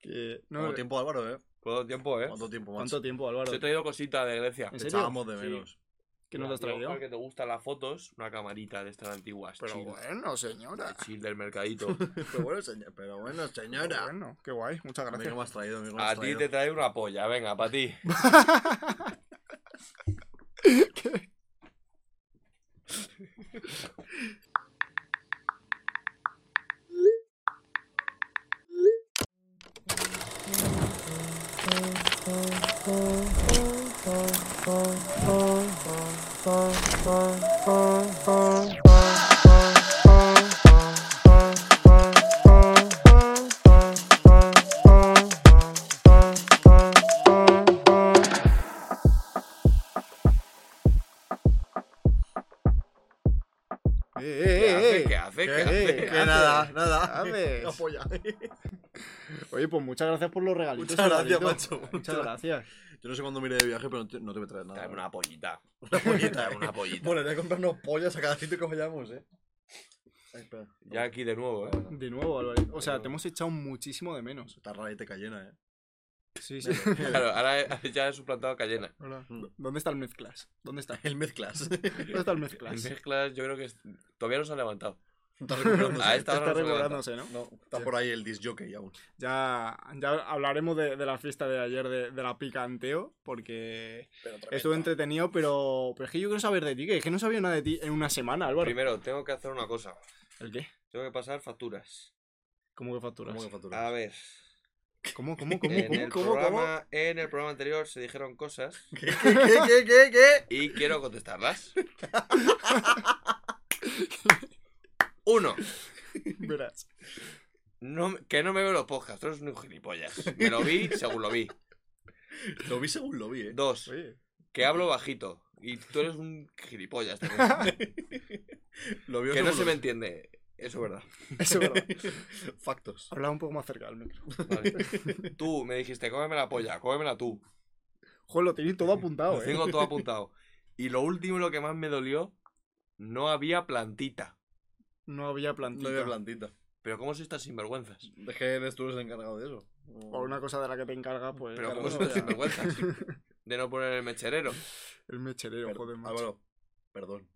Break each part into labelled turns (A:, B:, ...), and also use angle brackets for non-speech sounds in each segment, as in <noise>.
A: Que- no,
B: ¿Cuánto tiempo, Álvaro, eh?
C: ¿Cuánto tiempo, eh?
B: ¿Cuánto tiempo, macho?
A: ¿Cuánto tiempo, Álvaro?
C: Te he traído cositas de Grecia.
A: ¿En
B: Te
A: serio?
B: echábamos de
C: Sí.
B: <laughs> menos.
A: ¿Que no
C: Mira,
A: lo has
C: tío,
A: traído?
C: Porque te gustan las fotos, una camarita de estas antiguas.
A: Pero
C: chill,
A: bueno, señora.
C: chill
A: <laughs>
C: del mercadito.
B: Pero bueno, señor- pero bueno,
A: Pero
B: señora.
A: Bueno, qué guay, muchas
B: Amigo,
A: gracias.
B: me has traído, amigo, me has
C: A ti
B: traído.
C: te trae una polla, venga,
A: <laughs>
C: para ti.
A: ¿Qué? Eh,
C: ¿Qué
A: eh,
C: hace?
A: eh,
C: ¿Qué
A: eh.
C: hace? ¿Qué
B: ¿Qué?
C: hace?
B: Que
C: ¿Qué hace?
B: nada,
C: <laughs>
B: nada.
A: haces?
B: Una polla.
A: Oye, pues muchas gracias por los regalitos.
B: Muchas gracias,
A: Alvarito.
B: macho.
A: Muchas gracias.
B: Yo no sé cuándo me iré de viaje, pero no te, no te voy a traer nada.
C: Trae una pollita.
B: Una pollita,
C: Trae <laughs> una pollita.
B: Bueno, iré a comprarnos pollas a cada sitio que vayamos, eh. Ay, espera.
C: Ya aquí de nuevo, eh.
A: De nuevo, Alvarito. O sea, te hemos echado muchísimo de menos.
B: Está rara y te cayena, eh.
A: Sí, sí.
C: Claro, ahora <laughs> he- ya he suplantado a Cayena.
A: Hola. ¿Dónde está el mezclas? ¿Dónde está?
B: Mm. El <laughs> mezclas.
A: ¿Dónde está el
C: En
A: mezclas?
C: mezclas yo creo que es- todavía no se ha levantado.
B: Está recuperándose.
C: A esta
A: Está
C: hora no se levanta.
A: recordándose, ¿no?
B: No, está por ahí el disc jockey aún.
A: Ya, ya hablaremos de, de la fiesta de ayer de, de la picanteo, porque
B: Pero tremendo.
A: estuvo entretenido, pero, pero es que yo quiero saber de ti, que es que no sabía nada de ti en una semana, Álvaro.
C: Primero, tengo que hacer una cosa.
A: ¿El qué?
C: Tengo que pasar facturas.
A: ¿Cómo que facturas?
B: ¿Cómo que
C: A
B: facturas?
C: ver.
A: ¿Cómo, cómo, cómo,
C: En
A: cómo,
C: el,
A: cómo, cómo?
C: programa, en el programa anterior se dijeron cosas <laughs>
B: ¿Qué, qué, qué, qué, <laughs> qué?
C: y quiero contestarlas. Uno,
A: Verás.
C: no me- que no me veo los podcasts, tú eres un gilipollas. Me lo vi según lo vi.
B: Lo vi según lo vi, eh.
C: Dos,
A: Oye,
C: que hablo bajito y tú eres un gilipollas. también.
B: Lo vi
C: Que
B: según
C: no se me
B: lo
C: entiende. Eso <laughs> es verdad.
A: eso es verdad.
C: <laughs>
B: vi. Factos.
A: Hablaba un poco más cerca del micro.
C: Vale. Tú me dijiste, cómeme la polla, cómemela tú.
A: Joder, lo tenéis todo apuntado,
C: Lo
A: ¿eh?
C: tengo todo apuntado. Y lo último, lo que más me dolió, no había plantita.
A: No había
B: No
A: plantilla.
B: había plantita.
C: Pero ¿cómo se estas sinvergüenzas?
B: Es que eres tú el encargado de eso.
A: Por una cosa de la que te encargas, pues...
C: Pero
A: claro,
C: ¿cómo
A: no,
C: son estas
A: ya.
C: sinvergüenzas? De no poner el mecherero.
A: El mecherero,
B: Pero-
C: ah,
A: joder, macho.
B: Álvaro, perdón.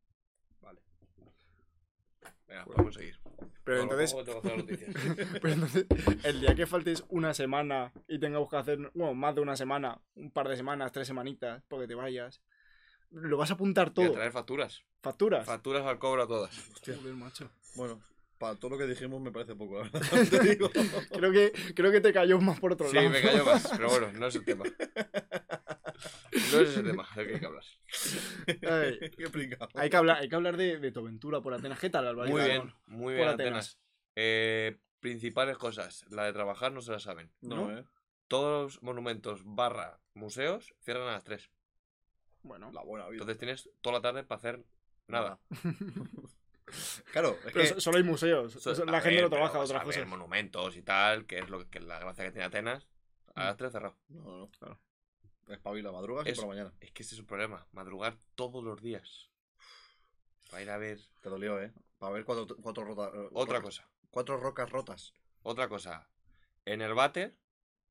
C: Venga, podemos seguir.
A: Pero entonces, <laughs> Pero entonces, el día que faltes una semana y tengamos que hacer, bueno, más de una semana, un par de semanas, tres semanitas, porque te vayas, lo vas a apuntar
C: Todo.
A: todo.
C: traer facturas.
A: Facturas.
C: Facturas al cobro a todas.
A: Joder, macho.
B: Bueno, para todo lo que dijimos me parece poco, la
A: <laughs>
B: verdad, te digo.
A: Creo que, creo que te cayó más por otro
C: Sí,
A: lado.
C: me cayó más, pero bueno, no es el <laughs> tema. No es ese tema del que hay que hablar.
A: <laughs> Ay,
B: Qué pringao.
A: hay, que hablar, hay que hablar de, de tu aventura por Atenas. ¿Qué tal, Alvarito?
C: Muy bien, muy bien,
A: Por
C: Atenas.
A: Atenas.
C: Eh, principales cosas. La de trabajar no se la saben.
B: No,
A: ¿no?
B: eh.
C: Todos los monumentos barra museos cierran a las 3.
A: Bueno,
B: La buena vida.
C: Entonces tienes toda la tarde para hacer nada.
B: Claro, es
A: pero
B: que
A: so- solo hay museos.
C: So-
A: so-
C: a
A: la gente
C: ver,
A: no
C: pero
A: trabaja
C: vas
A: otras
C: a ver
A: cosas.
C: monumentos y tal, que es lo que, que es la gracia que tiene Atenas. A
A: Mm.
C: las 3 cerrado.
B: No, no,
A: Claro.
B: Espabila, madrugas y
C: Eso.
B: por la mañana.
C: Es que ese es el problema, madrugar todos los días. Para ir a ver
B: Te dolió, ¿eh? Para ver cuatro, cuatro rota- eh,
C: otra
B: cuatro-
C: cosa,
B: Cuatro rocas rotas.
C: otra cosa. En el váter,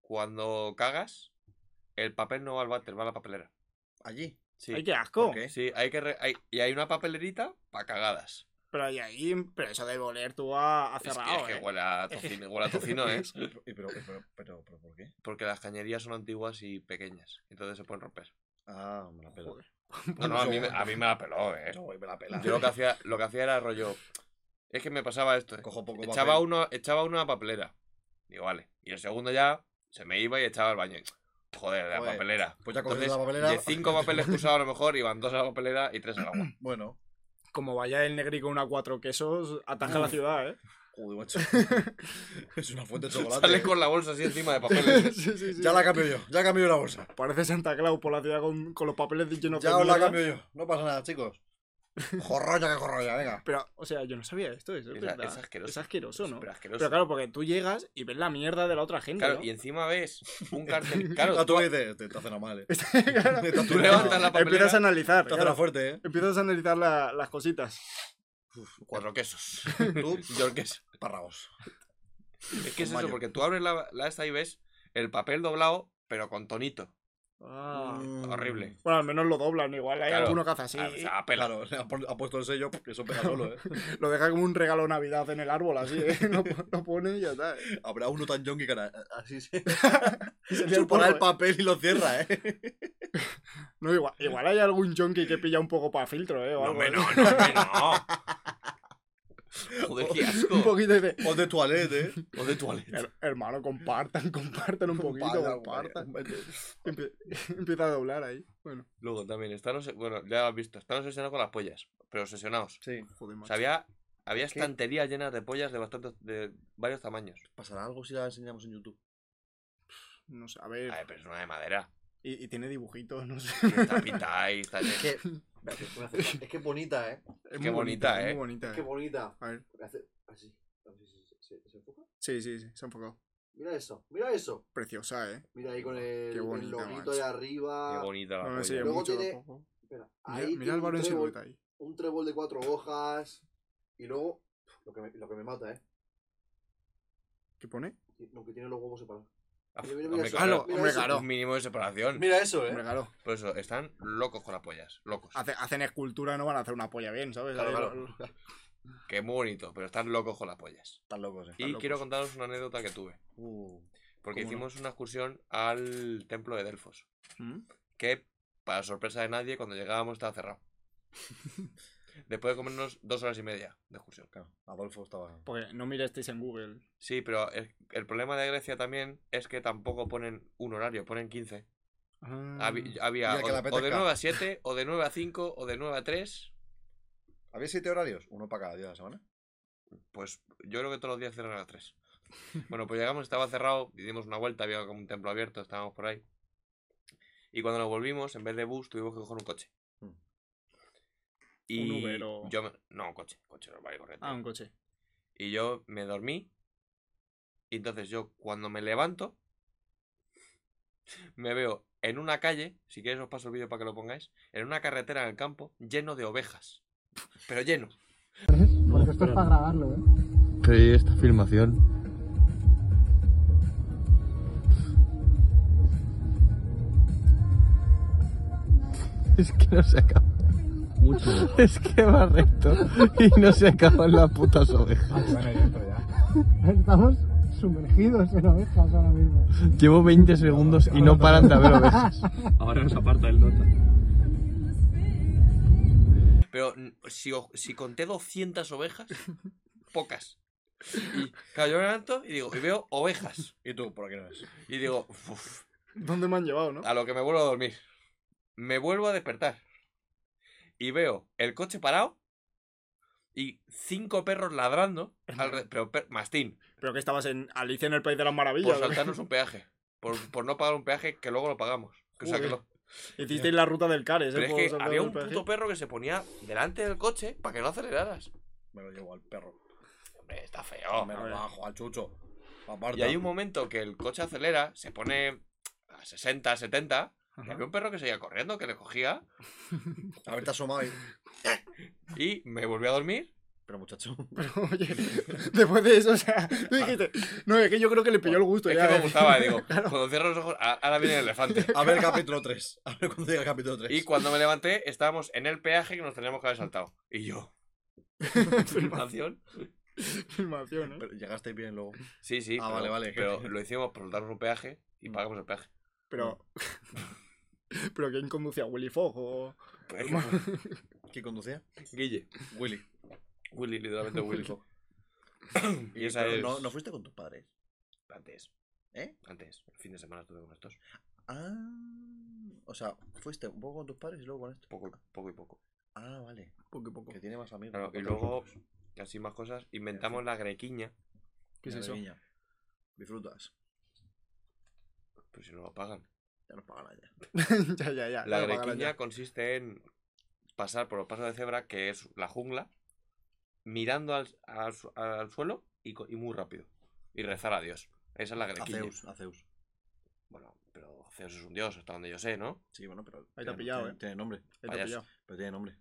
C: cuando cagas, el papel no va al váter, va a la papelera.
B: Allí.
C: Sí.
A: Ay, qué asco.
B: ¿Por qué?
C: Sí, hay que re- hay- y hay una papelerita para cagadas.
A: Pero ahí, ahí, pero eso de voler tú a, a
C: Es que-
A: cerrado,
C: es que,
A: ¿eh?
C: huele a tocino, huele a tocino, ¿eh?
B: Y pero, y pero, pero, pero ¿por qué?
C: Porque las cañerías son antiguas y pequeñas, entonces se pueden romper.
B: Ah, me la pela.
A: Joder.
C: No, no, a mí, me- a mí me la
B: <laughs>
C: peló, ¿eh?
B: No, y me la pela.
C: Yo lo que hacía, lo que hacía era rollo. Es que me pasaba esto. ¿eh?
B: cojo poco
C: Echaba
B: papel.
C: uno, echaba uno a la papelera. Digo, vale. Y el segundo ya se me iba y echaba al baño. Joder, la
B: Joder.
C: papelera.
B: Pues ya coges
C: Entonces,
B: la papelera.
C: De cinco papeles que usaba a lo mejor iban dos a la papelera y tres al agua.
B: <laughs> Bueno,
A: Como vaya el negri con una cuatro quesos, ataca la ciudad, ¿eh?
B: joder,
C: <laughs>
B: macho. <laughs> es una fuente de chocolate.
C: Sales con la bolsa así encima
A: <laughs>
C: de papeles.
A: sí, sí, sí.
B: Ya la cambio yo, ya cambio yo la bolsa.
A: Parece Santa Claus por la ciudad con, con los papeles llenos de
B: Ya os la
A: mierda.
B: cambio yo, no pasa nada,
C: <laughs>
B: chicos. Jorrolla que jorrolla, venga.
A: Pero, o sea, yo no sabía esto, eso es,
C: Es-
A: verdad.
C: es asqueroso.
A: Es asqueroso, ¿no?
C: Pero asqueroso.
A: Pues Pero claro, porque tú llegas y ves la mierda de la otra gente,
C: Claro,
A: ¿no?
C: y encima ves un cartel. Claro,
B: Ah,
C: tú,
B: tú me dices, te, te hace la mal, eh.
A: <laughs>
C: <laughs>
A: Claro,
B: Te hace
C: tú
B: la-
C: levantas la papelera.
A: Empiezas a analizar,
B: Te hace la
A: claro.
B: fuerte,
C: <laughs>
B: eh.
A: Empiezas a analizar la- las cositas.
C: Cuatro quesos. <laughs>
B: Tú,
C: Yo el queso.
B: párragos.
C: Es que es
B: Un
C: eso,
B: baño.
C: porque tú abres la, la esta y ves el papel doblado, pero con tonito.
A: Ah.
B: Mm.
C: horrible.
A: Bueno, al menos lo doblan igual. Hay
C: Claro.
A: alguno que hace así.
C: Ah, o sea, apela.
B: Claro, le ha pu- ha puesto el sello porque eso pega solo,
C: <laughs>
B: ¿eh?
A: Lo deja como un regalo de Navidad en el árbol, así, ¿eh? <laughs> Lo, po- lo pone y ya está. ¿eh?
B: Habrá uno tan yonki que hará- eh, así
C: <laughs>
B: se
A: Y se lía el
B: chupará
A: polvo,
B: el
A: ¿eh?
B: papel y lo cierra, ¿eh?
A: No, igual, igual hay algún junkie que pilla un poco para filtro, ¿eh? O
C: ¿eh? No,
A: algo,
C: hombre,
A: ¿eh?
C: no, no, hombre, no. Joder, qué
A: <laughs> Un
C: asco.
A: poquito de...
B: O de toilet, ¿eh? O de toilet.
A: Her- hermano, compartan, <laughs> compartan un poquito,
B: Vaya,
A: compartan.
B: pues, vaya.
A: Empie- <laughs> Empieza a doblar ahí. Bueno,
C: Luego también, están, obse- bueno, ya lo has visto, están obsesionados con las pollas, pero obsesionados.
B: Sí.
A: joder,
C: O
A: macho.
C: sea, había, había estanterías llenas de pollas de bastantes, de varios tamaños.
B: ¿Pasará algo si la enseñamos en YouTube?
A: No sé, a ver.
C: A ver, pero es una de madera.
A: Y, y tiene dibujitos, no sé.
C: Y está pintada y
A: <laughs>
C: está...
B: Es que... espera, que voy a hacer- Es que es bonita, ¿eh?
A: Es
C: Qué bonita,
A: es
C: ¿eh?
A: Muy bonita.
B: Es que
A: eh.
B: bonita.
A: A ver,
B: Voy a hacer Así. A ver si se- se- se enfoca.
A: sí, sí, sí, se ha enfocado.
B: Mira eso, mira eso.
A: Preciosa, ¿eh?
B: Mira ahí con el,
A: Qué
B: el
A: bonita,
B: loguito
A: macho.
B: de
C: Qué
B: arriba.
C: bonita la
A: No,
C: polla.
A: sí,
B: Luego
A: mucho
B: tiene-
A: tampoco.
B: Espera,
A: Mira,
B: ahí
A: mira
B: tiene
A: el
B: un
A: varón
B: trébol,
A: silueta ahí.
B: un trébol de cuatro hojas. Y luego, lo que me, lo que me mata, ¿eh?
A: ¿Qué pone?
B: Lo que tiene los huevos separados.
C: Ah,
B: Mira, mira, mira
C: Hombre,
B: eso,
C: claro,
B: mira
A: hombre,
B: eso.
A: claro.
C: un mínimo de separación.
B: Mira eso,
A: Hombre,
B: ¿eh?
A: claro.
C: Por eso, están locos con las pollas, locos.
A: Hace- hacen escultura, no van a hacer una polla bien, ¿sabes?
B: Claro,
A: Ahí
B: claro.
A: lo-
C: Que muy bonito, pero están locos con las pollas.
B: Están locos, ¿eh?
C: Y
A: locos.
C: quiero contaros una anécdota que tuve.
B: Uh,
C: Porque
A: ¿Cómo no?
C: hicimos una excursión al templo de Delfos.
A: ¿Mm?
C: Que, para sorpresa de nadie, cuando llegábamos
A: <laughs>
C: estaba cerrado. Después de comernos dos horas y media de excursión.
B: claro, Adolfo estaba.
A: Porque no mirasteis en Google.
C: Sí, pero el, el problema de Grecia también es que tampoco ponen un horario, ponen 15.
A: Ah.
C: Habi- Había
B: Mm, Ya que
C: o,
B: la
C: o de
B: apetezca.
C: 9 a
B: <laughs>
C: 7, o de 9 a 5, o de 9 a 3.
B: ¿Había siete horarios? Uno para cada día de la semana.
C: Pues yo creo que todos los días cierran a las 3. Bueno, pues llegamos, estaba cerrado, y dimos una vuelta, había como un templo abierto, estábamos por ahí. Y cuando nos volvimos, en vez de bus, tuvimos que coger un coche.
B: Mm.
C: Y
A: ¿Un Uber o-
C: yo me- No, un coche, coche normal y corriente.
A: Ah, un coche.
C: Y yo me dormí. Y entonces yo cuando me levanto, me veo en una calle, si queréis os paso el vídeo para que lo pongáis, en una carretera en el campo lleno de ovejas. Pero lleno.
D: Porque esto es para grabarlo, ¿eh?
E: Sí, esta filmación. <laughs> Es que no se acaba. Mucho. <laughs> Es que va recto y no se acaban las putas ovejas.
D: Estamos sumergidos en ovejas ahora mismo.
E: Llevo 20 segundos y no paran de haber ovejas.
F: Ahora nos aparta el nota.
C: Pero mm, si, o- si conté 200 ovejas, pocas. Y claro, yo me levanto y digo, y veo ovejas.
B: ¿Y tú? ¿Por qué no es?
C: Y digo, "Uf".
A: ¿Dónde me han llevado, no?
C: a lo que me vuelvo a dormir. Me vuelvo a despertar. Y veo el coche parado y cinco perros ladrando, alre- pero per- mastín,
A: Pero que estabas en Alicia en el País de las Maravillas.
C: por
A: ¿o qué?
C: saltarnos un peaje. Por, por no pagar un peaje que luego lo pagamos. O sea, que
A: Joder.
C: lo-
A: Hicisteis la ruta del Cares, ¿eh?
C: pero es
A: Por
C: que
A: saltar
C: había
A: del
C: un
A: peaje.
C: puto perro que se ponía delante del coche para que no aceleraras.
B: Me lo llevo al perro.
C: Hombre, está feo.
B: me
A: a
B: lo
A: ver.
B: bajo, al chucho. Aparta.
C: Y hay un momento que el coche acelera, se pone a 60, 70, y
A: Ajá.
C: había un perro que seguía corriendo, que le cogía,
B: A ver, te asomado ahí.
C: y me volví a dormir.
B: Pero muchacho.
A: Pero <laughs> oye, después de eso, o sea, <laughs> tú dijiste, no, es que yo creo que le pilló el gusto.
C: Es
A: ya,
C: que me
A: ¿eh?
C: gustaba,
A: <laughs>
B: <laughs>
C: digo, cuando cierro los ojos, a- ahora viene el elefante.
B: A ver el capítulo 3. A ver cuando llega el capítulo 3.
C: Y cuando me levanté, estábamos en el peaje que nos teníamos que haber saltado. Y
B: <laughs>
C: yo.
A: ah.
C: ¿Filmación?
A: Filmación, ¿eh?
B: Pero llegaste bien luego.
C: Sí, sí.
B: Ah,
C: pero-
B: vale, vale.
C: Pero lo hicimos por darnos un peaje y
B: Mm.
C: pagamos el peaje.
A: Pero. <laughs> Pero ¿quién conducía? ¿Willy Fogg o.? <laughs>
B: Pues
C: Pero es
B: <laughs>
C: que-
B: ¿Quién conducía?
C: Guille.
B: Willy.
C: Willy,
B: <laughs>
C: literalmente Willy. y esa
B: Pero
C: es.
B: no, no fuiste con tus padres.
C: Antes.
B: ¿Eh?
C: Antes. El fin de semana estuve con estos.
B: Ah. O sea, fuiste un poco con tus padres y luego con esto.
C: Poco, poco y poco.
B: Ah, vale.
A: Poco a poco.
B: Que tiene más amigos.
C: Claro, y luego, así más cosas, inventamos la grequiña.
A: ¿Qué es
B: Mira,
A: eso?
B: niña, Disfrutas.
C: Pues si no lo pagan.
B: Ya no pagan allá.
A: ya, ya, ya. ya
C: La
A: lo pagarán
C: grequiña
A: ya.
C: consiste en pasar por los pasos de cebra, que es la jungla, mirando al, al su- al suelo y, co- y muy rápido. Y rezar a Dios. Esa es la grequiña.
B: Aceus, Aceus.
C: Bueno, pero Zeus es un dios, hasta donde yo sé, ¿no?
B: Sí, bueno, pero.
A: te ha
B: tiene-
A: pillado,
B: tiene-
A: eh.
B: Tiene nombre.
A: Ahí te he
C: payaso.
A: pillado.
B: Pero tiene nombre.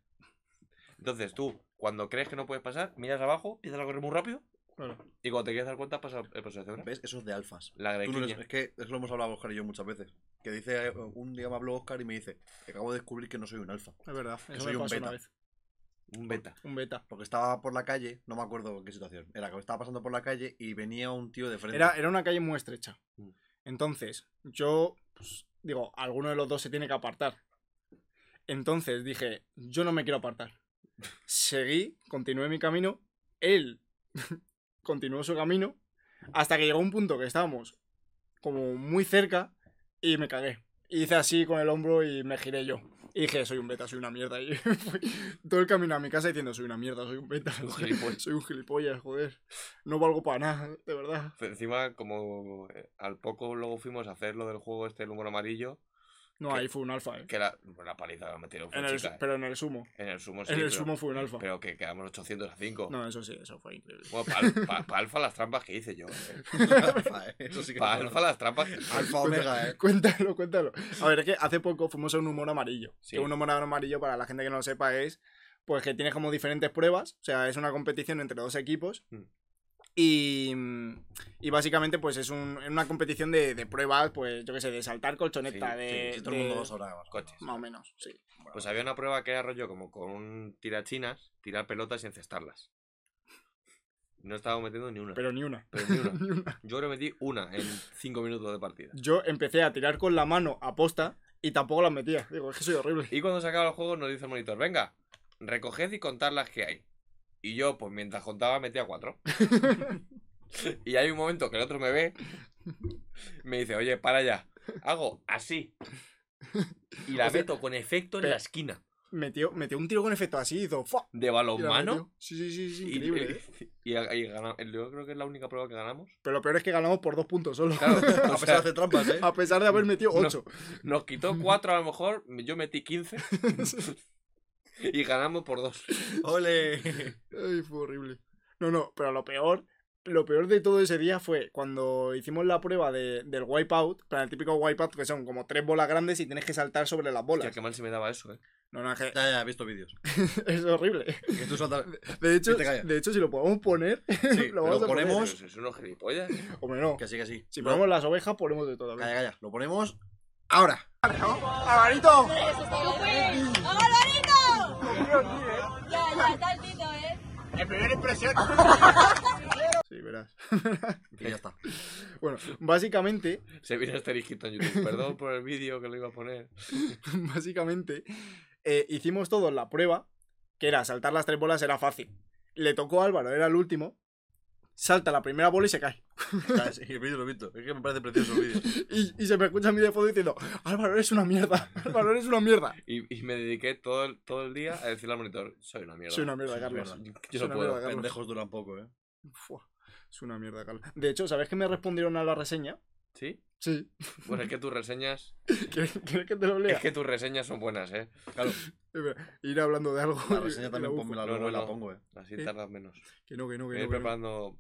C: Entonces tú, cuando crees que no puedes pasar, miras abajo, empiezas a correr muy rápido
A: Claro.
C: Y cuando te quieres dar cuenta pasa el proceso de cebra.
B: ¿Ves? Eso es de alfas.
C: La
B: Tú no eres-
C: grequiña.
B: es que eso lo hemos hablado Oscar y yo muchas veces. Que dice, eh, un día me habló Oscar y me dice, acabo de descubrir que no soy un alfa.
A: Es verdad,
B: Que
A: eso
B: soy
A: me
B: un
A: pasó una
B: beta.
A: vez.
C: Un beta. <laughs>
A: Un beta.
B: Porque estaba por la calle, no me acuerdo en qué situación. Era que estaba pasando por la calle y venía un tío de frente. <laughs>
A: Era, era una calle muy estrecha.
C: Mm.
A: Entonces, yo pues, digo, alguno de los dos se tiene que apartar. Entonces dije, yo no me quiero apartar. Seguí, continué mi camino, él <laughs> continuó su camino, hasta que llegó un punto que estábamos como muy cerca y me cagué. Hice así con el hombro y me giré yo. Y dije, soy un beta, soy una mierda. Y <laughs> fui todo el camino a mi casa diciendo, soy una mierda, soy un beta,
C: Un gilipollas.
A: soy un gilipollas, joder. No valgo para nada, de verdad.
C: Fue Encima, como eh, al poco luego fuimos a hacer lo del juego este, el humor amarillo,
A: No,
C: Que-
A: ahí fue un alfa, ¿eh?
C: que la, la paliza que metieron fue
A: En el,
C: chica, eh.
A: pero en el sumo.
C: En el sumo sí,
A: en el
C: pero,
A: sumo fue un alfa.
C: pero que quedamos 800 a 5.
A: No, eso sí, eso fue increíble.
C: Bueno, para alfa las trampas que hice yo.
A: <laughs>
B: alfa, eh. Eso sí que
C: Para
B: es
C: alfa las trampas que...
B: alfa omega,
C: <laughs>
B: eh.
A: <laughs> Cuéntalo, cuéntalo. A ver, es que hace poco fuimos a un humor amarillo.
C: Sí.
A: Que un humor amarillo, para la gente que no lo sepa, es pues que tienes como diferentes pruebas. O sea, es una competición entre dos equipos.
C: Mm.
A: Y, y básicamente, pues es un- es una competición de, de pruebas, pues yo qué sé, de saltar colchoneta,
C: Sí,
A: de.
B: Sí, todo el
A: de-
B: mundo lo sabrá. más o
C: Coches.
B: menos.
A: Más o menos, sí.
C: Pues había una prueba que era rollo como con un tirachinas, tirar pelotas y encestarlas. No estaba metiendo ni una.
A: Pero ni una.
C: pero ni una.
A: <laughs> Ni una.
C: Yo creo que metí una en 5 minutos de partida.
A: Yo empecé a tirar con la mano a posta y tampoco las metía. Digo, es que soy horrible.
C: Y cuando se acaba el juego nos dice el monitor, venga, recoged y contad las que hay. Y yo, pues mientras contaba, metía
A: <laughs>
C: cuatro. y hay un momento que el otro me ve, me dice, oye, para ya. Hago así. Y la
A: O sea,
C: meto con efecto en
A: pero-
C: la esquina.
A: Metió, metió un tiro con efecto así, hizo ¡fua!
C: De
A: Y la
C: balonmano.
A: metió. Sí, sí, sí, sí,
C: Y,
A: increíble. ¿eh?
C: <laughs> y, y gana- yo creo que es la única prueba que ganamos.
A: Pero lo peor es que ganamos por dos puntos solo. <laughs>
C: Claro, o
B: A pesar
C: sea,
B: de hacer trampas, eh.
A: A pesar de haber metido
C: No.
A: ocho. <laughs>
C: nos quitó cuatro a lo mejor, yo metí 15 y ganamos por
A: <laughs>
C: dos.
B: ¡Ole!
A: Ay, fue horrible. No, no, pero lo peor, lo peor de todo ese día fue cuando hicimos la prueba de, del wipeout, para el típico wipeout que son como tres bolas grandes y tienes que saltar sobre las bolas.
C: Hostia, qué mal se me daba eso, eh.
A: No, no, es, que- <laughs>
B: Ya, ya, he visto vídeos.
A: es horrible.
B: Que
A: <laughs>
B: tú saltas-
A: De hecho,
B: te callas.
A: de hecho, si lo podemos poner, <laughs>
B: Sí,
A: Lo
B: lo,
A: vamos a poner.
C: Pero
B: ponemos.
C: eso es unos gilipollas.
A: hombre, no.
B: Que sí, que sí.
A: Si
B: Lo-
A: ponemos las ovejas, ponemos de todo. a ver.
B: Calla, calla. Lo ponemos ahora.
G: Ya, ya, está el tito, ¿eh?
A: Sí, verás.
B: Y ya está.
A: Bueno, básicamente,
C: Se vino este hijito en YouTube. Perdón por el vídeo que lo iba a poner.
A: <laughs> básicamente, eh, hicimos todos la prueba, que era saltar las tres bolas era fácil. Le tocó a Álvaro, era el último, salta la primera bola y se cae. <laughs>
B: Ya, sí, el vídeo lo he visto. Es que me parece precioso el vídeo.
A: Y, y se me escucha a mí de fondo diciendo, Álvaro, eres una mierda, <laughs> Álvaro, eres una
B: <laughs>
A: mierda.
C: Y, y me dediqué todo el, todo el día a decirle al monitor: Soy una mierda.
A: Soy una mierda, Carlos.
B: mierda.
C: Yo-
A: Soy
C: Yo
A: una
C: no puedo.
A: mierda, Carlos.
B: Pendejos duran poco, eh.
A: <laughs> Fua, es una mierda, Carlos. De hecho, ¿sabes que me respondieron a la reseña?
C: ¿Sí?
A: Sí.
C: Bueno, es que tus reseñas.
A: <laughs> ¿Quieres, quieres que te lo lea?
C: Es que tus reseñas son buenas, eh.
A: <laughs> Espera, Ir hablando de algo.
B: La
A: y- <laughs> y
B: reseña también
A: busco.
B: ponme la Eh,
C: No,
B: luego
C: no,
B: y la
C: no.
B: pongo, eh.
C: Así
A: ¿Eh?
C: tardas menos.
A: Que no, que no,
C: Me
A: que no. que
C: voy
A: no.
C: preparando.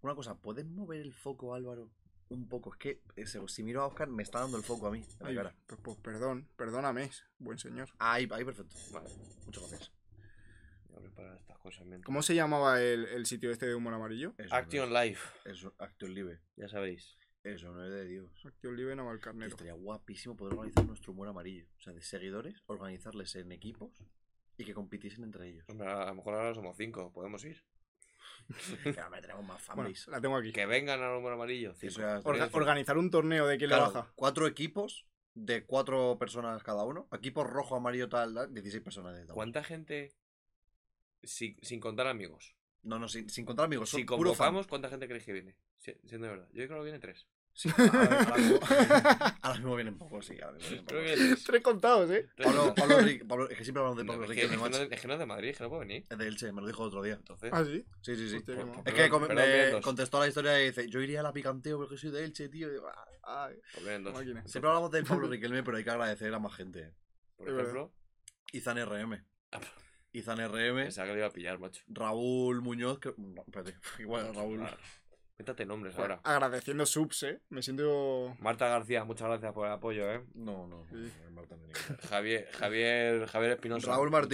B: Una cosa, ¿puedes mover el foco, Álvaro? Un poco, es que eh, se- si miro a Oscar me está dando el foco a mí, en la
A: Ay,
B: cara.
A: pues, pues perdón, perdóname, buen señor.
B: Ahí, ahí perfecto.
C: Vale,
B: Muchas gracias.
C: voy a preparar estas cosas. mientras-
A: ¿Cómo se llamaba el, el sitio este de humor amarillo?
B: Eso
C: Action
B: no
C: Live,
B: es- Eso, Action Live.
C: ya sabéis.
B: Eso no es de Dios.
A: Actio Libre Navalcarnero.
B: Estaría guapísimo poder organizar nuestro humor amarillo. O sea, de seguidores, organizarles en equipos y que compitiesen entre
C: <laughs>
B: ellos.
C: Hombre, a lo mejor ahora somos cinco, podemos ir.
B: Ya me tenemos más
A: Bueno,
B: fanbase.
A: la tengo aquí.
C: Que vengan al número amarillo.
B: Eso
C: cinco.
B: ya es de-
A: Orga- organizar un torneo de quién
B: Claro,
A: le baja.
B: cuatro equipos de cuatro personas cada uno. Equipos rojo, amarillo, tal, tal, 16 personas. necesitamos.
C: ¿Cuánta gente? Sin, sin contar amigos.
B: No, no, sin, sin contar amigos. Son
C: Si
B: puro fan.
C: convocamos, ¿cuánta gente creéis que viene? Si- Siendo de verdad. Yo creo que viene tres.
B: Sí, ahora, ahora
C: <laughs>
B: mismo, <laughs>
A: <laughs>
B: ahora mismo vienen pocos, sí. Ahora mismo vienen
C: Creo
B: pocos.
C: que viene
B: <laughs>
C: tres.
A: Tres contados, ¿eh?
C: Tres.
B: Pablo,
C: <laughs>
B: Pablo Ric- Pablo- es que siempre hablamos de
C: No,
B: Pablo
C: es, que,
B: Riquelme,
C: es que no,
B: macho.
C: es que no es de Madrid, es que no puede venir.
B: Es de Elche, me lo dijo el otro día.
C: Entonces,
A: Ah, sí.
B: Sí, sí, sí.
A: Hostia, qué mal.
B: Es que
C: Perdón,
B: com-
C: perdón,
B: me
C: vienen dos.
B: contestó la historia y dice, yo iría a la picanteo porque soy de Elche, tío. Y digo, "Ah".
A: Ay,
C: pues vienen dos.
A: máquina.
B: Siempre hablamos de
C: <laughs>
B: Pablo Riquelme, pero hay que agradecer a más gente.
C: Por
A: Es
C: ejemplo,
B: Izan RM.
C: Ah,
B: Izan RM,
C: pensaba que lo iba a pillar, macho.
B: Raúl Muñoz, que... No, espérate. <laughs> Igual, Raúl.
C: Ah, Métate
B: Pues
C: nombres
A: Joder,
C: ahora.
A: Agradeciendo subs, ¿eh? Me siento.
C: Marta García, muchas gracias por el apoyo, ¿eh?
B: No, no. no,
A: Sí.
B: no, Marta Meneghetti.
C: Javier, Javier, Javier Espinosa.
B: Raúl
C: muchísimas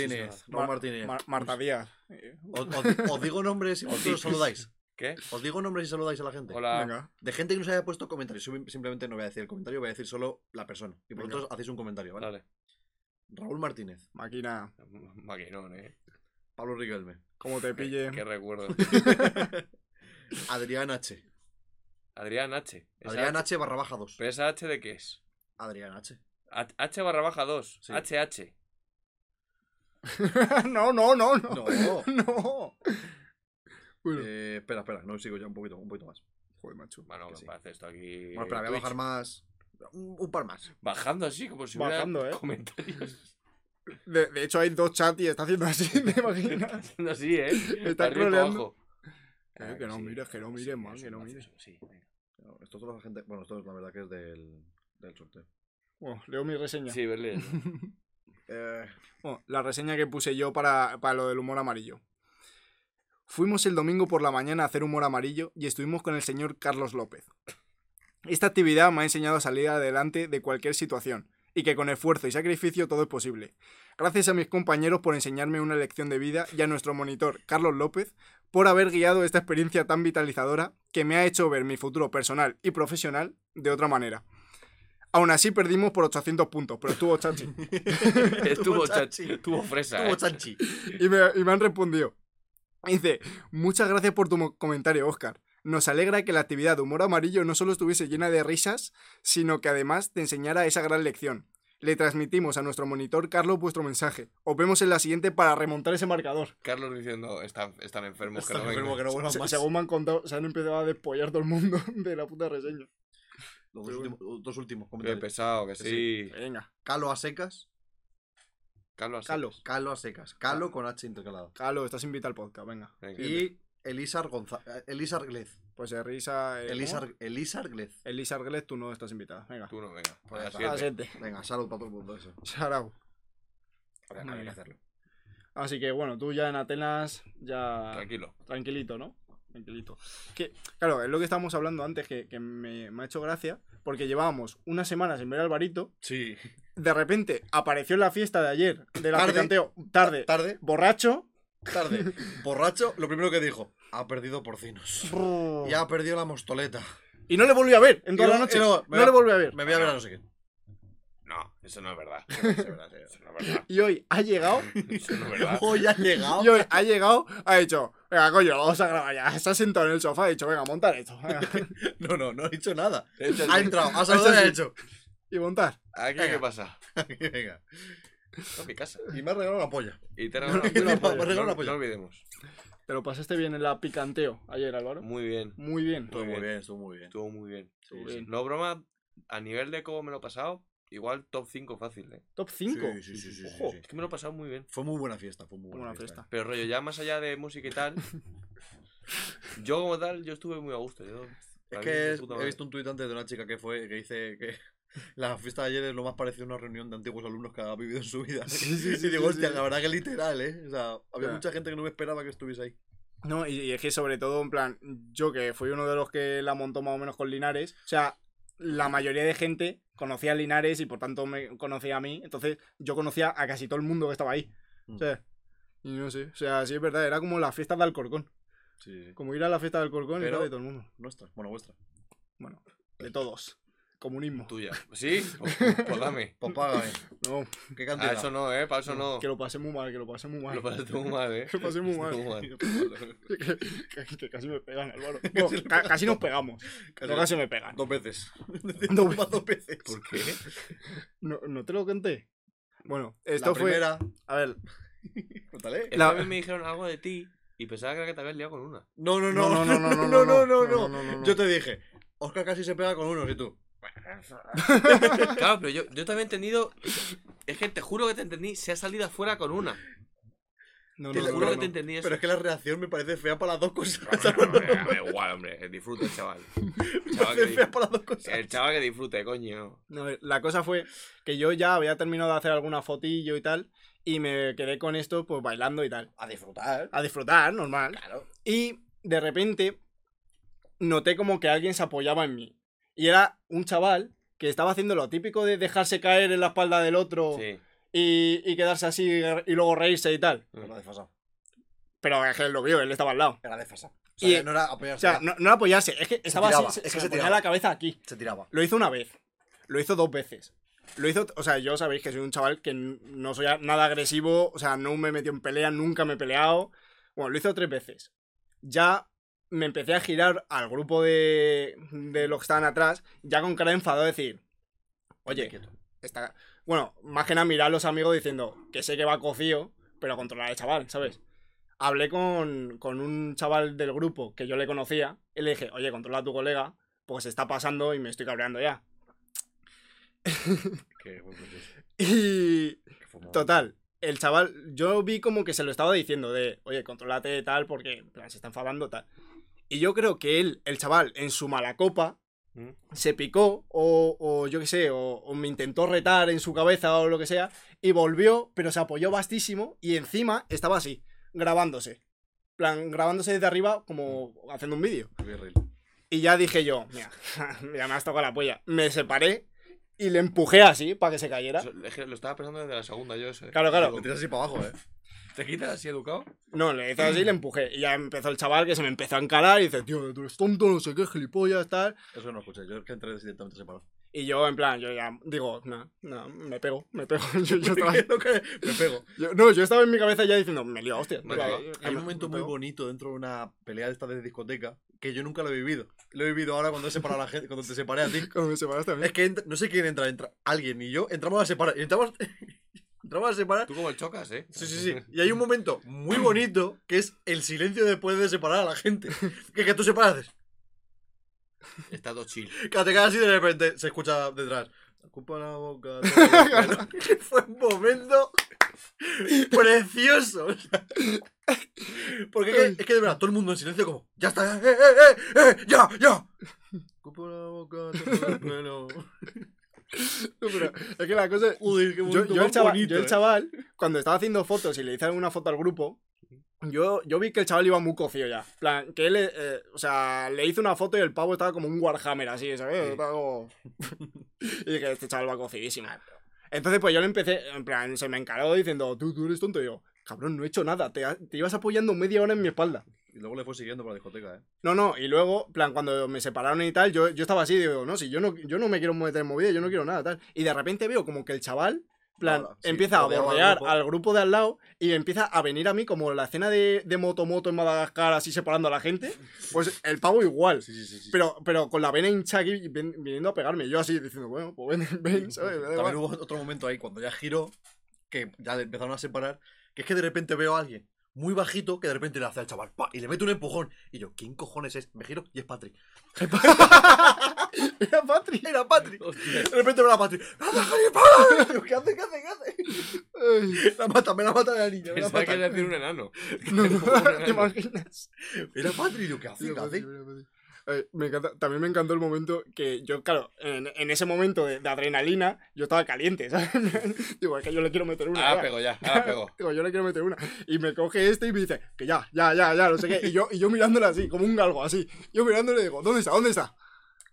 B: Martínez.
C: gracias.
B: Raúl
A: Mar-
B: Martínez.
A: Mar- Marta Díaz. Eh,
C: <laughs>
B: Os, os- os digo nombres y vosotros
C: Otis.
B: saludáis.
C: ¿Qué?
B: Os digo nombres y saludáis a la gente.
C: Hola.
A: Venga.
B: De gente que nos haya puesto comentarios. Yo Simplemente no voy a decir el comentario, voy a decir solo la persona. Y
A: Venga.
B: vosotros hacéis un comentario, ¿vale?
C: Vale.
B: Raúl Martínez,
A: Máquina,
C: Maquinón, eh.
B: Pablo Riquelme,
A: como te pille. <laughs>
C: Qué
B: <laughs>
C: recuerdo.
B: Adrián H.
C: Adrián H. Esa
B: Adrián H barra baja 2.
C: ¿Pero esa H de qué es?
B: Adrián H.
C: H H barra baja 2.
B: Sí.
C: HH.
A: no, no, no, no.
B: <laughs> No.
A: No. Bueno.
B: Eh, espera, espera, no sigo ya un poquito, un poquito más.
A: Joder, macho.
C: Bueno,
B: Que
C: me
B: sí.
C: parece esto aquí.
B: Bueno, espera, voy a
C: Twitch.
B: bajar más. Un, un par más.
C: Bajando así, como si
A: Bajando,
C: hubiera
A: ¿eh?
C: comentarios.
A: De, de hecho, hay dos chats y está haciendo así, <laughs> ¿te
C: <laughs>
A: imaginas?
C: Haciendo así, ¿eh?
A: está
C: Para arriba y para
A: troleando.
C: abajo.
A: Eh, Que
C: Ah,
A: no mires, que no
C: sí,
A: mires, man,
C: es
A: que
C: un
A: no
C: gracioso, Sí, venga.
B: No, Esto es toda la gente. Bueno, esto es la verdad que es del, del sorteo.
A: Bueno, leo mi reseña.
C: sí verle.
A: <laughs>
C: <laughs>
B: <laughs> Eh,
A: Bueno, la reseña que puse yo para, para lo del humor amarillo. Fuimos el domingo por la mañana a hacer humor amarillo y estuvimos con el señor Carlos López. Esta actividad me ha enseñado a salir adelante de cualquier situación y que con esfuerzo y sacrificio todo es posible. Gracias a mis compañeros por enseñarme una lección de vida y a nuestro monitor, Carlos López, por haber guiado esta experiencia tan vitalizadora que me ha hecho ver mi futuro personal y profesional de otra manera. Aún así perdimos por 800 puntos, pero estuvo chachi.
C: Estuvo
B: chachi.
C: chachi. Estuvo fresa.
B: Tuvo
C: eh.
B: chanchi.
A: <laughs> y, me, y me han respondido. Dice, muchas gracias por tu mo- comentario, Oscar. Nos alegra que la actividad de humor amarillo no solo estuviese llena de risas, sino que además te enseñara esa gran lección. Le transmitimos a nuestro monitor Carlos vuestro mensaje. Os vemos en la siguiente para remontar ese marcador.
C: Carlos diciendo, están, están enfermos, que
B: Está
C: no vengan".
B: enfermo, que no vuelvan
A: Se-
B: más.
A: según me han contado, se han empezado a despollar todo el mundo <laughs> de la puta reseña.
B: Los dos últimos, los dos últimos
C: Qué
B: comentarios.
C: pesado, que sí.
A: Venga,
B: Calo a secas.
C: Carlos.
A: Calo.
B: Calo a secas. Calo con H intercalado.
A: Carlos, estás invitado al podcast, venga.
C: Venga.
B: Y eh, Elizar González. Elizar Glez.
A: Pues eh, risa. eh, ¿no?
B: Elizar, Elizar Glez.
A: Elisa Argelés, tú no estás invitada. Venga.
C: Tú no, venga.
B: Pues
C: A la
B: ya está.
A: A la
C: siguiente.
A: siguiente.
B: Venga, salud para todo el mundo eso.
A: Sarau.
B: Habría
A: Muy
B: que
A: bien.
B: hacerlo.
A: Así que bueno, tú ya en Atenas ya
C: Tranquilo.
A: tranquilito, ¿no? Tranquilito. Que, claro, es lo que estábamos hablando antes, que, que me, me ha hecho gracia, porque llevábamos unas semanas sin ver al Alvarito,
B: Sí.
A: de repente apareció en la fiesta de ayer, del
B: Tarde.
A: canteo tarde,
B: Tarde,
A: borracho,
B: tarde. Borracho, lo primero que dijo. Ha perdido porcinos. Ya ha perdido la mostoleta.
A: y no le volví a ver en toda
B: Y
A: la
B: no-
A: noche.
B: y no,
A: No,
B: me va-
A: le volví a ver.
B: Me voy a ver a no sé qué.
C: No, eso no es verdad. Eso no
A: <laughs>
C: es verdad.
A: Y hoy ha llegado,
C: Eso no es verdad.
B: <laughs> Hoy ha llegado.
A: y hoy ha llegado, ha dicho, venga, coño, vamos a grabar ya. Se ha sentado en el sofá, ha dicho, venga, montar
B: <laughs>
A: esto. <laughs> venga".
B: No, no, no he dicho nada.
C: Eso
B: Ha
C: sí.
B: entrado, ha saludado y ha
A: sí.
B: hecho. <laughs>
A: y montar.
C: ¿Aquí qué pasa?
B: Venga.
C: Esto es mi casa.
B: Y me ha regalado la polla.
C: Y te
A: No,
C: regalan
A: no,
C: una
A: no,
C: polla.
B: me regalan una
C: No
B: polla.
C: no olvidemos.
A: Te lo pasaste bien en la picanteo ayer, Álvaro.
B: Mm.
C: Muy bien.
A: Muy bien.
B: Estuvo
C: Muy
B: muy
C: bien.
B: bien, estuvo muy bien.
C: Estuvo muy bien.
A: Muy
C: Sí,
A: bien.
C: No broma, a nivel de cómo me lo he pasado, igual top 5 fácil, ¿eh?
A: Top 5.
B: Sí, sí, sí, sí, sí,
A: Ojo.
B: sí.
C: Es que me lo he pasado muy bien.
B: Fue muy buena fiesta, fue muy buena,
A: Buena
B: fiesta.
A: fiesta.
C: Pero rollo, ya más allá de música y tal, yo como tal, yo estuve muy a gusto. yo-
B: Es
C: a mí
B: que
C: de
B: es-
C: puta
B: he
C: madre.
B: visto un tuit antes de una chica que fue que dice que <laughs> la fiesta de ayer es lo más parecido a una reunión de antiguos alumnos que ha vivido en su vida.
A: Sí, sí, sí,
B: <laughs> y digo,
A: sí,
B: hostia,
A: sí.
B: la verdad que literal, ¿eh? O sea, había
A: Ya.
B: mucha gente que no me esperaba que estuviese ahí.
A: No, y, y es que sobre todo, en plan, yo que fui uno de los que la montó más o menos con Linares, o sea, la mayoría de gente conocía a Linares y por tanto me conocía a mí, entonces yo conocía a casi todo el mundo que estaba ahí. O sea, y no sé, o sea, sí es verdad, era como la fiesta de Alcorcón,
B: Sí, sí.
A: como ir a la fiesta de Alcorcón
B: Pero-
A: era de todo el mundo,
B: Nuestra, bueno, vuestra.
A: bueno, de todos, comunismo.
C: Tuya. ¿Sí? Pues,
B: <laughs>
C: pues dame.
B: Pues págame.
A: No,
B: ¿Qué
C: Ah,
B: cantidad?
C: eso no, ¿eh? Para eso no.
A: que lo pasé muy mal, que lo pasé muy mal.
C: <laughs>
A: <laughs>
C: Lo pasaste muy mal, ¿eh?
A: Que lo pasé muy mal.
C: Muy
A: <laughs>
C: mal.
A: que, que- que casi me pegan, Álvaro. No, ca- casi nos pegamos.
B: Casi-
A: No, casi me pegan.
B: Dos <laughs> veces.
A: Dos
B: Dos, dos veces.
C: ¿Por qué?
A: No, no te lo conté. Bueno, esto
B: la
A: fue.
B: primera.
A: A ver,
B: Cuéntale.
C: Es que
A: La-
C: a mí me dijeron algo de ti y pensaba que era que te habías liado con una.
B: No, no,
A: No,
B: no,
A: no, no, no, no,
B: no, <laughs> no,
A: no,
B: no,
A: no,
B: no,
A: no, no, no.
B: Yo te dije, Oscar casi se pega con uno, y tú.
C: Claro, pero yo, yo te había entendido. Es que te juro que te entendí. Se ha salido afuera con una.
A: No,
C: Te
A: no,
C: lo
A: no,
C: juro
A: no,
C: que te
A: no.
C: entendí eso.
B: Pero es que la reacción me parece fea para las dos cosas. <laughs>
C: Da igual, hombre. Disfruta, chaval. Chaval que
B: Es fea
C: di-
B: para las dos cosas.
C: El chaval que disfrute, coño.
A: No, la cosa fue que yo ya había terminado de hacer alguna fotillo y tal, y me quedé con esto, pues bailando y tal.
B: A disfrutar.
A: A disfrutar, normal.
B: Claro.
A: Y de repente noté como que alguien se apoyaba en mí. Y era un chaval que estaba haciendo lo típico de dejarse caer en la espalda del otro
C: Sí.
A: y, y quedarse así y luego reírse y tal.
B: Lo ha desfasado.
A: Pero es que él lo vio, él estaba al lado.
H: Era defensa. O
A: Y-
H: sea, no era
A: O
H: apoyarse.
A: sea, no, no era apoyarse, es que estaba
H: tiraba,
A: así, se,
H: es que
A: se le
H: se
A: ponía
H: tiraba.
A: la cabeza aquí.
H: Se tiraba.
A: Lo hizo una vez, lo hizo dos veces. Lo hizo, o sea, yo sabéis que soy un chaval que n- no soy a- nada agresivo, o sea, no me he metido en pelea, nunca me he peleado. Bueno, lo hizo tres veces. Ya me empecé a girar al grupo de, de los que estaban atrás, ya con cara de enfadado, decir, oye, está... Bueno, más que nada mirar a los amigos diciendo que sé que va cocido, pero controlar al chaval, ¿sabes? Hablé con, con un chaval del grupo que yo le conocía y le dije, oye, controla a tu colega, porque se pues está pasando y me estoy cabreando ya. <laughs>
C: Qué buen proceso,
A: Y
C: qué fumado.
A: total, el chaval, yo vi como que se lo estaba diciendo de, oye, controlate tal, porque en plan, se está enfadando tal. Y yo creo que él, el chaval, en su mala copa,
C: ¿Mm?
A: se picó o, o yo qué sé, o, o me intentó retar en su cabeza o lo que sea, y volvió, pero se apoyó vastísimo y encima estaba así, grabándose. En plan, grabándose desde arriba como haciendo un vídeo.
C: Muy real.
A: Y ya dije yo, mira, <laughs> ya me has tocado la polla. Me separé y le empujé así para que se cayera.
C: Eso- es que lo estaba pensando desde la segunda yo eso. ¿eh?
A: Claro, claro.
C: Digo,
H: Lo tiras así para abajo, eh.
C: ¿Te quitas así educado?
A: No, le hice así y le empujé. Y ya empezó el chaval que se me empezó a encarar y dice, tío, tú eres tonto, no sé qué, gilipollas, tal.
B: Eso no lo escuché. Yo es que entré directamente separado.
A: Y yo, en plan, yo ya digo, no, no, me pego, me pego. <laughs> Yo, yo
B: <laughs>
A: estaba,
H: Me pego.
A: yo- no, yo estaba en mi cabeza ya diciendo, me lío, hostia. me
C: Me cago.
A: cago.
B: Hay
A: Me-
B: un momento
A: me
B: muy
A: pego.
B: bonito dentro de una pelea de estas de discoteca que yo nunca lo he vivido. Lo he vivido ahora cuando he separado a la gente, cuando te separé a ti.
A: Cuando me separaste a mí.
B: Es que entra- no sé quién entra, entra alguien y yo entramos a separar. y entramos, <laughs> entramos a separar.
C: Tú como el chocas, ¿eh?
B: Sí, sí, sí. Y hay un momento muy bonito que es el silencio después de separar a la gente. Que, que tú separas, haces,
C: Está todo chill.
B: que te quedas así y de repente se escucha detrás. Ocupa
A: <laughs>
B: la boca. todo el pelo". Fue un momento precioso. o sea. Porque es que, es que de verdad, todo el mundo en silencio como, ya está, eh, eh, eh, eh, ya, ya. Ocupa la boca, todo el pelo.
A: No, pero es que la cosa es-
B: Joder, qué
A: yo,
B: momento
A: yo el
B: más
A: chaval,
B: bonito,
A: yo el
B: eh.
A: chaval, cuando estaba haciendo fotos y le hice una foto al grupo, yo, yo vi que el chaval iba muy cocido ya. En plan, que él, eh, o sea, le hice una foto y el pavo estaba como un Warhammer así, ¿sabes? Estaba como...
B: <laughs>
A: y dije, este chaval va cocidísimo. Entonces, pues yo le empecé, en plan, se me encaró diciendo, tú, tú eres tonto. Y yo, cabrón, no he hecho nada, te, ha- te ibas apoyando media hora en mi espalda.
B: Y luego le fue siguiendo por la discoteca, eh.
A: No, no, y luego, en plan, cuando me separaron y tal, yo, yo estaba así, digo, no, si yo no, yo no me quiero meter en movida, yo no quiero nada, tal. Y de repente veo como que el chaval, en plan,
B: Nada, sí,
A: empieza a
B: rodeaba al
A: bordear
B: grupo.
A: al grupo de al lado y empieza a venir a mí como la escena de, de Motomoto en Madagascar, así separando a la gente. Pues el pavo igual.
B: Sí, sí, sí. sí.
A: Pero, pero con la vena hincha aquí vin- viniendo a pegarme, yo así diciendo, bueno, pues ven, ven, ¿sabes? Me da igual.
B: También hubo otro momento ahí cuando ya giró, que ya le empezaron a separar, que es que de repente veo a alguien muy bajito que de repente le hace al chaval ¡pa! y le mete un empujón. Y yo, ¿quién cojones es? Me giro y es Patrick.
A: Era Patrick.
B: ¡Era Patrick!
C: <laughs> Hostia.
B: De repente veo a Patrick. ¡Ah, Javier, para! Y yo, ¿Qué hace? ¿Qué hace? ¿Qué hace? La mata, me la mata la niña. Me la
C: Pensaba que
B: mata.
C: era decir un enano.
A: <laughs> No, no,
C: Como
B: <laughs>
C: un enano.
A: ¿Te imaginas?
B: Era Patrick, yo, ¿qué hace?
A: Sí,
B: ¿Qué
A: sí,
B: hace?
A: sí, sí. Eh, me encanta- también me encantó el momento que yo, claro, en, en ese momento de, de adrenalina, yo estaba caliente, <laughs> ¿sabes? Digo, es que yo le quiero meter una. ya.
C: Ahora pego Ah, ya, ahora pego.
A: Digo, yo le quiero meter una. Y me coge este y me dice, que ya, ya, ya, ya, no sé qué. Y yo, y yo mirándole así, como un galgo, así. Yo mirándole digo, ¿dónde está? ¿Dónde está?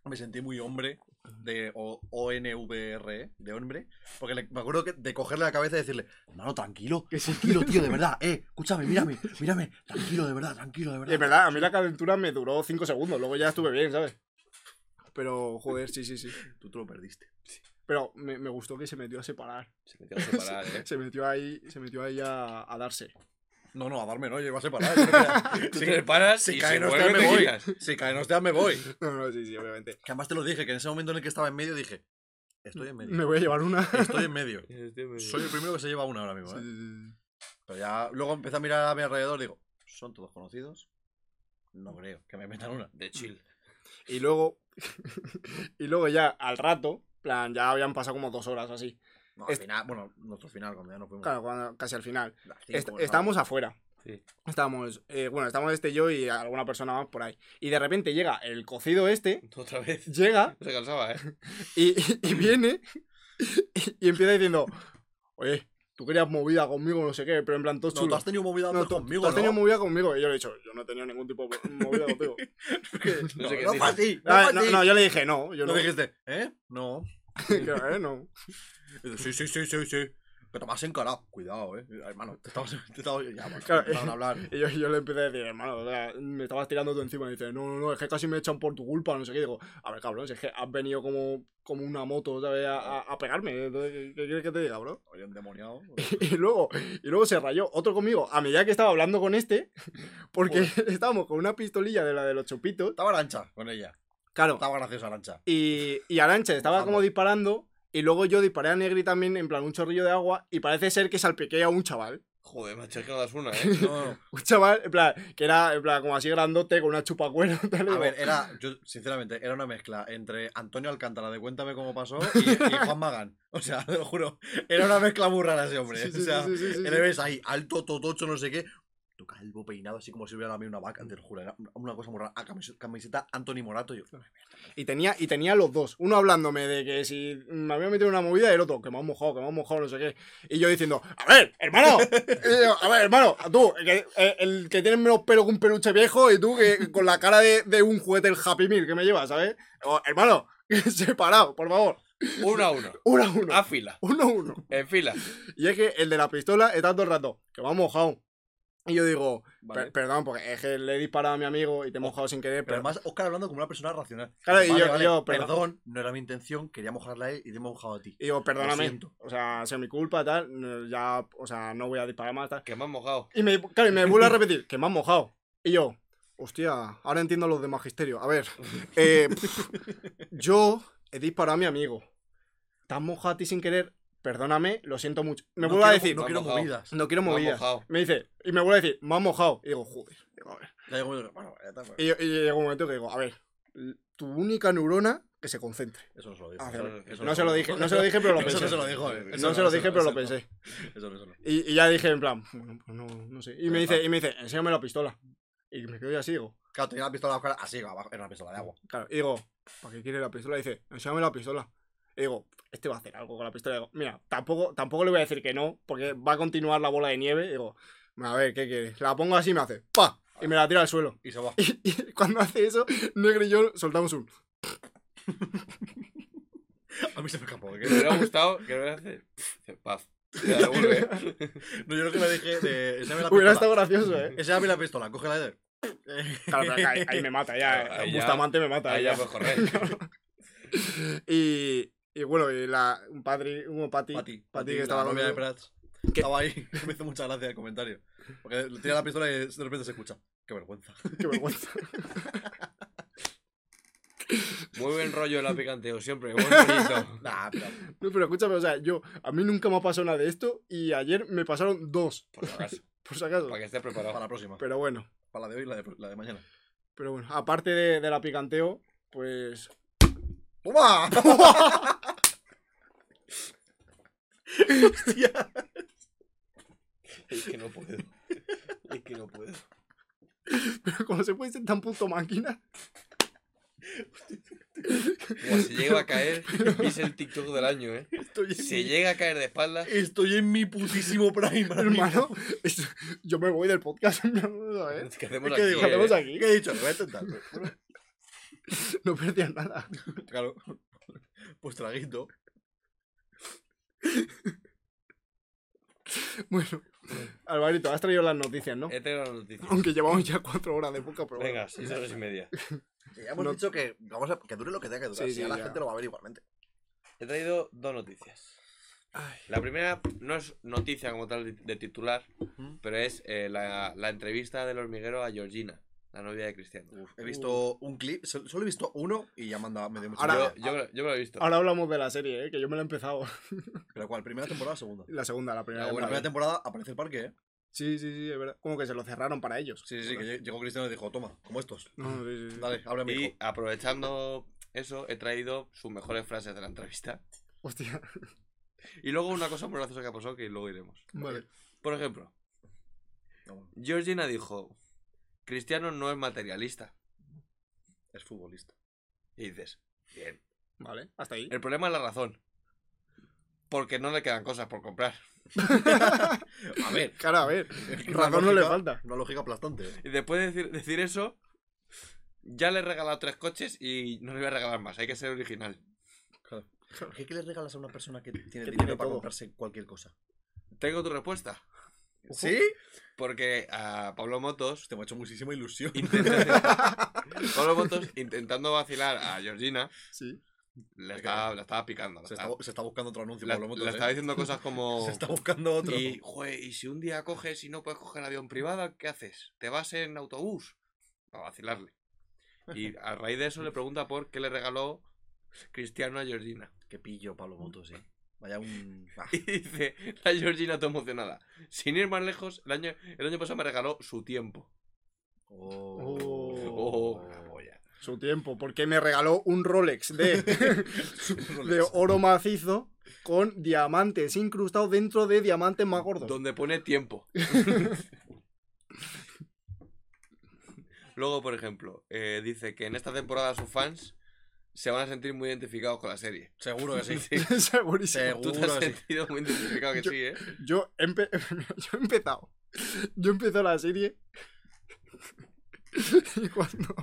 B: me sentí muy hombre de o, ONVRE, ¿eh? de hombre, porque le- me acuerdo que de cogerle la cabeza y decirle, hermano, tranquilo, tranquilo, tío, <laughs> de verdad, eh, escúchame, mírame, mírame, tranquilo, de verdad, tranquilo, de
A: Y es
B: verdad.
A: verdad, a mí la calentura me duró 5 segundos, luego ya estuve bien, ¿sabes? Pero, joder, sí, sí, sí.
B: Tú te lo perdiste.
A: Pero me, me gustó que se metió a separar.
C: Se metió a separar,
A: <laughs>
C: ¿eh?
A: Se metió ahí, se metió ahí a, a darse. <laughs>
B: No, no, a darme, no, yo iba a <laughs> separar. yo me quedé-
C: Tú
B: Si-
C: te separas
B: si
C: y
B: cae
C: se
B: en
C: vuelve
B: hostia,
C: te
B: me voy.
C: giras.
B: Si cae en hostia, me voy. Que
A: No, no, sí, sí, obviamente.
B: además te lo dije, que en ese momento en el que estaba en medio dije, estoy en
A: Me
B: medio.
A: voy a llevar una.
B: Estoy en medio. Soy
C: Soy-
B: el primero que se lleva una ahora mismo,
A: Sí,
B: ¿eh?
A: sí, sí.
B: Pero ya luego empecé a mirar a mi alrededor y digo, ¿son todos conocidos? No creo que me metan una.
C: De chill.
A: Y luego, <laughs> y luego ya al rato, plan, ya habían pasado como dos horas o así.
B: No, al
A: Es-
B: final, bueno, nuestro final, cuando ya nos fuimos.
A: Claro, cuando- casi al final.
B: Las cinco,
A: Est-
B: ¿no?
A: estábamos afuera.
C: Sí.
A: Estábamos, eh, bueno, estábamos este yo y alguna persona más por ahí. Y de repente llega el cocido este,
C: Otra vez. <laughs>
A: llega
C: No se cansaba, ¿eh?
A: y, <laughs> y viene y, y empieza diciendo, oye, tú querías movida conmigo, no sé qué, pero en plan todo
B: No, tú
A: chulo.
B: has tenido movida
A: No,
B: antes
A: tú-
B: conmigo,
A: tú has tenido
B: ¿no?
A: movida conmigo. Y yo le he dicho, yo no he tenido ningún tipo de movida contigo.
C: No sé qué
B: No
C: decir.
B: para ti, no
A: Ah,
B: para
A: No,
B: ti.
A: no, yo le dije, no, yo
B: No
A: no.
B: dijiste, ¿eh? No.
A: <laughs> Que, eh, no.
B: Y dices, Sí, sí, sí, sí, sí. Pero más encarado. Cuidado, eh. Hermano, te estamos. Te estamos ya, bueno,
A: Claro,
B: empezaron a hablar.
A: <laughs> Y yo, yo le empecé a decir, hermano, o sea, me estabas tirando tú encima. Y dice, no, no, no, es que casi me echan por tu culpa, no sé qué. Digo, a ver, cabrón, si es que has venido como, como una moto, ¿sabes? A, a- a pegarme. Entonces, ¿qué, qué quieres que te diga, bro? <laughs>
B: Oye, endemoniado.
A: Y luego, y luego se rayó otro conmigo, a medida que estaba hablando con este, <laughs> porque <laughs> estábamos con una pistolilla de la de los chupitos.
B: Estaba Arancha con ella.
A: Claro.
B: Estaba graciosa Arancha.
A: Y, y Arancha estaba
B: Bajando.
A: como disparando. Y luego yo disparé a Negri también, en plan un chorrillo de agua. Y parece ser que salpiqué a un chaval.
C: Joder, macho, es que no das una,
B: <laughs>
C: ¿eh?
A: <laughs>
B: No, no,
A: Un chaval, en plan, que era en plan, como así grandote, con una chupacuero. <laughs> Tal, y
B: no. A
A: digo,
B: ver, era. Yo, sinceramente, era una mezcla entre Antonio Alcántara de Cuéntame cómo pasó y, y Juan Magán. O sea, te lo juro. Era una mezcla muy rara ese hombre.
A: Sí,
B: eh.
A: sí,
B: o sea,
A: sí, sí, sí, sí.
B: le ves ahí, alto, totocho, no sé qué. Tu calvo peinado, así como si hubiera lamido una vaca, te lo juro. Era una cosa muy rara. Ah, camis- camiseta Anthony Morato. Yo,
A: Y tenía, y tenía los dos. Uno hablándome de que si me había metido en una movida y el otro, que me han mojado, que me han mojado, no sé qué. Y yo diciendo, a ver, <laughs> hermano, Y yo, a ver, hermano, tú, que- eh, el que tiene menos pelo que un peluche viejo y tú <laughs> que con la cara de, de un juguete el Happy Meal que me llevas, ¿sabes? Digo, hermano, <laughs> separado, por favor.
C: Uno a uno.
A: Uno a uno.
C: A fila.
A: Uno a uno.
C: En fila.
A: Y es que el de la pistola está todo el rato, que me ha mojado. Y yo digo,
B: Vale.
A: "Per- perdón, porque es que le he disparado a mi amigo y te he mojado sin querer,
B: Pero
A: pero,
B: además, Oscar hablando como una persona racional.
A: Claro, y yo- yo,
B: perdón.
A: perdón.
B: no era mi intención, quería mojarla a él y te he mojado a ti.
A: Y digo,
B: Lo
A: perdóname,
B: siento.
A: o sea, sea mi culpa, tal, no, ya, o sea, no voy a disparar más, tal.
C: Que me han mojado.
A: Y me, claro, y me
B: <laughs>
A: vuelve a repetir, que me han mojado. Y yo, hostia, ahora entiendo los de magisterio. A ver, eh, pf, yo he disparado a mi amigo. Te has mojado a ti sin querer, perdóname, lo siento mucho. Me
B: No
A: vuelve a
B: quiero-
A: decir,
B: No
A: no,
B: quiero
C: mojado.
B: movidas.
A: quiero
C: Me han
A: movidas.
C: mojado.
A: Me dice, y me vuelve a decir, me han mojado. Y digo, joder, digo, a ver.
B: Ya llegó el- bueno, ya está, pues, bueno.
A: Y, y llega un momento que digo, a ver, tu única neurona que se concentre.
B: Eso no se lo dijo.
A: Ah,
B: Eso-
C: no,
B: eso
A: No se lo dije, no se lo dije, pero lo
B: Eso no
A: pensé.
B: se lo dijo, eh. Eso
A: No se lo
B: eso
A: dije, pero
B: eso
A: lo pensé.
B: Eso no, eso no.
A: Y, y ya dije en plan, bueno, pues no, no sé. Y me,
B: Pero
A: dice,
B: tal.
A: y me dice, enséñame la pistola. Y me quedo yo así, digo,
B: Claro, tenía la pistola de Oscar así, abajo. Era una pistola de agua.
A: claro, y digo, ¿para qué quiere la pistola? Y dice, enséñame la pistola. Y digo, este va a hacer algo con la pistola. Y digo, mira, tampoco, tampoco le voy a decir que no, porque va a continuar la bola de nieve. Y digo, a ver, ¿qué quieres? La pongo así y me hace, ¡pa! Y me la tira al suelo. <laughs>
B: Y se va.
A: Y, y cuando hace eso, Negro y yo soltamos un.
B: A mí se me escapó. ¿eh?
C: Que me hubiera gustado. Que me hubiera hecho- Dice, Paz. Te la devuelve, ¿eh?
A: <laughs>
B: No, yo lo que le dije de. Enséñame la
A: Hubiera
B: pistola.
A: estado gracioso, ¿eh?
B: Enséñame la pistola, cógela de.
A: <laughs> Claro, pero que ahí, ahí me mata ya. eh.
C: Ahí ya-
A: Bustamante me mata.
C: Ahí
A: ya.
C: ya puedes correr.
A: <laughs> Y, y bueno, y la, un Patri, un Pati,
B: Pati.
A: Pati que estaba
B: la novia de
A: conmigo.
B: Prats.
A: ¿Qué?
B: Estaba ahí. <laughs> Me hizo mucha gracia el comentario. Porque le tira la pistola y de repente se escucha. Qué vergüenza.
A: Qué vergüenza. <laughs>
C: Muy
B: <laughs>
C: buen rollo la picanteo siempre. Buen rollito.
B: Nah, pero.
A: No, pero escúchame, o sea, yo, a mí nunca me ha pasado nada de esto y ayer me pasaron dos,
C: Por si acaso.
A: por si acaso.
C: Para que estés
B: Para
C: preparado.
B: la próxima.
A: Pero bueno,
B: Para la de hoy y la de, la de mañana.
A: pero bueno, aparte de, de la picanteo, pues...
B: ¡Toma! Hostia.
C: <laughs> Es que no puedo. Es que no puedo.
A: Pero como se puede ser tan puto máquina,
C: Buah, si llega a caer, es el TikTok del año, ¿eh?
B: Estoy en,
C: Si llega a caer de espaldas,
B: estoy en mi putísimo <laughs> prime,
A: hermano, es- yo me voy del podcast, <laughs> ¿sabes?
C: ¿qué hacemos
A: ¿Qué
C: aquí?
A: digo?
C: eh?
A: ¿Hacemos aquí?
B: ¿Qué he dicho? Lo voy a intentar. Bueno, <laughs>
A: No perdías nada.
B: claro. Pues traguito.
A: Bueno, Alvarito, has traído las noticias, ¿no?
B: Eh,
C: He traído la noticia.
A: Aunque llevamos ya cuatro horas de poca, pero bueno.
C: Venga, seis horas y media.
B: Ya hemos
A: No-
B: dicho que, vamos a, que dure lo que tenga que durar.
A: Sí,
B: si
A: sí,
B: a la
A: ya.
B: gente lo va a ver igualmente.
C: He traído dos noticias. La primera no es noticia como tal de, de titular,
B: Ujú.
C: pero es eh, la, la entrevista del hormiguero a Georgina, la novia de Cristiano.
B: He visto un clip, sol- solo he visto uno y ya me, han dado- me dio mucho
A: Ahora-
C: Yo,
B: miedo.
C: yo, me lo- yo me lo he visto.
A: Ahora hablamos de la serie, ¿eh? que yo me la he empezado.
B: ¿Pero cuál? ¿Primera temporada o segunda?
A: La segunda, la primera.
B: La
A: temporada.
B: primera temporada aparece el parque, ¿eh?
A: Sí, sí, sí, es verdad. Como que se lo cerraron para ellos.
B: Sí, sí, sí. Que lle- llegó Cristiano y dijo, toma, como estos.
A: No, sí, sí, sí.
B: Dale, ábreme,
C: Y
B: hijo.
C: aprovechando eso, he traído sus mejores frases de la entrevista.
B: <laughs>
A: Hostia.
C: Y luego una cosa muy graciosa que ha pasado que luego iremos.
A: Vale.
C: Por ejemplo,
B: No,
C: Georgina dijo, Cristiano no es materialista.
B: es futbolista.
C: Y dices, bien.
A: Vale, hasta ahí.
B: Eh,
C: El problema es la razón. Porque no le quedan cosas por comprar. <laughs>
B: A ver.
A: Cara, a
B: <laughs>
A: ver.
B: una
A: Razón no le
B: lógica-
A: falta.
B: Una lógica aplastante. ¿eh?
C: Y después de decir, decir eso, ya le he regalado tres coches y no le voy a regalar más. Hay que ser original.
B: Claro. ¿Qué, ¿Qué le regalas a una persona que tiene
A: Que
B: dinero
A: tiene
B: para
A: todo.
B: comprarse cualquier cosa?
C: Tengo tu respuesta.
B: ¿Sí?
C: Porque a Pablo Motos.
B: Te me ha hecho muchísima <laughs> ilusión.
C: intenta- <laughs> Pablo Motos intentando vacilar a Georgina.
A: Sí.
C: Le estaba, la estaba picando. la
B: Se está,
C: estaba-
B: se está buscando otro anuncio,
C: la-
B: Pablo Motos,
C: le
B: ¿eh?
C: estaba
B: <laughs>
C: diciendo cosas como.
B: Se está buscando otro.
C: Y, jue, y si un día coges y no puedes coger avión privado, ¿qué haces? ¿Te vas en autobús? Para vacilarle. Y
B: <laughs>
C: a raíz de eso le pregunta por qué le regaló Cristiano a Georgina. <laughs>
B: Qué pillo, Pablo Motos, eh. Vaya un. Ah,
C: Y dice, la Georgina toda emocionada. Sin ir más lejos, el año, el año pasado me regaló su tiempo.
B: Oh.
C: Oh,
B: <laughs>
C: cabolla.
A: Su tiempo, porque me regaló un Rolex de, <laughs> de oro macizo con diamantes incrustados dentro de diamantes más gordos. <laughs>
C: Donde pone tiempo. Luego, por ejemplo, eh, dice que en esta temporada sus fans se van a sentir muy identificados con la serie.
B: Seguro que sí. <laughs>
A: Segurísimo.
C: Tú te has
B: Seguro que sí.
C: sentido muy identificado que
A: Yo-
C: sí, ¿eh?
A: Yo, he empe- <laughs> yo he empezado. Yo empezó la serie. <laughs> Y cuando.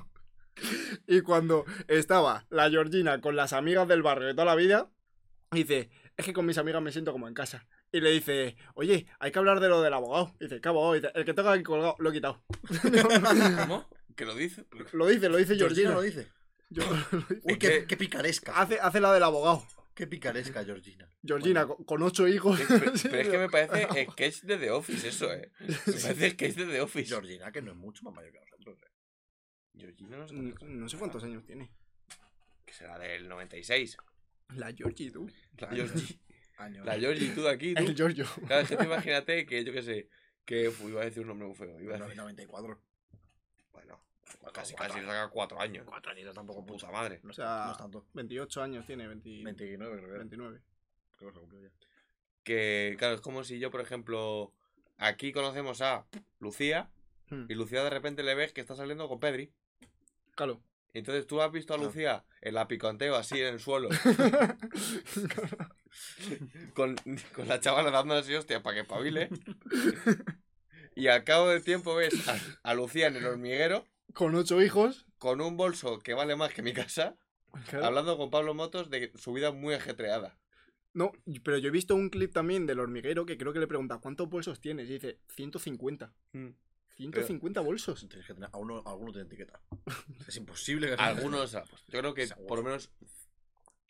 A: Y cuando estaba la Georgina con las amigas del barrio de toda la vida, dice: Es que con mis amigas me siento como en casa. Y le dice: Oye, hay que hablar de lo del abogado. Y dice: ¿Qué abogado? Y dice: El que tengo aquí colgado, lo he quitado. <laughs>
C: ¿Cómo? ¿Que lo dice?
A: Lo dice, lo dice Georgina.
B: Georgina lo dice.
A: Yo-
B: Uy,
C: Es
B: qué,
C: que-
B: qué picaresca.
A: hace, hace la del abogado.
B: Qué picaresca, <laughs> Georgina.
A: Georgina, con, con ocho hijos.
C: Es- Pero,
A: <laughs>
C: pero es que me parece sketch de The Office eso, ¿eh? Me parece sketch de The Office.
B: Georgina, que no es mucho más mayor que nosotros, eh.
C: Georgina no, sé
B: Mm.
A: No,
C: cuántos
A: no sé cuántos años tiene.
C: Que será del 96.
A: La Georgie, tú.
C: La Georgie,
B: Años.
C: la Georgie tú de aquí,
A: El
C: tú.
A: Giorgio.
C: Claro, es que tú imagínate que yo qué sé, que fui, iba a decir un nombre muy feo. Iba a decir,
B: 94.
C: bueno, casi casi saca cuatro años.
B: Cuatro añitos tampoco
C: Puta
B: puta.
C: madre.
B: No,
A: O sea-
B: no es tanto.
A: 28 años tiene, 20
B: 29 creo que era.
A: 29.
B: Creo que se cumplió ya.
C: Que claro, es como si yo, por ejemplo, aquí conocemos a Lucía
A: Hmm.
C: y Lucía de repente le ves que está saliendo con Pedri.
A: Claro.
C: Entonces tú has visto a Lucía en la picanteo así en el suelo. con, con la chavala dándole así, hostia, para que espabile. Y al cabo del tiempo ves a, a Lucía en el hormiguero
A: Con ocho hijos.
C: con un bolso que vale más que mi casa, hablando con Pablo Motos de su vida muy ajetreada.
A: No, pero yo he visto un clip también del hormiguero que creo que le pregunta ¿cuántos bolsos tienes? Y dice, 150. 150 bolsos.
B: Tienes que tener a uno, a alguno tiene etiqueta. Es imposible que <laughs>
C: Algunos se la ha puesto. Yo creo que
B: Seguro.
C: por lo menos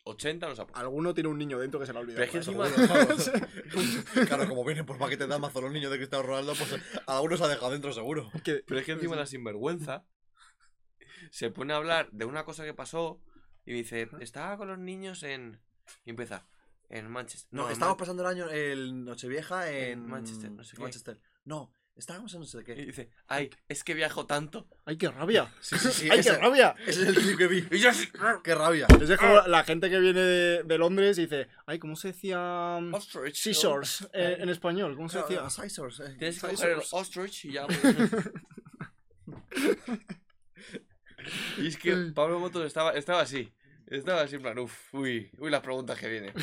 C: 80 nos ha puesto.
A: Alguno tiene un niño dentro que se lo ha olvidado.
C: Pero es que
A: Seguro. <laughs>
B: <laughs>
C: encima-
B: Claro, como vienen por paquetes de Amazon los niños de Cristiano Ronaldo, pues a uno se ha dejado dentro seguro.
C: Pero es que encima la sinvergüenza se pone a hablar de una cosa que pasó y me dice, estaba con los niños en... Y empieza, en Manchester.
B: No,
C: en
B: estábamos
C: Man-
B: pasando el año, el Nochevieja en,
C: En Manchester, no sé qué.
B: Manchester. No, estábamos en no sé
C: Y
B: qué.
C: dice, ay, es que viajo tanto.
A: ¡Ay, qué rabia!
B: Sí, sí, sí.
A: <laughs> ¡Ay, qué
B: ese,
A: rabia!
B: ese es el tío que vi.
C: Y yo así,
B: ¡Qué rabia!
A: Ese es como la- la gente que viene de, de Londres y dice, ay, ¿cómo se decía mm,
C: ostrich.
A: scissors eh, en español? ¿Cómo se
B: Oh,
A: decía?
B: Claro, los scissors, eh,
C: Tienes que coger el
B: scissors.
C: ostrich y ya. pues. y es que Pablo Motos estaba, estaba así. Estaba así en plan, uff, uy, uy, las preguntas que vienen.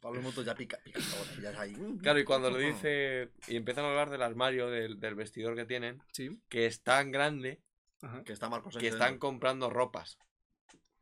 B: Pablo Moto ya pica, pica ahora, ya es ahí. uh,
C: Claro, y cuando
B: <laughs>
C: le dice. Y empiezan a hablar del armario, del, del vestidor que tienen,
A: Sí.
C: que es tan grande
B: Que está Marcos
C: que
B: Sánchez
C: están
B: dentro.
C: comprando ropas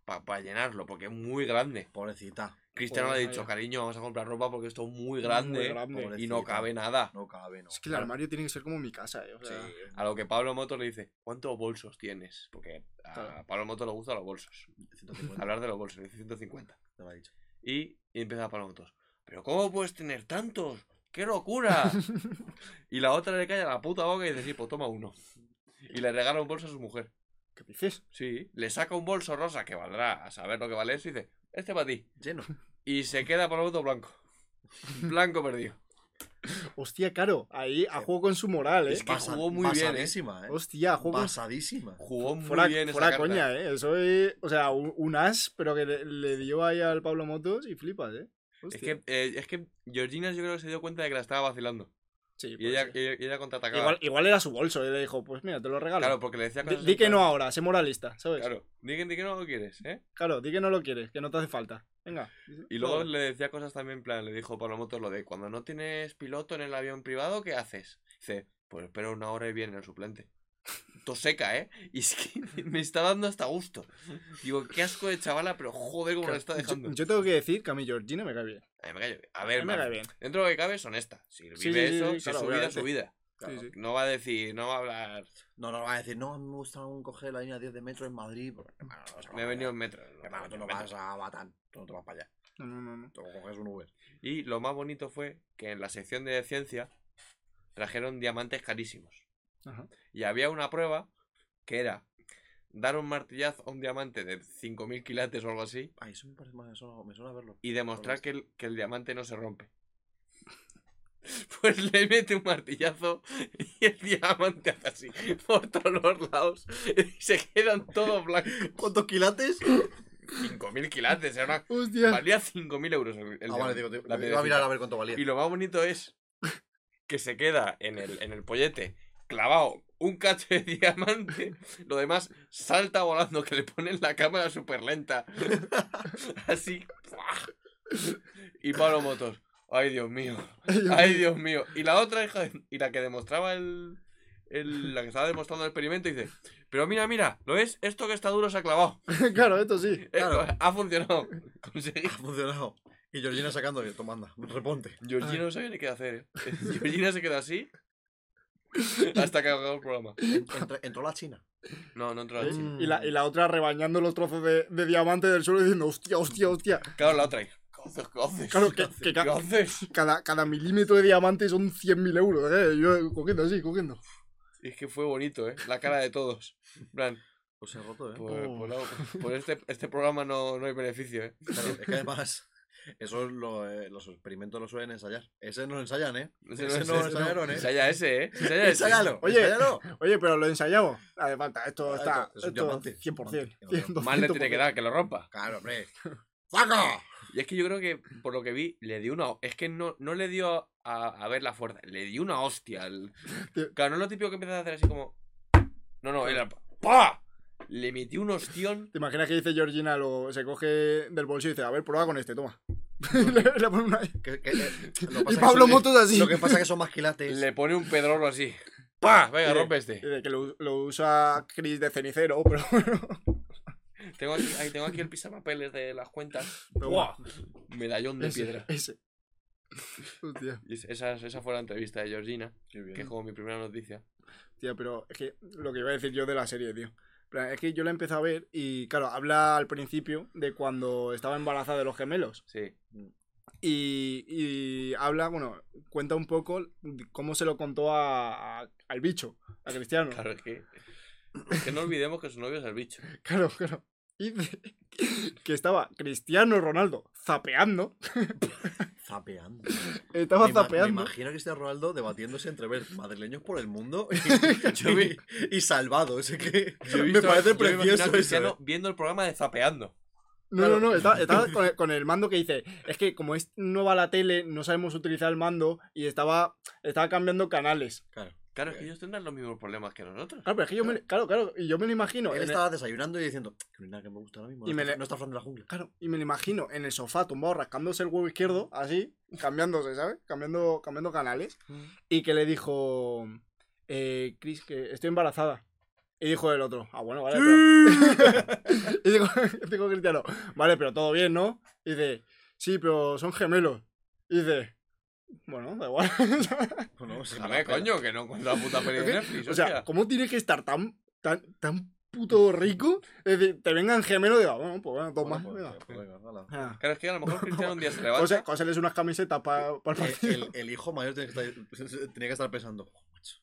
C: para llenarlo, porque es muy grande.
B: Pobrecita.
C: Cristiano le
A: Joder,
C: ha dicho,
A: vaya.
C: cariño, vamos a comprar ropa porque esto es Pues muy
A: Muy
C: grande,
A: grande.
B: Pobre-
C: y no
B: Pobrecita.
C: cabe nada.
B: No cabe, no.
A: Es que el armario tiene que ser como mi casa, eh. O sea,
B: Sí.
C: A lo que Pablo Motos le dice, ¿cuántos bolsos tienes? Porque a
A: Claro.
C: Pablo Motos le gustan los bolsos.
B: 150,
C: Hablar de los bolsos, le dice 150.
B: eh, te lo ha dicho.
C: Y empieza Pablo Motos, ¿pero cómo puedes tener tantos? ¡Qué <laughs> locura! y la otra le calla la puta boca y dice, sí, pues toma uno. Y le regala un bolso a su mujer.
A: ¿qué dices?
C: Sí. Le saca un bolso rosa que valdrá a saber lo que vale eso y dice, este para ti.
B: Lleno.
C: Y se queda Pablo Motos blanco. <laughs> Blanco perdido.
A: Hostia, claro, ahí a juego con su <laughs> moral, eh.
C: que jugó muy bien, ¿eh?
B: Pasadísima, ¿eh?
A: Hostia, a juego con
B: Pasadísima.
C: Jugó muy
A: Fuera,
C: bien
A: fuera
C: esa carta.
A: coña, ¿eh? Eso es, o sea, un, un as, pero que le, le dio ahí al Pablo Motos y flipas, ¿eh?
C: Es
A: Hostia.
C: que, eh, es que Georgina yo creo que se dio cuenta de que la estaba vacilando.
A: Sí,
C: Y
A: puede
C: ella,
A: ser.
C: y ella, y ella contraatacaba.
A: igual, igual era su bolso, y le dijo, pues mira, te lo regalo.
C: Claro, porque le decía
A: Di-
C: cosas
A: di
C: en
A: que
C: plan-
A: no ahora, sé moralista, ¿sabes? Claro.
C: Claro, di que, di que no lo quieres, ¿eh?
A: di que no lo quieres, que no te hace falta. Venga.
C: Y luego
A: Ahora.
C: le decía cosas también, en plan, le dijo Pablo Motos lo de cuando no tienes piloto en el avión privado, ¿qué haces? Dice, pues espero una hora y viene el suplente. toseca, ¿eh? <laughs> Y es que me está dando hasta gusto. Digo, qué asco de chavala, pero joder, cómo lo está dejando.
A: Yo, yo tengo que decir que a mí Georgina me cae bien.
C: A, mí me cae- a
A: A
C: ver,
A: mí me
C: Mar,
A: cae bien.
C: dentro de lo que cabe es honesta. Si vive
A: Sí, sí,
C: eso,
A: sí,
C: si
A: claro,
C: es su vida,
A: obviamente.
C: su vida.
A: Sí, sí.
C: No va a decir, no va a hablar.
B: No, no va a decir, no, a mí me gusta aún coger la línea 10 de metro en Madrid. pero, hermano, no vas a
C: Me he venido en
B: Madrid.
C: metro. no,
B: Hermano, tú no
C: en metro.
B: vas a Batán, tú no te vas para allá.
A: No, no, no, <laughs> no.
B: Tú coges un Uber.
C: Y lo más bonito fue que en la sección de ciencia trajeron diamantes carísimos.
A: Ajá.
C: Y había una prueba que era dar un martillazo a un diamante de 5.000 quilates o algo así
B: Ay, eso me parece más, eso me suena verlo.
C: y demostrar
B: Por
C: que el, que el diamante no se rompe. <laughs> Pues le mete un martillazo y el diamante hace así por todos los lados y se quedan todos blancos.
B: <laughs> ¿Cuántos quilates?
C: 5.000 quilates, era una-
A: <laughs> Hostia.
C: valía 5.000 euros el, el
B: ah, vale,
C: diamante,
B: digo, te- iba
C: la
B: a mirar
C: piedrecita.
B: a ver cuánto valía.
C: Y lo más bonito es que se queda en el, en el pollete clavado un cacho de diamante. Lo demás salta volando, que le ponen la cámara súper
B: <laughs>
C: lenta. Así. ¡fua! Y Pablo Motos. Ay, Dios mío. Ay, Dios mío. Y la otra hija. de- Y la que demostraba el. el- la que estaba demostrando el experimento dice: Pero mira, mira, ¿lo ves? Esto que está duro se ha clavado.
A: claro, esto sí.
C: Eh, <laughs> Ha funcionado.
B: <laughs>
C: Conseguí.
B: Ha funcionado. Y Georgina sacando, y tomando, reponte.
C: Georgina no sabía ni qué hacer. ¿eh? Georgina se quedó así hasta que acabó el programa.
B: Entró, entró la China.
C: No, no entró la China.
A: Y la, y la otra rebañando los trozos de, de diamante del suelo diciendo, hostia, hostia, hostia.
C: Claro, la otra. ahí, ¿Qué haces? ¿Qué haces?
A: Claro,
C: ¿Qué
A: que,
C: haces?
A: que
C: ¿Qué
A: ca-
C: haces?
A: cada, cada milímetro de diamante son 100.000 euros. ¿eh? Yo cogiendo así, cogiendo.
C: Y es que fue bonito, ¿eh? La cara de todos. En plan,
B: Pues se ha roto, ¿eh?
C: por, por la- por este, este programa no, no hay beneficio, ¿eh?
A: <laughs>
B: Claro, es que además, eso lo, eh, los experimentos lo suelen ensayar. Ese no lo ensayan, ¿eh? Ese no lo ensayaron, ¿eh?
C: Ensaya ese, ¿eh?
B: <laughs>
C: Ensaya ese.
B: ¡Ensáyalo!
A: Oye. <laughs>
B: ensayalo.
A: Oye, pero lo ensayamos. Hace falta, esto
B: Ah,
A: está.
B: esto es un
A: esto
B: diamante.
A: 100%.
B: Diamante, diamante.
C: Más le tiene que
A: 200%.
C: dar, que lo rompa.
B: Claro, hombre. ¡Saco!
C: Y es que yo creo que, por lo que vi, le dio una. Es que no, no le dio a, a ver la fuerza, le dio una
B: <laughs>
C: hostia. al-
A: Tío.
C: Claro, no es lo típico que empiezas a hacer así como. No, no, era. ¡Pa! Le metió un hostión.
A: ¿Te imaginas que dice Georgina, lo, se coge del bolsillo y dice, a ver, prueba con este, toma? <laughs> le, le pone una...
B: Que- que- que- lo que pasa
A: <laughs> Y
B: que
A: Pablo
B: son-
A: Motos así.
B: Lo que pasa es que son más quilates.
C: Le pone un pedrolo así. ¡Pa! Venga,
A: Mire,
C: rompe este.
A: Y de que lo, lo usa Chris de cenicero, pero bueno.
C: Tengo aquí, ahí tengo aquí el pisapapeles de las cuentas.
A: Pero
C: ¡Buah! Medallón de
A: ese,
C: piedra.
A: Ese. Hostia.
C: Y es- esa, esa fue la entrevista de Georgina,
B: Qué
C: que es como mi
B: <laughs>
C: primera noticia.
A: Tío, pero es que lo que iba a decir yo de la serie, tío. En plan, Es que yo la he empezado a ver y, claro, habla al principio de cuando estaba embarazada de los gemelos.
C: Sí.
A: Y, y habla, bueno, cuenta un poco de cómo se lo contó a, a- al bicho, a Cristiano.
C: Claro, es que. es que no olvidemos que su novio es el bicho.
A: <laughs> Claro, claro. Y dice que estaba Cristiano Ronaldo zapeando.
B: Zapeando.
A: Estaba
B: Me ima- Me
A: zapeando.
B: imagino que este Ronaldo debatiéndose entre ver madrileños por
A: <laughs>
B: el mundo y,
C: Yo vi-
B: y salvado. Ese que
C: Yo
B: <laughs>
C: he
B: me
C: visto-
B: parece
C: yo me imagino a
B: precioso eso.
C: Cristiano
B: ¿eh?
C: viendo el programa de Zapeando.
A: No, no, no. Estaba,
B: <laughs>
A: estaba con, el, con el mando que dice. Es que como es nueva la tele, no sabemos utilizar el mando y estaba, estaba cambiando canales.
C: Claro, es que ellos tendrán los mismos problemas que nosotros.
A: Claro, pero es que yo me, claro, claro, y yo me lo imagino.
B: Él
A: en el-
B: estaba desayunando y diciendo, que no hay nada que me gusta ahora mismo.
A: Y
B: no,
A: me
B: está,
A: le-
B: no está Fran de la jungla.
A: Claro, y me lo imagino en el sofá tumbado rascándose el huevo izquierdo, así, cambiándose, ¿sabes? Cambiando, cambiando canales. Y que le dijo, eh, Chris, que estoy embarazada. Y dijo el otro, ah, bueno, vale. pero-". <laughs> y dijo, dijo Cristiano, vale, pero todo bien, ¿no? Y dice, sí, pero son gemelos. Y dice, bueno, da igual. <laughs>
B: Bueno, se me
C: Déjame,
B: la pela.
C: Pues, coño, que no encuentro la puta peli de Netflix.
A: o sea,
C: hostia.
A: ¿cómo tienes que estar tan, tan, tan puto rico? Es decir, te vengan gemelos y diga, bueno, pues bueno, dos
B: Bueno,
A: más.
B: pues,
A: venga".
B: pues, venga, hala.
A: Ah.
C: Claro, es eh, que a lo mejor Cristiano un día se levanta.
A: Cose- Coseles unas camisetas para el
B: Eh,
A: partido. <laughs>
B: el, el hijo mayor tiene que estar, tenía que estar pensando, "Joder, macho,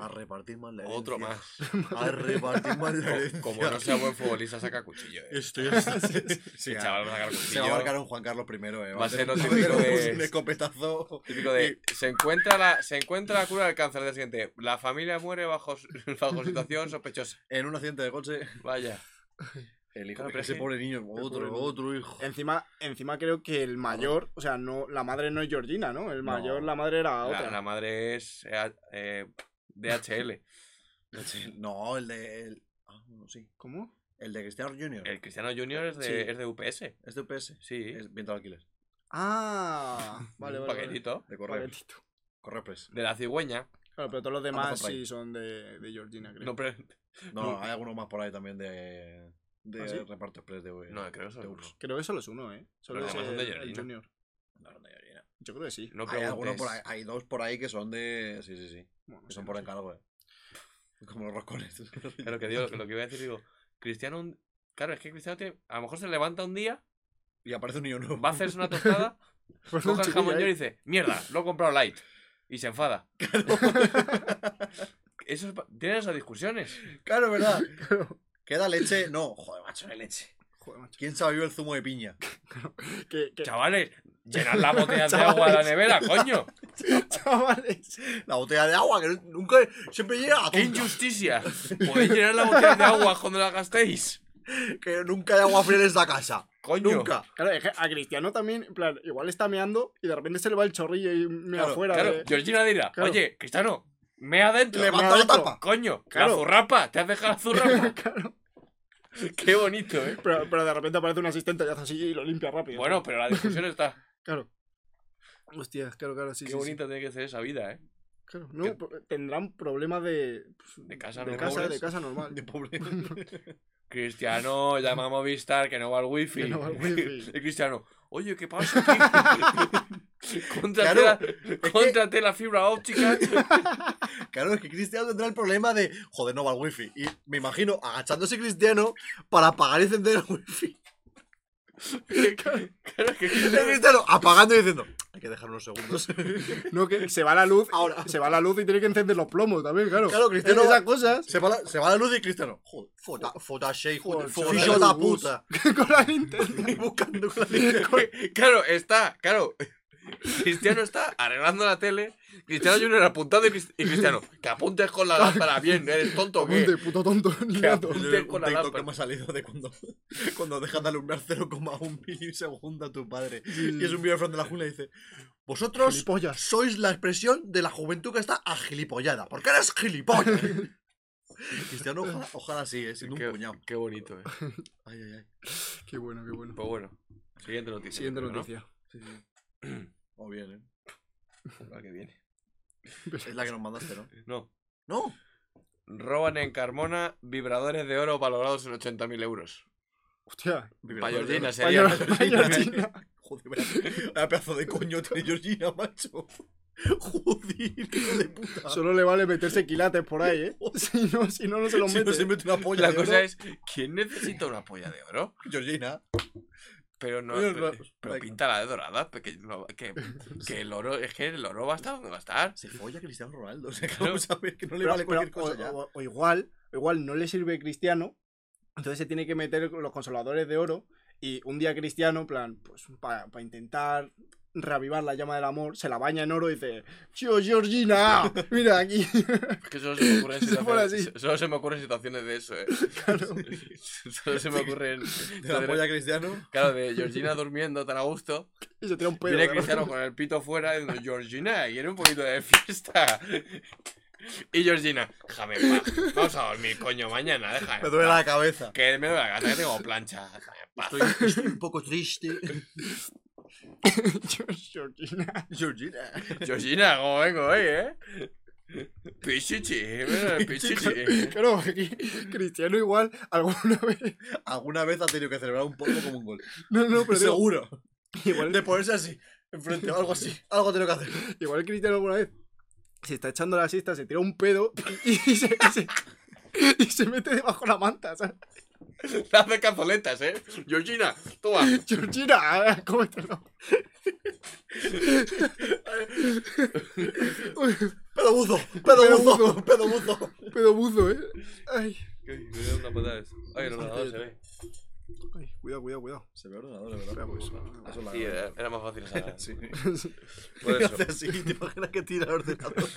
B: a repartir más la herencia.
C: <laughs> otro más.
B: A repartir más la herencia.
C: Como no
B: <laughs>
C: sea buen futbolista, saca cuchillo. Eh.
B: Estoy hasta-
C: <laughs> Sí,
B: Sí, a-
C: chaval, va a sacar
B: Se va a marcar
C: cuchillo.
B: un Juan Carlos I, eh.
C: Va a
B: <laughs>
C: ser lo
B: un-
C: típico de-
B: un escopetazo.
C: Típico de. Se encuentra, la, se encuentra la cura del cáncer del siguiente. La familia muere bajo, <laughs> bajo situación sospechosa.
B: En un accidente de coche.
C: Vaya.
B: El hijo,
C: Claro, pero
B: ese
C: es que-
B: pobre niño, otro,
A: pobre
B: otro hijo.
A: Encima, encima creo que el mayor, o sea, no, la madre no es Georgina, ¿no? El mayor, la madre era
C: La,
A: otra.
C: la madre es. eh, eh, DHL.
B: No, el de. el- Ah, no, sí.
A: ¿Cómo?
B: El de Cristiano Junior. Este
C: El Cristiano Junior es de,
A: Sí.
C: es de UPS.
B: Es de UPS.
C: Sí.
B: Es viento de alquiler.
A: Ah, vale,
C: <laughs>
A: vale.
C: un
A: vale.
C: paquetito.
B: De correo.
A: Paquetito.
B: Correo Express.
C: De la cigüeña.
A: Claro, pero todos los demás
B: Amazon Prime.
A: sí son de, de Georgina, creo.
C: No, pero
B: No, hay algunos más por ahí también de, de
A: ¿Ah, sí?
B: reparto express de
C: No, creo que
B: de
C: solo es
B: Ups.
C: uno.
A: Creo que solo es uno, ¿eh? Solo
C: Los
A: es
C: demás son de
A: el- el
C: Georgina.
A: Junior.
B: No, no, yo diría.
A: Yo creo que sí.
C: No
B: hay, alguno
C: preguntes.
B: por ahí- hay dos por ahí que son de. Sí, sí, sí.
A: Bueno,
B: Que son
A: no
B: por
A: sé.
B: encargo, eh. <laughs> Como los roscones.
C: Es Lo que, digo, lo que voy a decir, digo, Cristiano, un- claro, es que Cristiano tiene, a lo mejor se levanta un día,
B: Y aparece un niño nuevo.
C: va a hacerse
A: <laughs>
C: una tostada,
A: Pues
C: coge
A: un
C: el jamón
A: chiquillo
C: york y
A: ahí.
C: dice, mierda, lo he comprado light. Y se
A: <laughs>
C: enfada. Eso es pa- tienen esas discusiones.
B: Claro,
A: <laughs>
B: ¿verdad? ¿Queda leche? No, joder, macho, no hay leche.
A: Joder, macho.
B: ¿Quién sabe el zumo de piña?
A: Que- que-
C: Chavales, llenad la botella de agua de la
A: Chavales.
C: nevera,
A: <laughs>
C: coño.
A: <laughs> Chavales.
B: La botella de agua, que nunca. Siempre llega a
C: ¡Qué
B: tonta.
C: injusticia! Podéis llenar la botella de agua cuando la gastéis.
B: Que nunca hay agua fría en esta casa.
C: Coño.
B: Nunca.
A: Claro, es que a Cristiano también, en plan, igual está meando y de repente se le va el chorrillo y mea
B: Claro,
A: afuera.
C: Claro,
A: de-
C: Georgina dirá,
A: eh. Claro.
C: oye, Cristiano, me adentro.
B: Levanta la
A: adentro.
B: tapa.
C: Coño,
A: Claro.
C: la zurrapa, te has dejado
A: <laughs>
C: la zurrapa. Qué bonito, eh.
A: Pero, pero de repente aparece un asistente y hace así y lo limpia rápido.
C: Bueno, pero la discusión está.
A: Claro. Hostia, claro, claro, sí.
C: Qué
A: sí, sí.
C: bonita tiene que ser esa vida, eh.
A: Claro, no, por- tendrán problemas de. pues,
C: De casa
A: de
C: normal.
A: casa,
B: <laughs>
C: Pobres.
A: de casa normal.
B: De pobre.
A: <laughs>
C: Cristiano, llama a Movistar que no va al wifi.
A: Que no va al wifi.
C: Y <laughs> Cristiano, oye, ¿qué
A: <laughs>
C: pasa aquí? contrate,
B: Claro,
C: la, contrate la fibra óptica.
B: Claro, es que Cristiano tendrá el problema de. Joder, no va el wifi. Y me imagino agachándose Cristiano para apagar y encender el wifi.
C: claro, es que
B: Y
C: Cristiano-
B: Cristiano apagando y diciendo. Hay que dejar unos segundos.
A: No, que se va la luz.
B: Ahora.
A: Se va la luz y tiene que encender los plomos también, claro.
B: Claro, Cristiano
A: Esas
B: va- <laughs>
A: cosas.
B: <laughs> Se va, la, se va la luz y Cristiano. Joder, fota, fota shake,
A: Joder,
B: joder,
A: se va
B: fotillo
A: la
B: la
A: luz.
B: puta.
A: Con la Nintendo.
B: Y buscando <laughs> con la
C: claro, está, claro. Cristiano está arreglando la tele, Cristiano Junior apuntando y, Crist- y Cristiano, que apuntes con la lámpara bien, eres tonto o qué?
A: Ponte, puto tonto. liado.
C: Un
B: Un
C: TikTok con la
B: TikTok
C: lámpara.
B: que me ha salido de cuando, <laughs> cuando dejas de alumbrar <laughs> 0,1 milisegundo a tu padre. Y es un video de Fran de la Jungla y dice: Vosotros
A: Gilipollas.
B: sois la expresión de la juventud que está agilipollada. Porque eres <laughs> gilipollas. Cristiano, ojalá, ojalá sí, eh, siendo
C: Qué-
B: un puñado.
C: Qué bonito, eh.
B: Ay, ay, ay.
A: Qué bueno, qué bueno.
C: Pues bueno, siguiente noticia.
A: Siguiente
C: ¿no?
A: noticia.
B: O bien, eh.
C: La Ah, que viene.
B: Es la que nos mandaste, ¿no?
C: No.
B: No.
C: Roban en Carmona vibradores de oro valorados en 80.000 euros.
A: Hostia.
C: Para
B: Vibrador de
C: Georgina
B: oro.
C: sería.
B: <laughs>
A: Paño- paño chino.
B: Joder, vaya- vaya pedazo de coño tiene Georgina, macho. Joder, hijo de puta.
A: Solo le vale
B: <laughs>
A: meterse quilates por ahí, ¿eh? <laughs> Si no, si no, no se los
B: Si no
A: mete.
B: se mete una polla.
C: La
B: de
C: cosa
B: oro,
C: es, ¿quién necesita una polla de oro?
B: Georgina.
C: Pero no,
B: Oye,
C: pero,
B: no,
C: pero
B: like-
C: píntala de dorada, porque
B: <laughs>
C: no- que, que el oro, es que el oro va a estar donde va a estar.
B: Se folla Cristiano Ronaldo. O sea, que
C: Claro.
B: vamos a ver que no le
A: Pero-
B: vale
A: pero-
B: cualquier cosa
A: o,
B: ya.
A: o- o igual, o igual no le sirve Cristiano, entonces se tiene que meter con los consoladores de oro y un día Cristiano, en plan, pues para intentar reavivar la llama del amor, se la baña en oro y dice, "Yo,
B: <laughs>
A: Georgina, mira aquí." <laughs>
C: Es que solo se me ocurren
A: Si fuera así.
C: situaciones, solo se me ocurren situaciones de eso, eh.
B: <laughs>
C: <laughs> Solo se me ocurren.
B: De la polla
C: <laughs>
B: Cristiano.
C: Claro, de Georgina durmiendo tan a gusto.
A: y se tira un pedo.
C: viene
A: claro.
C: Cristiano con el pito fuera diciendo, Georgina, quiere un poquito de fiesta. <laughs> Y Georgina, déjame, en paz. vamos a dormir, coño, mañana, déjame.
B: Me
C: en
B: duele
C: paz.
B: la cabeza.
C: Que me duele la gata, que tengo plancha. déjame en paz.
B: Estoy, estoy un poco triste.
A: Yo, <laughs> Georgina. <laughs>
B: Georgina.
C: Georgina, ¿cómo vengo hoy, eh? Pichichi,
B: <laughs>
C: mira, pichichi.
A: Claro, aquí Cristiano igual alguna vez.
B: Alguna vez ha tenido que celebrar un poco como un gol.
A: No, no, pero digo,
B: Seguro.
A: igual
B: De ponerse así. Enfrente o
A: <laughs>
B: algo así. Algo ha tenido que hacer.
A: Igual Cristiano alguna vez se está echando la siesta, se tira un pedo y, y se, y se- y se mete debajo de la manta, ¿sabes?
C: Te <laughs> hace cazoletas, eh. Georgina, toma.
A: Georgina, eh, cómetelo. Uy,
B: Pedo buzo. Pedo buzo. Pedo buzo.
A: pedo buzo, ¿eh? Ay.
C: una patada eso. Ay, el ordenador se ve.
A: Ay, cuidado, cuidado, cuidado.
B: Se ve ordenador, de verdad.
A: Espera, pues.
B: Eso es la
C: Sí, era, era
B: <laughs>
C: más fácil esa.
B: Sí.
A: <laughs>
C: Por
B: Y
C: Ah, eso.
B: hace así. Te imaginas que tira el ordenador.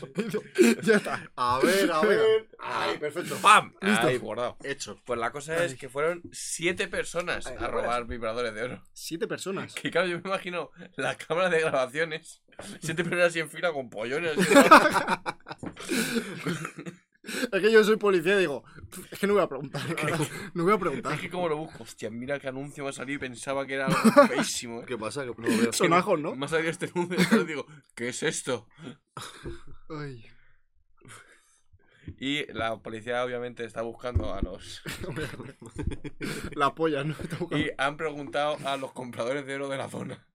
A: ya está.
B: A ver, a ver.
C: Ay,
B: Ay, perfecto.
C: Ah, ¡Pam! Ahí, guardado.
B: Hecho.
C: Pues la cosa es que fueron siete personas a robar vibradores de oro. <laughs>
A: Siete personas.
C: Que claro, yo me imagino la cámara de grabaciones. Siete personas así en fila con pollones. así, ¿no?
A: Es que yo soy policía y digo, "Pf, es que no voy a preguntar. la verdad, No voy a preguntar.
C: Es que como lo busco. Hostia, mira qué anuncio me ha salido y pensaba que era
A: <laughs>
C: algo feísimo. ¿eh?
B: ¿Qué pasa? Que no lo veo.
A: Son ajos, ¿no?
C: Me ha salido este <laughs> anuncio y digo, ¿qué es esto?
A: Ay.
C: Y la policía obviamente está buscando a los...
A: La polla, ¿no? Está buscando-
C: Y han preguntado a los compradores de oro de la zona.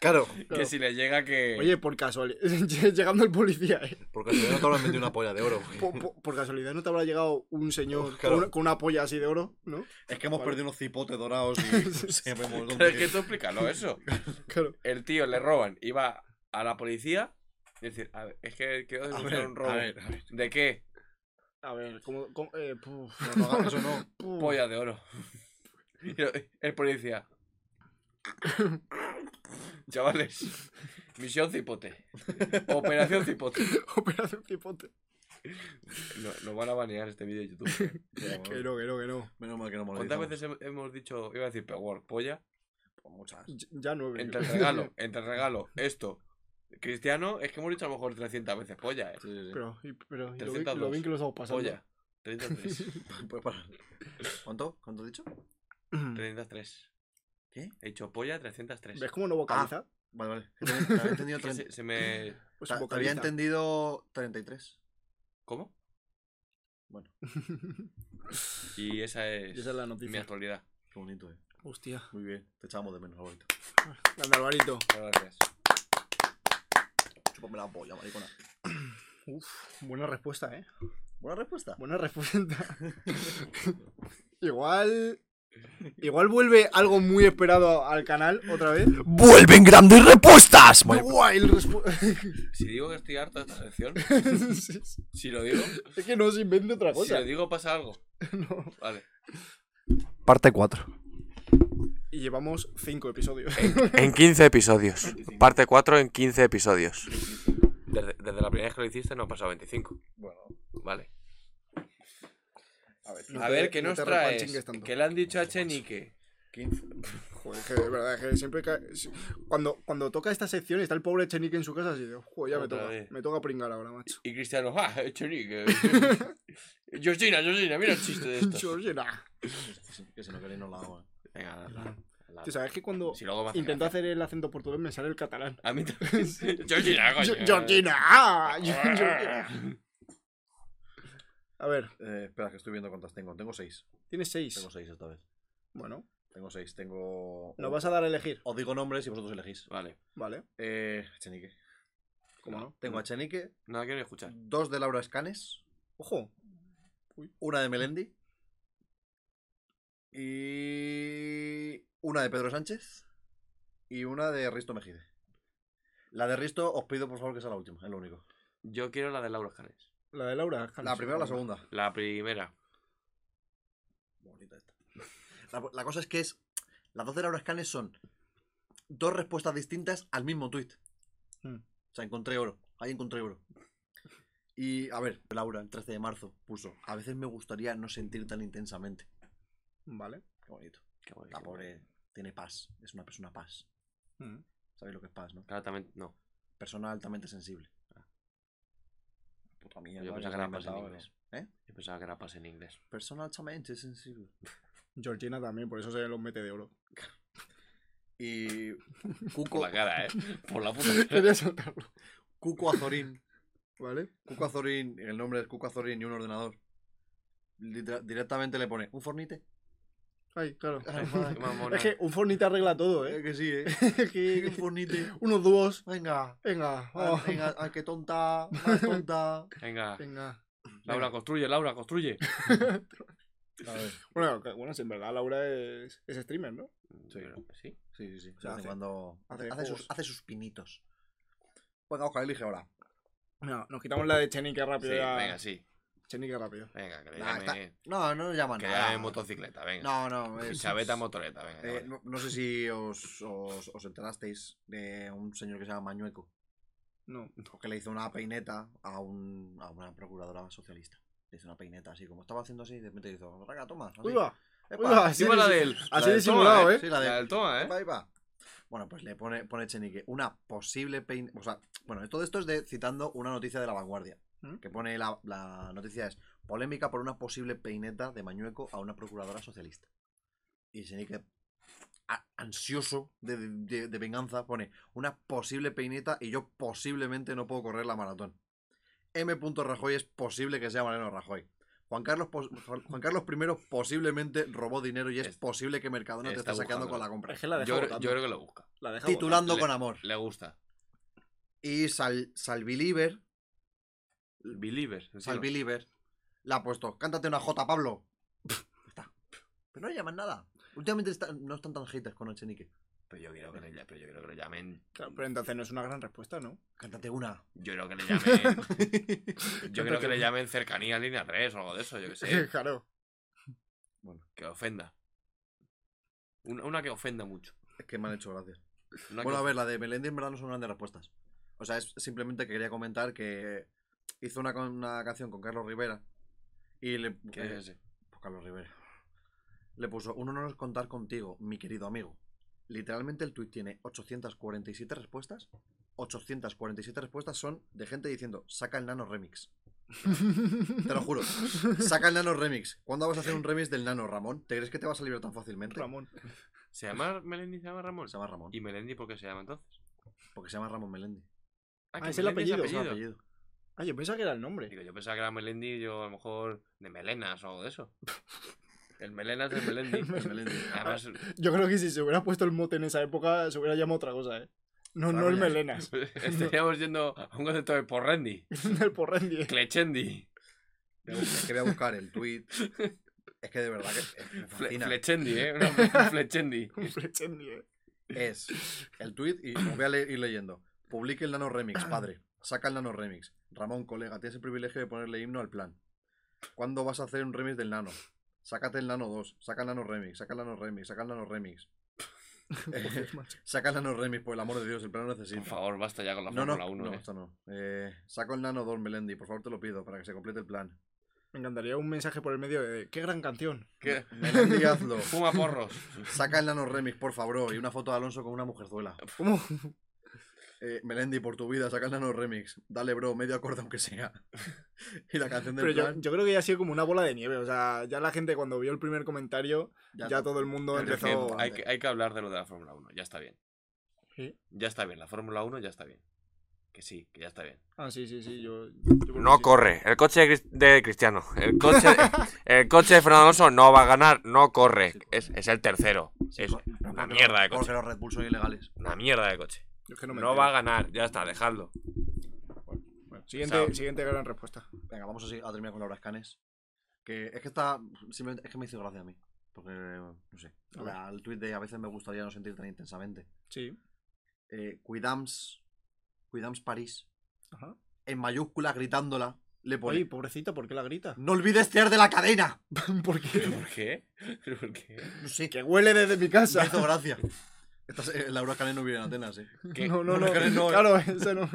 B: Claro,
C: Que
A: Claro.
C: si les llega que...
A: Oye, por casualidad. <laughs> Llegando el policía, ¿eh?
B: porque si no te habrán metido una polla de oro.
A: Po- po- Por, casualidad, ¿no te habrá llegado un señor con,
B: Claro.
A: una, con una polla así de oro? ¿No?
B: Es que hemos
A: Vale.
B: perdido unos cipotes
C: <laughs>
B: dorados y sabemos
C: Pero
A: eh,
C: es que
B: dónde.
C: tú explícalo eso.
A: Claro.
C: El tío le roban y va a la policía y decir, a ver, es que quiero
B: A
C: denunciar
B: ver,
C: un robo.
B: a ver, a ver.
C: ¿De qué?
A: A ver, ¿cómo.? cómo- eh, puf,
C: <laughs>
B: No hagas eso, no.
A: puf.
C: Polla de oro. <laughs> Y El policía. Chavales, misión cipote. Operación
B: <laughs>
C: cipote.
A: <laughs> Operación cipote.
C: No, nos van a banear este vídeo de
B: <laughs>
C: YouTube.
A: Que no, que no, que no.
B: Menos mal que no
C: ¿Cuántas
B: monetizamos.
C: veces hem- hemos dicho, iba a decir peor, polla?
B: Pues muchas.
A: Ya- Ya nueve.
C: Entre
A: creo.
C: el regalo, entre el regalo, esto. Cristiano, es que hemos dicho a lo mejor 300 veces polla, eh.
A: <laughs> Pero, y- pero y lo, bien,
C: 302.
A: lo bien que lo estamos pasando. <clears throat>
C: Polla.
B: <laughs>
C: 303.
B: Pues para- ¿Cuánto? ¿Cuánto has dicho?
C: 303.
B: ¿Qué?
C: He dicho polla 303.
A: ¿Ves cómo no vocaliza?
C: Ah,
B: Vale, vale. Que te- te había entendido,
C: Es <laughs> que
B: treinta-
C: se,
A: <laughs>
C: se me.
A: pues
B: te- te había
A: vocaliza.
B: entendido 33.
C: ¿Cómo?
B: Bueno.
C: Y esa es,
A: Y esa es la
C: mi
A: noticia.
C: actualidad.
B: Qué bonito, eh.
A: Hostia.
B: Muy bien. Te echamos de menos, Alvarito.
A: Grande Alvarito.
C: Gracias.
B: Chúpame la polla, maricona.
A: Uf, buena respuesta, ¿eh?
B: Buena respuesta.
A: Buena respuesta. <laughs> igual. Igual vuelve algo muy esperado al canal otra vez.
B: ¡Vuelven grandes respuestas!
A: Guay, el respu- <laughs>
C: Si digo que estoy harto de esta sección,
A: Sí, sí.
C: si lo digo,
A: <laughs> es que no se invente otra
C: si
A: cosa.
C: lo digo
A: <laughs>
C: pasa algo. Vale.
B: Parte 4.
A: Y llevamos cinco episodios. <laughs>
C: En 15 episodios. Parte 4 en 15 episodios. Desde, desde la primera vez que lo hiciste no han pasado 25.
B: Bueno,
C: Vale.
A: No
C: a
A: te-
C: ver, ¿qué
A: no
C: nos
A: te
C: traes?
A: repanchingues tanto.
C: ¿Qué le han dicho a Chenique?
B: 15.
A: <laughs> Joder, que de verdad, que siempre ca- cuando, cuando toca esta sección está el pobre Chenique en su casa así de, joder, ya me
C: Otra
A: toca,
C: vez.
A: me toca pringar ahora, macho.
C: Y Cristiano, ¡ah!
A: <laughs>
C: Chenique. Georgina, Georgina, mira el chiste de <laughs> esto.
A: Georgina.
C: pues,
B: Que si no queréis no la hago. eh.
C: Venga, hazla, hazla.
A: Tío, ¿sabes que cuando
C: Si luego me hace
A: intento
C: gracia.
A: hacer el acento portugués me sale el catalán?
C: A mí también.
A: <laughs>
C: <laughs> Georgina, coño.
A: Ge- Georgina. ah, Ge- Georgina. A ver,
B: Eh, Espera, que estoy viendo cuántas tengo. Tengo 6.
A: tienes seis.
B: Tengo 6 esta vez.
A: Bueno,
B: Tengo 6. Tengo.
A: nos vas a dar a elegir.
C: Oh.
B: Os digo nombres y vosotros elegís.
C: Vale.
A: Vale,
B: Eh, Chenique.
A: cómo no.
B: Tengo a Chenique,
C: Nada quiero escuchar.
B: dos de Laura Escanes,
A: Ojo,
B: una de Melendi y una de Pedro Sánchez y una de Risto Mejide. La de Risto os pido por favor que sea la última, es lo único.
C: Yo quiero la de Laura Janes.
A: la de Laura. Hans.
B: La primera o la segunda.
C: La primera.
B: Bonita esta. La, la cosa es que es las dos de Laura Escanes son dos respuestas distintas al mismo tuit.
C: Hmm.
A: Mm.
B: O sea, encontré oro. Ahí encontré oro. Y a ver, Laura, el 13 de marzo, puso, a veces me gustaría no sentir tan intensamente.
A: Vale.
B: Qué bonito.
C: Qué guay,
B: La
C: qué
B: pobre tiene paz. Es una persona paz.
A: Mm.
B: ¿Sabéis lo que es paz, no?
C: Claro, también. No.
B: Persona altamente sensible. Puta mía,
C: Ah. Yo
B: no
C: pensaba
B: sé
C: que era
B: si me
C: paz en
B: inventaba
C: inglés.
B: eso. ¿Eh?
C: Yo pensaba que era pase en inglés.
B: Persona altamente sensible.
A: Georgina también, por eso se los mete de oro.
B: Y
C: Por <laughs> la cara, ¿eh? Por
A: <laughs>
C: la puta.
A: Quería soltarlo.
B: Cuco
C: <laughs>
B: Azorín.
A: ¿Vale?
B: Cuco Azorín, el nombre es Cuco Azorín y un ordenador. Literal- directamente le pone, ¿un fornite?
A: Ay, claro. <laughs>
B: Ay,
C: mamona.
A: es que un fornite arregla todo,
B: Eh, <laughs>
A: ¿eh?
B: que sí, ¿eh?
A: Es que-
B: un fornite.
A: <laughs> Unos dúos. Ah.
B: Venga.
A: Venga,
B: Ay,
A: vamos.
B: venga, ay, qué tonta, más
A: <laughs>
B: tonta.
C: Venga,
A: Venga.
C: Laura, construye, Laura, construye.
B: A ver,
A: Bueno, que- bueno, si en verdad Laura es, es streamer, ¿no?
C: Sí. ¿Sí?
B: sí, sí, sí.
A: sea,
B: De vez en
A: hace-
B: cuando
A: hace
B: hace, hace
A: juegos.
B: sus, hace sus pinitos. Venga, Oscar, elige ahora.
A: No, nos quitamos la de Chenique
C: Sí,
A: rápido. ya.
C: venga, sí.
A: Chenique rápido.
C: Venga, que le
B: Nah,
C: llame.
B: está- No, no le llaman.
C: Que le
B: nada.
C: llame motocicleta, venga.
B: No, no.
A: pues,
B: es-
C: <laughs> Chaveta motoreta, venga.
B: Eh,
C: vale.
B: no, no sé si os, os, os enterasteis de un señor que se llama Mañueco,
A: No.
B: o que le hizo una peineta a, un, a una procuradora socialista. Le hizo una peineta así, como estaba haciendo así, de repente hizo, venga, toma. así.
A: Uy, va.
B: ¡Epa!
A: Uy, va.
C: Sí, va la de él.
A: así
C: La del
A: disimulado,
C: Toma,
A: ¿eh?
B: Sí,
C: La
B: la de-
C: del toma,
B: Ahí
C: ¿eh?
B: va, ahí va. Bueno, pues le pone, pone Chenique una posible pein... O sea, bueno, todo esto es de citando una noticia de la vanguardia.
A: ¿Mm?
B: Que pone la, la noticia es polémica por una posible peineta de Mañueco a una procuradora socialista. Y Chenique, a- ansioso de, de- de venganza, pone una posible peineta y yo posiblemente no puedo correr la maratón. M. Rajoy es posible que sea Mariano Rajoy. Juan Carlos, pos- Juan Carlos I posiblemente robó dinero y es,
C: Es-
B: posible que Mercadona te
C: está
B: esté sacando
C: buscándolo.
B: con la compra.
A: Es que la deja
C: Yo, creo-
A: votando.
C: yo creo que lo busca.
A: La deja votando.
B: Titulando
C: Le-
B: con amor.
C: Le gusta.
B: Y Sal, Salbeliever-
C: Believer. sí, ¿no?
B: Salbeliever la ha puesto. Cántate una J, Pablo. Ya está. Pero no le llaman nada. Últimamente está- no están tan haters con Echenique.
C: Pero yo creo que le, ll- pero yo creo que le llamen.
A: Claro, pero entonces no es una gran respuesta, ¿no?
B: Cántate una.
C: Yo creo que le llamen.
B: <laughs>
C: yo creo que le llamen cercanía línea 3 o algo de eso, yo
B: <laughs>
C: que sé.
A: <laughs> claro.
C: Que ofenda. Una, una que ofenda mucho.
B: Es que me han hecho gracias.
C: Una
B: Bueno, a
C: que-
B: ver, la de Melendi en verdad no son grandes respuestas. O sea, es simplemente que quería comentar que hizo una, con- una canción con Carlos Rivera. Y le.
C: ¿Qué
B: eh,
C: es ese?
B: pues Carlos Rivera. Le puso, un honor es contar contigo, mi querido amigo. Literalmente el tuit tiene 847 respuestas. 847 respuestas son de gente diciendo, saca el Nano Remix. te lo juro, saca el Nano Remix. ¿Cuándo vas a hacer un remix del Nano Ramón? ¿Te crees que te vas a librar tan fácilmente?
A: <laughs> Ramón.
C: ¿Se llama Melendi? ¿Se llama Ramón?
B: Se llama Ramón.
C: ¿Y Melendi por qué se llama entonces?
B: Porque se llama Ramón Melendi.
A: Ah,
C: que
A: es el
C: Melendi
B: Es el apellido.
A: Ah, yo pensaba que era el nombre.
C: Digo, yo pensaba que era Melendi, yo a lo mejor de melenas o algo de eso. El melenas del
B: <laughs>
C: Melendi.
B: El Melendi.
C: Además,
A: Yo creo que si se hubiera puesto el mote en esa época, se hubiera llamado otra cosa, ¿eh? No, no el
B: Claro, ya.
A: Melenas.
C: <laughs> estaríamos yendo a un concepto de porrendi.
A: el Porrendi.
C: Clechendi.
B: Es que voy a buscar el tweet. Es que de verdad que eh, me
C: Fle-
B: fascina. <laughs>
C: flechendi, ¿eh? Una fle- flechendi.
A: <laughs> Un Flechendi, ¿eh?
B: es el tweet y lo voy a leer- ir leyendo. Publique el Nano Remix, padre. Saca el Nano Remix. Ramón, colega, tienes el privilegio de ponerle himno al plan. ¿Cuándo vas a hacer un remix del Nano? Sácate el Nano 2, saca el Nano Remix, saca el Nano Remix, saca el Nano Remix. Eh, <laughs> saca el Nano Remix, por el amor de Dios, el plan lo necesita.
C: Por favor, basta ya con la
B: no, no,
C: Fórmula 1.
B: no,
C: ¿eh?
B: esto no. Eh, saco el Nano 2, Melendi, por favor te lo pido, para que se complete el plan.
A: Me encantaría un mensaje por el medio de qué gran canción.
C: ¿Qué?
B: Melendi,
C: <laughs>
B: hazlo.
C: Fuma
A: <laughs>
C: porros.
B: Saca el Nano Remix, por favor, y una foto de Alonso con una
C: <laughs>
B: mujerzuela.
A: ¿Cómo?
B: Eh, Melendi, por tu vida, saca el nano remix. Dale, bro, medio acorde aunque sea. <laughs> y la canción del
A: Pero yo,
B: plan.
A: yo creo que ya ha sido como una bola de nieve. O sea, ya la gente cuando vio el primer comentario, ya,
B: to-
A: todo el mundo
B: Pero
C: Es que
A: empezó.
C: hay, que, hay que hablar de lo de la Fórmula 1. Ya está bien.
A: Sí.
C: Ya está bien. La Fórmula 1 ya está bien. Que sí, que ya está bien.
A: Ah, sí, sí, sí. Yo,
C: No corre. El coche de, Cris- de Cristiano.
A: <laughs>
C: El coche, el coche de Fernando Alonso no va a ganar. No corre. Es, es el tercero. Es
B: Pero
C: una
B: porque-
C: mierda de
B: Porque
C: coche.
B: los Red Bull son ilegales.
C: Una mierda de coche. No va a
A: va.
C: ganar. Ya está, dejadlo.
A: siguiente,
C: O sea-
A: siguiente gran respuesta.
B: Venga, vamos a, seguir- a terminar con Laura Escanes. Que es que está. Simplemente, es que me hizo gracia a mí. Porque, no sé.
A: A
B: la- el tweet de a veces me gustaría no sentir tan intensamente.
A: Sí.
B: Eh, cuidams. Cuidams París.
A: Ajá.
B: En mayúscula, gritándola. Le pone.
A: Oye, pobrecita, ¿por qué la
B: <laughs>
A: grita?
B: ¡No olvides tirar de la cadena!
A: ¿Por qué?
C: ¿Por qué? <laughs> ¿Por qué?
B: No sé.
A: Que huele desde mi
B: Me
A: casa.
B: <laughs> hizo gracia. Esta es- eh, Laura Escanes no vive en Atenas, eh.
C: ¿Qué?
A: <laughs> No, no, no.
B: que no.
A: Claro, ese no.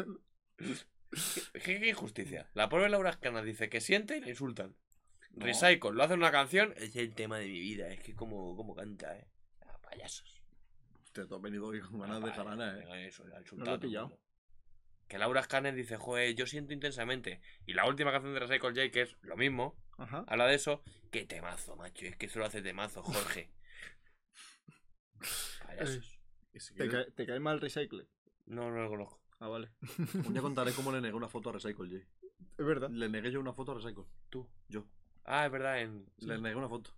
C: ¿Qué, qué injusticia? La pobre Laura Escana dice que siente y le insultan. Recycle lo hace en una canción. Es el tema de mi vida. Es que como, como canta, eh. Ah, payasos.
B: Te has venido hoy con ganas de
C: Ah, vale,
B: jarana, eh.
C: venga, eso, la insultado
A: No lo he
C: a todo el
A: pillado.
C: mundo. Que Laura Scanner dice, joder, yo siento intensamente. Y la última canción de Recycle J, que es lo mismo,
A: Ajá.
C: habla de eso. Que temazo, macho. Es que eso lo hace
A: <laughs>
C: temazo, Jorge. Payasos.
A: Eh.
B: Y si
A: ¿Te,
B: quieres-
A: cae- te cae mal Recycle?
C: No, no lo conozco.
A: Ah, vale.
B: Un día contaré cómo le negué una foto a Recycle,
A: Es verdad.
B: Jay. Le negué yo una foto a Recycle. Tú, yo.
C: Ah, es verdad, en...
B: Le negué una foto.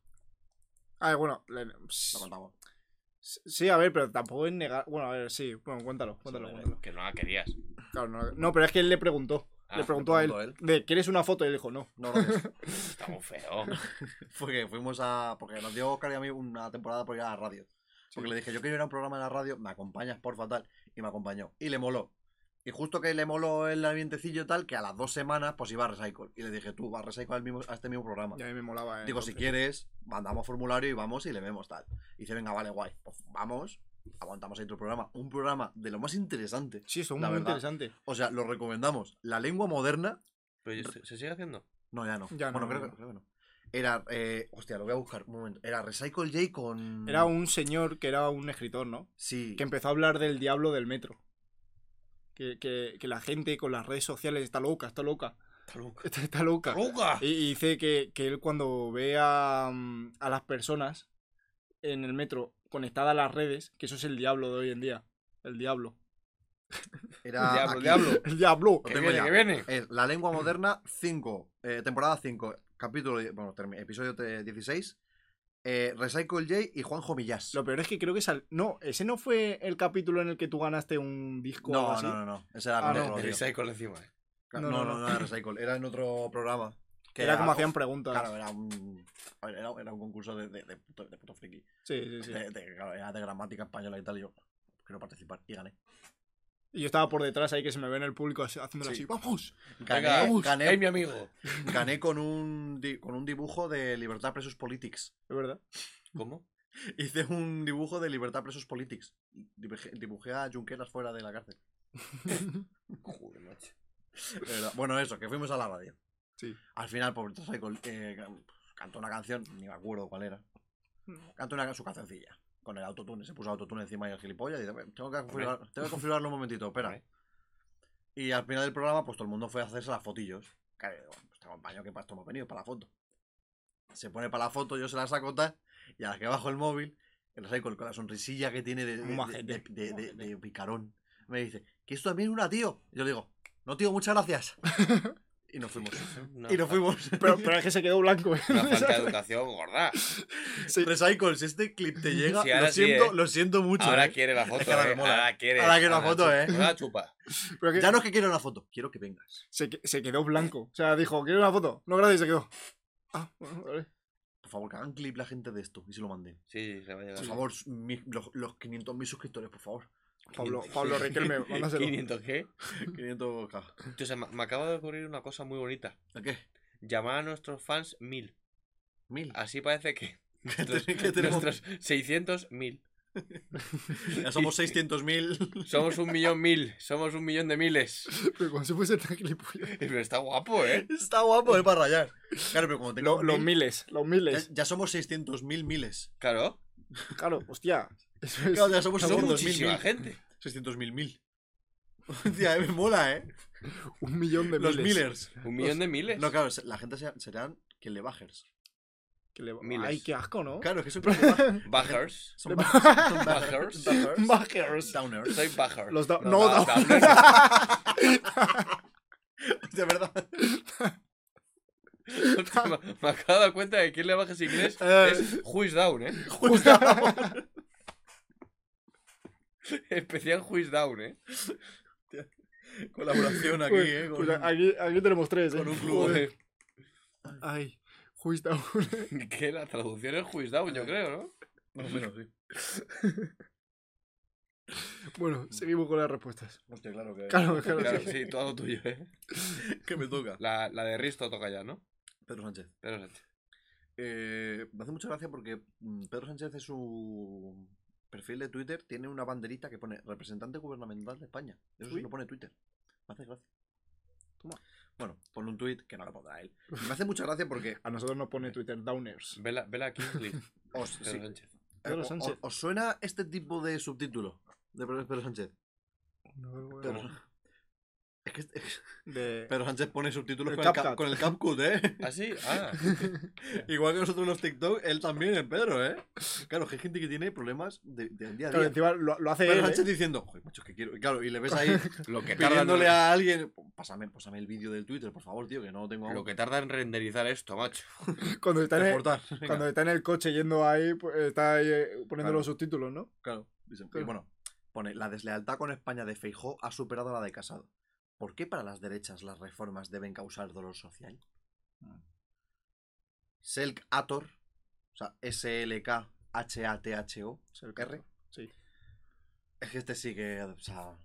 A: Ah, bueno. le-
B: La contamos.
A: Sí, a ver, pero tampoco es negar. Bueno, a ver, sí. Bueno, cuéntalo, cuéntalo. cuéntalo.
C: Que no la querías.
A: Claro, no, no, pero es que él le preguntó.
C: Ah,
A: le preguntó a él,
B: preguntó a él.
A: de, ¿quieres una foto? Y él dijo, no.
B: No, <laughs> gracias.
C: Está
A: <laughs>
C: muy feo.
B: Fue que fuimos a. Porque nos dio Oscar y a mí una temporada por ir a la radio. Porque le dije, yo quiero ir a un programa de la radio, me acompañas, porfa, tal. Y me acompañó. Y le moló. Y justo que le moló el ambientecillo tal, que a las dos semanas, pues iba a Recycle. Y le dije, tú, vas a Recycle al mismo, a este mismo programa.
A: Y a mí me molaba, eh.
B: Digo, si quieres, mandamos formulario y vamos y le vemos tal. Y dice, venga, vale, guay. Pues vamos, aguantamos ahí otro programa. Un programa de lo más interesante.
A: Sí, eso es
B: La
A: muy
B: verdad.
A: interesante.
B: O sea, lo recomendamos. La lengua moderna.
C: Pero ¿se, se sigue haciendo?
B: No, ya no.
A: Ya no,
B: bueno, creo,
A: no,
B: que-
A: no.
B: creo que no. Era, eh, hostia, lo voy a buscar un momento. Era Recycle J con.
A: Era un señor que era un escritor, ¿no?
B: Sí.
A: Que empezó a hablar del diablo del metro. Que, que- que la gente con las redes sociales está loca, está loca.
C: Está loca.
A: Está, <laughs> está loca.
C: ¡Loca!
A: Y, y dice que, que él cuando ve a, mm, a las personas en el metro conectadas a las redes, que eso es el diablo de hoy en día. El diablo.
B: Era
C: Diablo,
B: aquí.
C: diablo.
A: <laughs> El diablo.
B: Lo
C: Que
B: tengo
C: viene,
B: ya.
C: que viene.
B: Es La lengua moderna 5, eh, temporada 5, capítulo, die- bueno, termi- episodio te- 16, eh, Recycle J y Juanjo Millás.
A: Lo peor es que creo que sal... No, ese no fue el capítulo en el que tú ganaste un disco o algo
B: No,
A: así.
B: no, no, no, ese era
A: Ah,
B: el
A: no.
B: otro,
C: El
B: tío.
C: recycle encima. eh.
B: No, no, no, era Recycle, era en otro programa. que
A: Era como hacían preguntas.
B: Claro, era un, era, era un concurso de, de, de puto, de puto friki.
A: Sí, sí, sí.
B: De, de- claro, era de gramática española y tal, y yo quiero participar y gané.
A: Y yo estaba por detrás ahí que se me ve en el público así- haciéndolo así. ¡Vamos!
C: Venga,
B: Gané,
C: ey,
B: gané,
C: mi amigo.
B: gané con, un, di- con un dibujo de Libertad Presos Politics. <laughs>
A: Es verdad.
C: ¿Cómo?
B: Hice un dibujo de libertad presos politics. Dibujé, dibujé a Junqueras fuera de la cárcel.
C: Joder, macho.
B: <laughs> De verdad. Bueno, eso, que fuimos a la radio.
A: Sí.
B: Al final, por Psycho, eh, can- cantó una canción, ni me acuerdo cuál era. Cantó una, su cancioncilla. Con el autotune, se puso autotune encima y el gilipollas. Y dice, tengo que, configurar- tengo que configurarlo un momentito, espera.
C: Hombre.
B: Y al final del programa, pues todo el mundo fue a hacerse las fotillos. Claro, yo digo, pues tengo un baño que para esto hemos venido, para la foto. Se pone para la foto, yo se la saco tal, y a la que bajo el móvil, el Psycho con la sonrisilla que tiene de, de-
A: Un
B: de-
A: majete,
B: de- de-
A: un
B: de-
A: majete.
B: de picarón, me dice, que esto también es una, tío. Y yo le digo, no, tío, muchas gracias. <laughs> y nos fuimos.
C: Una
B: Y nos
C: fa-
B: fuimos.
A: Pero, pero es que se quedó blanco. ¿eh? <laughs>
C: Una falta de
B: <laughs>
C: educación gorda.
B: Sí. Recycle, si este clip te llega,
C: Sí,
B: lo,
C: ahora sí,
B: siento,
C: ¿eh?
B: lo siento mucho.
C: Ahora
B: ¿eh?
C: quiere la foto.
B: Es que ahora me
C: eh.
B: mola.
C: Ahora quiere.
B: Ahora quiero la foto,
C: chupa.
B: eh.
C: Ahora chupa.
A: Pero que
B: Ya no es que quiero una foto, quiero que vengas.
A: se, que- se quedó blanco. O sea, dijo, ¿quieres una foto? No, gracias, y se quedó. Ah, bueno, vale.
B: Por favor, que hagan clip la gente de esto y se lo manden.
C: Sí, le va a llegar.
B: Por favor, mi- los, los 500.000 suscriptores, por favor.
A: Pablo, Pablo
B: <laughs>
A: Riquelme, mándaselo.
C: 500 qué?
B: 500k.
C: Tío, se me, me acaba de ocurrir una cosa muy bonita.
B: ¿A qué?
C: Llamar a nuestros fans mil.
B: ¿Mil?
C: Así
B: <laughs>
C: parece que. Nuestros,
B: que tenemos-
C: nuestros 600 mil.
B: Ya somos 600.000.
C: Somos un millón mil. Somos un millón de miles.
A: Pero como si fuese tan gilipollas.
C: Pero está guapo, ¿eh?
B: <laughs> Está guapo, es para rayar. Claro, pero como tengo.
A: Lo- los
B: mil,
A: miles, los
B: ya,
A: miles.
B: ya somos 600.000 miles.
C: Claro.
B: Eh,
A: Claro, hostia. Eso es.
B: Claro, ya somos
C: Somos
B: 600.000
C: muchísima
B: mil.
C: gente.
B: 600.000 mil. <laughs> Hostia, me mola, ¿eh?
A: Un millón de
B: Los
A: miles.
B: millers.
C: Un millón de miles.
B: No, claro, se- la gente se- serán que le bajers.
A: Que le-
C: Miles.
A: Ay, qué asco, ¿no? <laughs>
B: Claro, que son que le baj-
C: Bajers.
B: Son bajers. <laughs> Son bajers.
C: Bajers.
A: Bajers.
B: Downers.
A: <laughs>
C: Soy bajers.
A: Los da- no, <laughs>
C: da-
A: down-
C: downers.
B: <laughs> De verdad.
C: Hostia, me,
A: <laughs>
C: <laughs> me acabo de dar cuenta de que quien le baja si quieres
A: Eh.
C: es Juiz Down, ¿eh? <laughs>
B: <laughs>
C: Especial Juiz Down, ¿eh?
B: Colaboración aquí,
A: Pues-
B: ¿eh? Con,
A: pues aquí, aquí tenemos tres, ¿eh?
B: con un club.
A: Joder.
C: Joder,
A: Ay, justo.
C: <laughs> que la traducción es Juiz Down, yo creo, ¿no?
B: Más o menos, sí.
A: <laughs> Bueno, seguimos con las respuestas.
B: Hostia, claro que,
A: Claro, Eh, claro.
C: Claro,
A: sí.
C: sí, todo lo tuyo, ¿eh?
B: que me toca.
C: La, la de Risto toca ya, ¿no?
B: Pedro Sánchez.
C: Pero Sánchez.
B: Eh, me hace mucha gracia porque mm, Pedro Sánchez en su perfil de Twitter tiene una banderita que pone representante gubernamental de España. Eso sí lo pone Twitter. Me hace gracia. Bueno, pone un tweet que no lo pondrá él. Y Me hace mucha gracia porque
A: A nosotros nos pone Twitter Downers.
C: Vela, Vela <laughs> Kingsley.
B: os,
C: Pedro
B: sí,
C: Sánchez.
A: Pedro
B: eh, o-
A: Sánchez.
B: o- ¿os suena este tipo de subtítulo de Pedro Pedro Sánchez.
A: No,
B: Pedro-
A: bueno.
B: Es que es-
A: De...
B: Pedro Sánchez pone subtítulos
A: El
B: con el, cap-
A: CapCut.
B: con el
A: <laughs>
B: CapCut, ¿eh? <laughs>
C: ¿Ah, sí? Ah,
B: Igual que nosotros los TikTok, él también, el Pedro, ¿eh? Claro, que hay gente que tiene problemas de, del día a
A: Claro,
B: día.
A: encima lo, lo hace
B: Pedro
A: él, ¿eh?
B: Sánchez diciendo, joder, macho, que quiero. Y Claro, y le
A: <laughs>
B: ves ahí
C: <laughs> lo que tarda en-
B: pidiéndole a alguien, pásame, pásame el vídeo del Twitter, por favor, tío, que no lo tengo
C: Lo
B: aún.
C: que tarda en renderizar esto, macho. <laughs>
A: Cuando está en el,
B: exportar.
A: <laughs>
B: Venga,
A: cuando está en el coche yendo ahí, pues, está ahí eh, poniendo
B: Claro.
A: los subtítulos, ¿no?
B: claro. Dice,
A: Claro.
B: Y bueno, pone, la deslealtad con España de Feijó ha superado a la de Casado. ¿Por qué para las derechas las reformas deben causar dolor social?
A: Mm.
B: Selk Ator, o sea, S-L-K-H-A-T-H-O,
A: Es el
B: R.
A: carro. Sí,
B: Es que este sí que, o sea,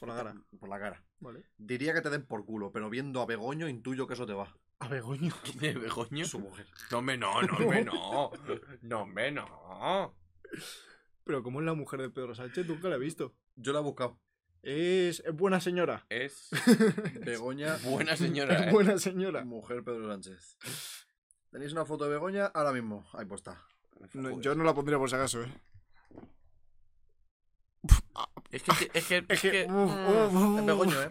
A: por la cara.
B: por la cara.
A: Vale.
B: Diría que te den por culo, pero viendo a Begoño intuyo que eso te va.
A: A Begoño.
C: ¿Quién es Begoño?
B: Su mujer.
C: No, me no, no, me no. <laughs> No, me no.
A: Pero como es la mujer de Pedro Sánchez, nunca la he visto.
B: Yo la he
A: <laughs>
B: buscado.
A: Es, es buena señora. <laughs>
C: Es
B: Begoña, <laughs>
C: buena señora,
A: Es
C: ¿eh?
A: <laughs> buena señora.
B: mujer Pedro Sánchez. ¿Tenéis una foto de Begoña? Ahora mismo. Ahí pues está.
A: No,
C: Joder.
A: yo no la pondría por si acaso, ¿eh?
C: Es que, es que,
A: Es que... uf, uf,
B: Es
A: uf.
B: Begoño, ¿eh?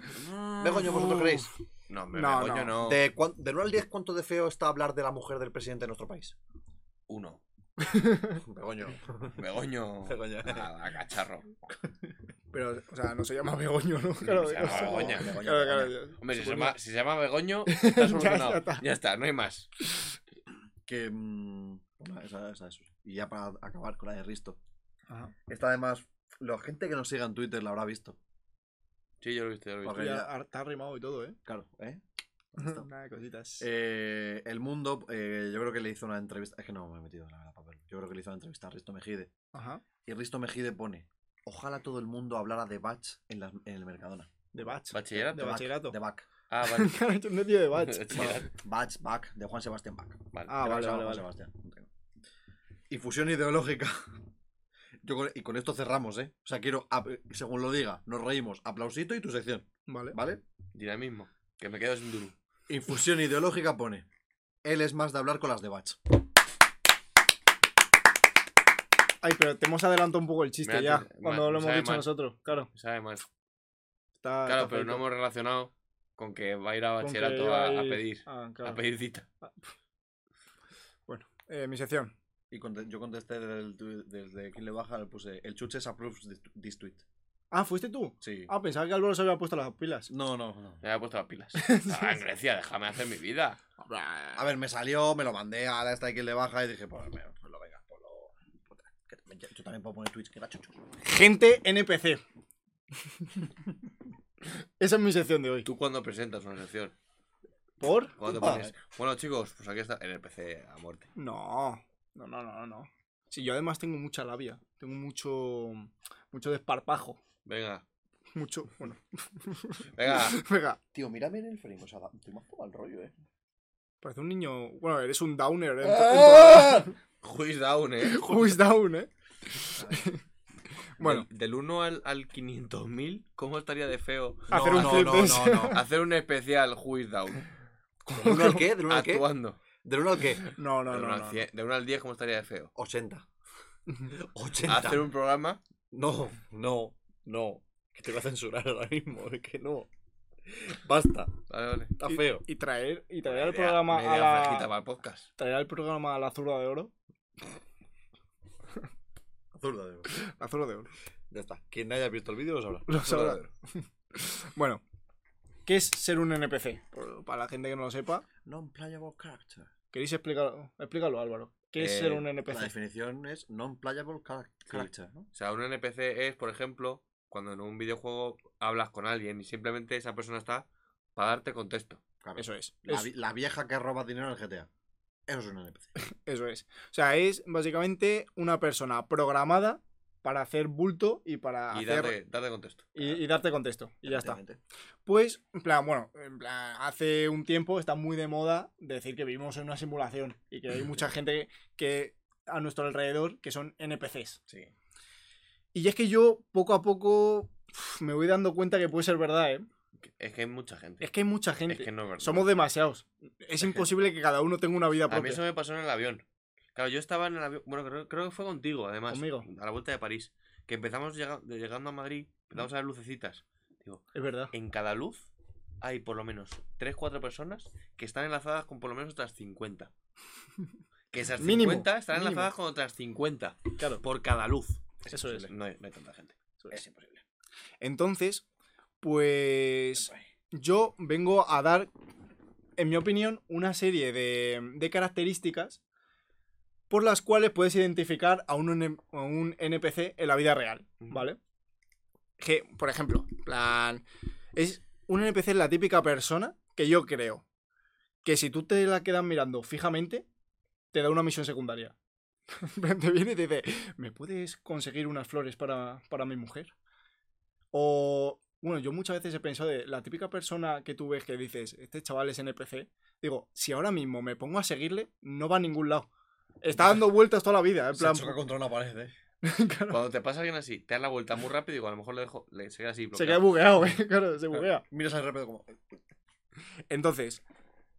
B: Begoño, ¿vosotros creéis?
C: Mm, No, me
A: No,
C: Begoño no.
B: De, cuan- del 1 al 10, ¿cuánto de feo está hablar de la mujer del presidente de nuestro país?
C: Uno.
B: Begoño.
C: Begoño.
B: Begoño.
C: Ah, va, cacharro.
A: Pero, o sea, no se llama Begoño, ¿no? Claro,
C: se llama
A: claro,
C: Begoña.
A: Claro, claro, yo-
C: Hombre, si se,
A: suponía-
C: llama, si se llama
A: <laughs>
C: Begoño, está solucionado. ya,
A: está.
C: está. no hay más.
B: Que. mm, pues nada, esa- esa es. Y ya para acabar con la de Risto. Esta además, la gente que nos siga en Twitter la habrá visto.
C: Sí, yo lo he visto, yo lo he visto.
B: Porque
A: Ya, Está arrimado y todo, ¿eh?
B: Claro, ¿eh? Está.
A: Nada de cositas.
B: Eh, el mundo, eh, yo creo que le hizo una entrevista. Es que no me he metido, la verdad, papel. Yo creo que le hizo una entrevista a Risto Mejide.
A: Ajá.
B: Y Risto Mejide pone: Ojalá todo el mundo hablara de Bach en, las- en el Mercadona.
A: De Bach.
C: ¿Bachillerato?
A: De bachillerato. <laughs>
B: De Bach.
C: Ah, vale.
A: Claro, yo no tío de
C: <laughs>
A: Bach.
C: Bachillerato,
B: Bach, Bach, de Juan Sebastián Bach.
C: vale.
A: Ah, vale,
B: Juan
A: vale, vale.
B: Sebastián. no tengo. Y fusión ideológica. Yo con- y con esto cerramos, ¿eh? O sea, quiero, ap- según lo diga, nos reímos, aplausito y tu sección,
A: Vale.
B: ¿vale?
C: Dinamismo. Que me quedo sin duro.
B: Infusión ideológica pone. Él es más de hablar con las de Bach.
A: Ay, pero te hemos adelantado un poco el chiste
C: Mira,
A: ya.
C: te-
A: Cuando lo
C: me- me
A: hemos
C: sabe
A: dicho
C: mal.
A: nosotros. Claro.
C: Sabe más.
A: Está,
C: Claro,
A: está
C: pero no
A: feito.
C: hemos relacionado con que va a ir a
A: Ah, Con que
C: bachillerato a, a
A: hay-
C: pedir.
A: Ah,
C: A
A: claro.
C: pedir cita.
A: Eh, mi sección.
B: Y conte- yo contesté desde, el tu- desde quien le baja, le puse. El chuches approves this- this tweet.
A: Ah, ¿fuiste tú?
B: Sí.
A: Ah, pensaba que Álvaro se había puesto las pilas.
B: No, no, no.
C: Me había puesto las
A: <laughs>
C: pilas. Ah, en Grecia, déjame hacer mi vida.
B: A ver, me salió, me lo mandé a la esta de quien le baja y dije, pues, venga, pues lo venga, pues lo. que también- Yo también puedo poner tweets que era chuchu.
A: Gente NPC. <laughs> Esa es mi sección de hoy.
C: ¿Tú cuándo presentas una sección?
A: ¿Por?
C: ¿Cuándo te
A: Ah,
C: pones? Bueno, chicos, pues aquí está. En el PC a muerte.
A: No, no, no, no, no. Sí, yo además tengo mucha labia, tengo mucho, mucho desparpajo, <laughs>
C: Venga.
A: mucho, bueno,
B: Ah.
C: Venga.
A: <laughs> venga,
B: Tío, mírame en el frame, o sea, te me has tomado el rollo, eh.
A: parece un niño, bueno, eres un downer, ¿eh?
B: ¡Ah!
A: <laughs>
C: Juiz down, eh.
A: Who's down, ¿eh? <laughs> Bueno,
C: Del, 1 al, al 500.000, ¿cómo estaría de feo
A: hacer un clip de ese. <laughs>
C: hacer un especial Juiz down?
B: ¿Del 1 al qué? ¿Del 1 al qué?
C: Actuando.
B: ¿Del 1 al qué?
A: No, no,
C: de,
A: no,
C: 1
A: no, no.
C: al 10, ¿cómo estaría de feo?
A: <laughs>
B: 80. 80.
C: Hacer un programa
B: No, no, no. Que te voy a censurar ahora mismo, es que no. Basta,
C: Vale, vale.
B: está feo.
A: Y traer, y traer al
C: Media-
A: programa
C: media
A: a
C: franjita
A: la,
C: para el podcast.
A: traer al programa a la zurda de oro,
B: Zurda de oro.
A: la zurda de oro.
B: Ya está. Quien haya visto el vídeo lo sabrá.
A: Lo
B: Zurda de
A: sabrá.
B: oro.
A: Bueno, ¿qué es ser un NPC? Por- Para la gente que no lo sepa,
B: Non-playable character.
A: queréis explicarlo, explícalo, Álvaro. ¿Qué es
C: Eh,
A: ser un
B: La
A: NPC?
B: definición es non-playable charac- character, ¿no?
C: O sea, un NPC es, por ejemplo, cuando en un videojuego hablas con alguien y simplemente esa persona está para darte contexto.
B: Claro.
A: Eso es.
B: La,
A: es-
B: vi- la vieja que roba dinero en el GTA. Eso es un NPC.
A: Eso es. O sea, es básicamente una persona programada para hacer bulto y para
C: Y
A: hacer
C: darte, darte contexto.
A: y, y darte contexto. Y ya está.
B: Efectivamente.
A: Pues, en plan, bueno, en plan, hace un tiempo está muy de moda decir que vivimos en una simulación y que hay
C: <laughs>
A: mucha gente que a nuestro alrededor que son NPCs.
C: Sí.
A: Y es que yo poco a poco uf, me voy dando cuenta que puede ser verdad, ¿eh?
C: Es que hay mucha gente.
A: Es que hay mucha gente.
C: Es que no es verdad.
A: Somos demasiados. Es imposible que cada uno tenga una vida
C: A mí
A: propia.
C: eso me pasó en el avión. Claro, yo estaba en el avión. Bueno, creo, creo que fue contigo, además.
A: Conmigo.
C: A la vuelta de París. Que empezamos llega- de- llegando a Madrid, empezamos a ver lucecitas.
A: Es verdad.
C: En cada luz hay por lo menos 3-4 personas que están enlazadas con por lo menos otras 50. Que esas
A: <laughs>
C: 50
A: Mínimo,
C: están
A: mínimo.
C: enlazadas con otras 50
A: Claro.
C: por cada luz.
A: Eso es.
C: No hay, no hay tanta gente. Es imposible.
A: Eh. Entonces, pues yo vengo a dar, en mi opinión, una serie de, de características por las cuales puedes identificar a un, N- a un NPC en la vida real,
C: Ujú.
A: ¿vale? Que, por ejemplo, en plan, es un NPC es la típica persona que yo creo que si tú te la quedas mirando fijamente, te da una misión secundaria. <laughs> En plan, te viene y te dice, ¿me puedes conseguir unas flores para, para mi mujer? O, bueno, yo muchas veces he pensado de la típica persona que tú ves que dices, este chaval es NPC. Digo, si ahora mismo me pongo a seguirle, no va a ningún lado. Está dando vueltas toda la vida, en
B: Se
A: plan.
B: choca contra una pared, ¿eh?
A: claro,
C: Cuando te pasa alguien así, te das la vuelta muy rápido y digo, a lo mejor le dejo, le se queda así.
A: se queda
C: bloqueado.
A: bugueado, <laughs> ¿eh? claro, se buguea.
B: Miras al repente como.
A: Entonces,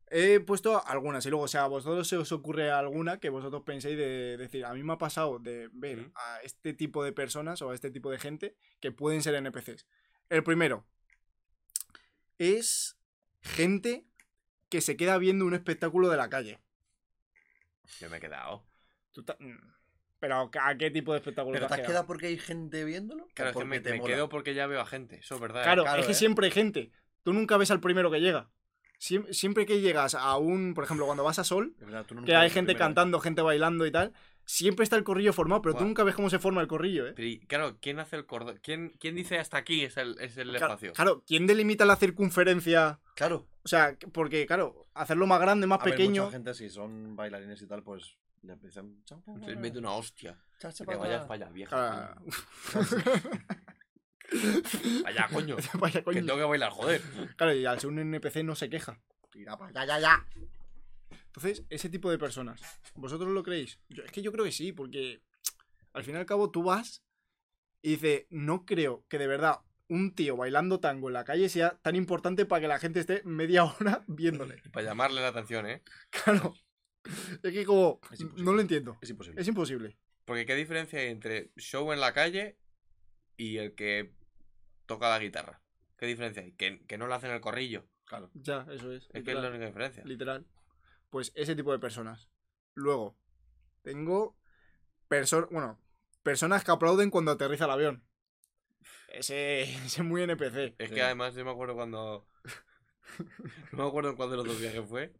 A: he puesto algunas y luego, o sea, a vosotros se os ocurre alguna que vosotros penséis de decir, a mí me ha pasado de ver
C: Ujú.
A: a este tipo de personas o a este tipo de gente que pueden ser NPCs. El primero es gente que se queda viendo un espectáculo de la calle.
C: Yo me he quedado.
A: Tú ta- mm. Pero ¿a qué tipo de espectáculo
B: ¿Pero
A: te
B: te
A: has
B: has quedado porque hay gente viéndolo?
C: Claro, es que
B: porque
C: me, me
B: mola?
C: quedo porque ya veo a gente, eso es verdad.
A: Claro,
B: claro,
A: es que
B: ¿eh?
A: siempre hay gente. Tú nunca ves al primero que llega. Siem- Siempre que llegas a un, por ejemplo, cuando vas a Sol,
B: Es verdad, tú nunca
A: que hay
B: eres el
A: gente
B: primero.
A: cantando, gente bailando y tal, siempre está el corrillo formado, pero tú
C: Buah.
A: nunca ves cómo se forma el corrillo, ¿eh?
C: Pero, y, claro, ¿quién hace el cordón? ¿Quién, ¿Quién dice hasta aquí es el, es el
A: Claro,
C: espacio?
A: claro, ¿quién delimita la circunferencia?
B: Claro.
A: O sea, porque, claro, hacerlo más grande, más
B: A ver,
A: pequeño.
B: mucha gente, si son bailarines y tal, pues le empiezan. Chao, chao,
C: Se mete una hostia.
B: chao,
C: Que
B: chao,
C: te
B: chao.
C: vayas para allá, vieja.
A: Claro.
C: Vaya,
A: <laughs>
C: coño.
A: Vaya
C: Que
A: coño.
C: tengo que bailar, joder.
A: Claro, y al ser un NPC no se queja.
B: Tira pa' allá, ya, ya.
A: Entonces, ese tipo de personas, ¿vosotros lo creéis? Yo- es que yo creo que sí, porque al fin y al cabo tú vas y dices, no creo que de verdad un tío bailando tango en la calle sea tan importante para que la gente esté media <laughs> hora viéndole.
C: Para llamarle la atención, ¿eh?
A: Claro. Es que como,
B: Es imposible.
A: no lo entiendo.
B: Es imposible.
A: Es imposible.
C: Porque qué diferencia hay entre show en la calle y el que toca la guitarra. ¿Qué diferencia hay? Que, que no lo hacen el corrillo.
B: Claro.
A: Ya, eso es.
C: Es que es la
A: literal,
C: única diferencia.
A: literal. Pues ese tipo de personas. Luego, tengo perso- bueno, personas que aplauden cuando aterriza el avión. Ese <laughs> ese es muy NPC.
C: Es
B: Sí.
C: que además yo me acuerdo <laughs> cuando. no me acuerdo en cuál de los dos viajes fue.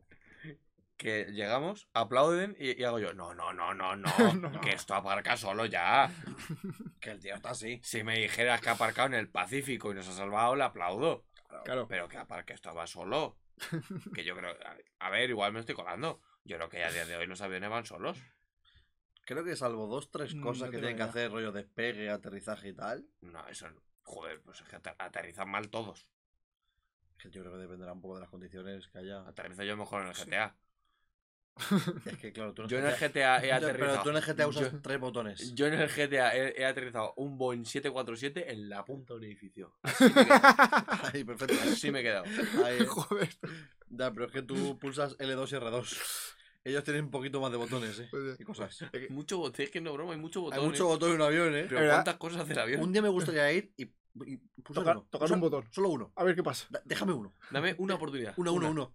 C: Que llegamos, aplauden y, y hago yo. No, no, no, no, <laughs> no,
A: No.
C: Que esto aparca solo ya.
B: Que el tío está así.
C: Si me dijeras que ha aparcado en el Pacífico y nos ha salvado, le aplaudo.
A: Claro.
C: Pero que aparque esto va solo. Que yo creo. a- A ver, igual me estoy colando. Yo creo que a día de hoy los aviones van solos.
B: Creo que salvo dos, tres
A: Mm, no
B: cosas que
A: tengo
B: tienen que
A: idea.
B: hacer, rollo despegue, aterrizaje y tal.
C: No, eso. no. Joder, pues es que ater- aterrizan mal todos.
B: Que yo creo que dependerá un poco de las condiciones que haya.
C: Aterrizo yo mejor en el GTA.
B: Es que claro, tú
C: Yo en el GTA <laughs> he
B: Ya,
C: aterrizado.
B: Pero tú en el GTA usas
C: Yo-
B: tres botones.
C: Yo en el GTA he, he aterrizado un Boeing 747 en la punta de un edificio.
B: <laughs> Ahí,
C: <laughs>
B: perfecto.
C: Así me he quedado. <laughs>
B: Ahí.
A: <laughs> Joder.
B: Ya, pero es que tú pulsas L2 y R2. Ellos tienen un poquito más de botones, eh.
A: Pues,
B: Y cosas.
C: Mucho botón, es que no broma, hay mucho botón.
B: Hay mucho botón en un avión, eh.
C: Pero
A: ¿Verdad?
C: cuántas cosas hace el avión.
B: Un día me gustaría ir y, y pulsar
A: Tocar-
B: uno.
A: tocar
B: Pulsa-
A: un botón.
B: Solo uno.
A: A ver qué pasa. <laughs>
B: Da- Déjame uno.
C: Dame una oportunidad.
B: Uno, uno,
C: Una.
B: uno.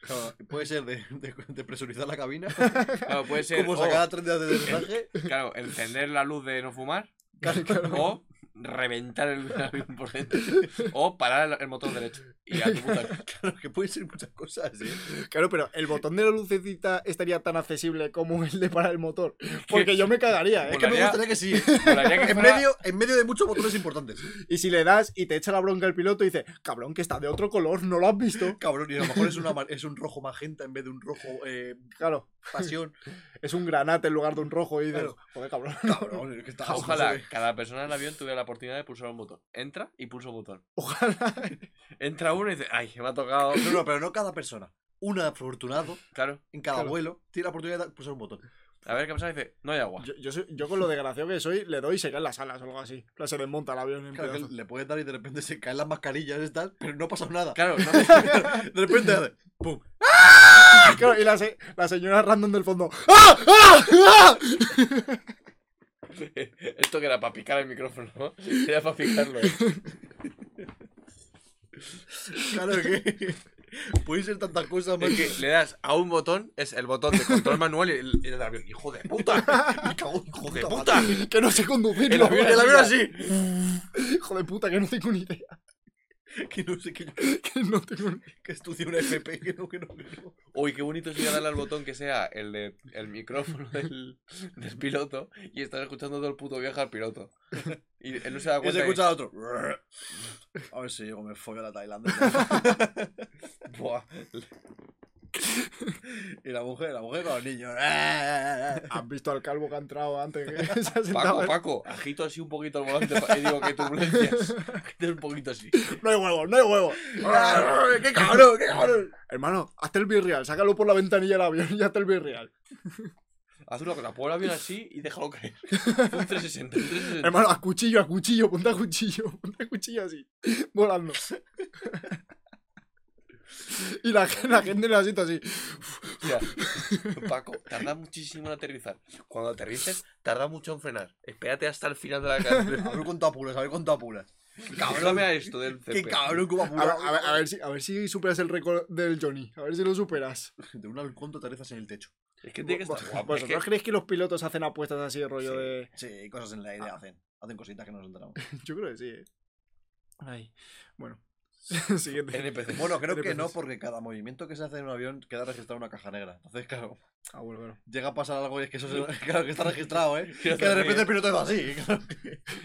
B: Claro, puede ser de, de- de presurizar la cabina,
C: Claro, puede ser. Oh.
B: como
C: o,
B: sacar a tres días de
C: <laughs>
B: aterrizaje.
C: claro, encender la luz de no fumar. O reventar el <laughs> avión por dentro. O parar el, el motor derecho. Y a tu puta. cara.
B: Claro, que pueden ser muchas cosas,
C: Pues
B: eh.
A: Claro, pero el botón de la lucecita estaría tan accesible como el de parar el
C: <laughs>
A: motor. Porque yo me cagaría, ¿eh?
B: Es que me
C: Molaría-
B: gustaría que sí. eh.
C: Molaría
B: <laughs>
C: que
B: En
C: fuera-
B: medio, en medio de muchos botones importantes.
A: Y si le das y te echa la bronca el piloto y dice, cabrón, que está de otro color, no lo has visto.
B: Cabrón, y a lo mejor es, una, ma- es un rojo magenta en vez de un rojo eh,
A: Claro,
B: pasión.
A: es un granate en lugar de un rojo y dices,
B: Claro.
A: joder, cabrón.
B: Cabrón, es que está
C: Ojalá cada persona en el avión tuviera la oportunidad de pulsar un botón. Entra y pulsa un botón.
A: Ojalá.
C: Entra uno y dice, ay, me ha tocado.
B: No, no, pero no cada persona. Un afortunado
C: Claro.
B: en cada
A: Claro.
B: vuelo tiene la oportunidad de pulsar un botón.
C: A ver qué pasa. Dice, no hay agua.
A: Yo, yo soy- yo con lo desgraciado que soy, le doy y se caen las alas o algo así. O sea, se desmonta el avión en
B: Claro, que
A: pedazos.
B: le puedes dar y de repente se caen las mascarillas y tal, pero no ha pasado nada.
C: Claro, no
B: De repente hace ¡pum!
A: Claro, y la, se- la señora random del fondo, ¡ah! ¡ah! ¡ah!
C: <laughs> Esto que era para picar el micrófono, ¿no? <laughs> Era para picarlo. ¿eh?
B: Claro que <laughs> pueden ser tantas cosas, man.
C: Es que le das a un botón, es el botón de control manual y el, y el avión. ¡Hijo de puta!
B: Me cago en
C: ¡Hijo de
B: puta
C: puta!
B: madre.
A: Que no sé conducir.
C: El
A: ¿no?
C: avión,
B: El avión así.
A: Hijo de puta, que no tengo ni idea.
B: Que no sé qué yo-
A: <laughs> Que no tengo ni
B: que estudié una FP, que no, que no, que no.
C: Uy, qué bonito sería darle al botón que sea el de el micrófono del, del piloto y estar escuchando todo el puto viaje al piloto. Y él no se da
B: Y se
C: cuenta. que-
B: escucha a otro. A ver si llego, me follo a la Tailandia.
C: Buah.
B: Y la mujer, la mujer con los niños.
A: <laughs>
B: Claro,
A: ¿Has visto al calvo que ha entrado antes que <laughs> se ha sentado?
C: Paco, Paco, agito así un poquito el volante pa- y digo que turbulencias. Agito un poquito así.
A: No hay huevo, no hay huevo.
B: ¡Qué cabrón, qué cabrón!
A: Hermano, hazte el birreal, sácalo por la ventanilla del avión y hazte el birreal.
C: Haz una cosa, pon el avión así y déjalo caer. Un 360, un 360.
A: Hermano, a cuchillo, a cuchillo, ponte a cuchillo, <laughs> ponte a cuchillo así, volando. <laughs> Y la, gen- la gente en el asiento así.
C: O sea, Paco, tarda muchísimo en aterrizar. Cuando aterrices, tarda mucho en frenar. Espérate hasta el final de la <laughs> carrera.
B: Haber contado apuras, haber contado apuras.
C: Cabrón, a esto del
B: Qué
C: CP.
B: cabrón, cómo
A: A ver,
B: apura.
A: a ver- a ver si, a ver si superas el récord del Johnny, a ver si lo superas.
B: De un halcón te aterrizas en el techo.
C: Es que tiene que estar
H: Vos-
C: guapo. Es que,
A: ¿Vosotros creéis que los pilotos hacen apuestas así, rollo
B: Sí.
A: de.? <laughs>
B: Sí, cosas en la
A: Ah.
B: idea hacen. Hacen cositas que no nos enteramos.
A: Yo creo que sí, ¿eh? Ay.
C: <laughs>
A: Bueno. Siguiente.
C: NPC.
B: Bueno, creo que
A: NPCs.
B: no, porque cada movimiento que se hace en un avión queda registrado en una caja negra. Entonces, claro,
A: Ah, bueno, claro.
B: llega a pasar algo y es que eso se- <laughs> claro que está registrado,
C: <laughs>
B: ¿eh? Que de
C: también.
B: repente el piloto es así. <laughs> claro.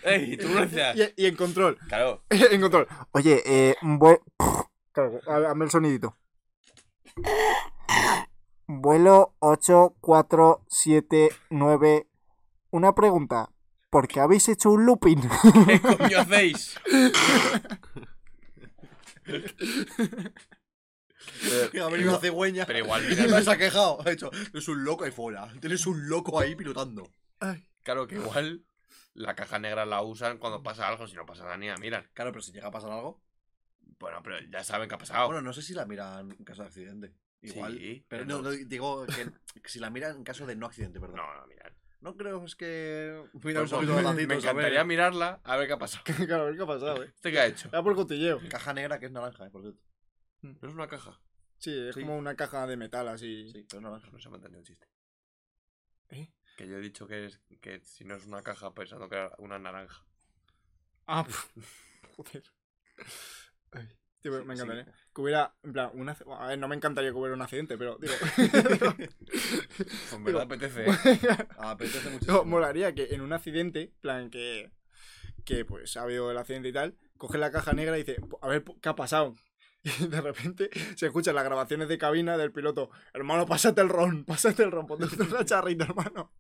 C: ¡Ey! Tú <laughs> no decías.
A: Y, y en control. <laughs>
C: Claro.
A: en control. Oye, eh. Vuelo. <laughs> Claro, a- hazme el sonidito. <laughs> Vuelo 8479. Una pregunta. ¿Por qué habéis hecho un looping?
C: ¿Qué coño <laughs> hacéis?
B: Que ha venido una cigüeña.
C: Pero igual,
B: <laughs> Y
C: mira,
B: me se ha quejado. Ha dicho, es un loco ahí fuera. Tienes un loco ahí pilotando.
C: Claro que igual la caja negra la usan cuando pasa algo, si no pasa nada ni la miran.
B: Claro, pero si llega a pasar algo.
C: Bueno, pero ya saben que ha pasado.
B: Bueno, no sé si la miran en caso de accidente. Igual.
C: Sí,
B: pero
C: pero
B: no, no, digo que, que si la miran en caso de no accidente, perdón.
C: no, no miran.
B: No creo, es que.
C: Por
B: Mira, un
C: eso,
B: poquito de
C: Pues
B: lacitos,
C: me, me
B: a ver.
C: encantaría mirarla a ver qué ha pasado.
A: claro, a ver qué ha pasado, eh.
C: ¿Este qué ha hecho?
A: Era por cotilleo.
B: Caja negra que es naranja, eh, por cierto.
C: No es una caja.
A: Sí, es
C: Sí.
A: como una caja de metal así.
B: Sí, pero es naranja.
C: No se me ha entendido el chiste.
A: ¿Eh?
C: Que yo he dicho que, es, que si no es una caja pensando que era una naranja.
A: <laughs> Ah, pf, joder. Ay, tío, me
B: Sí,
A: encantaría. Que hubiera, en plan, un ac- A ver, no me encantaría que hubiera un accidente, pero, digo.
C: Pues me
A: Digo,
C: lo apetece. ¿eh?
A: <laughs>
B: Ah,
C: <laughs>
B: apetece
A: No,
B: muchísimo.
A: molaría que en un accidente, plan que, que pues ha habido el accidente y tal, coge la caja negra y dice, a ver, ¿qué ha pasado? <laughs> Y de repente se escuchan las grabaciones de cabina del piloto, hermano, pásate el ron, <laughs> pásate el ron, ponte <laughs> otra charrita, hermano.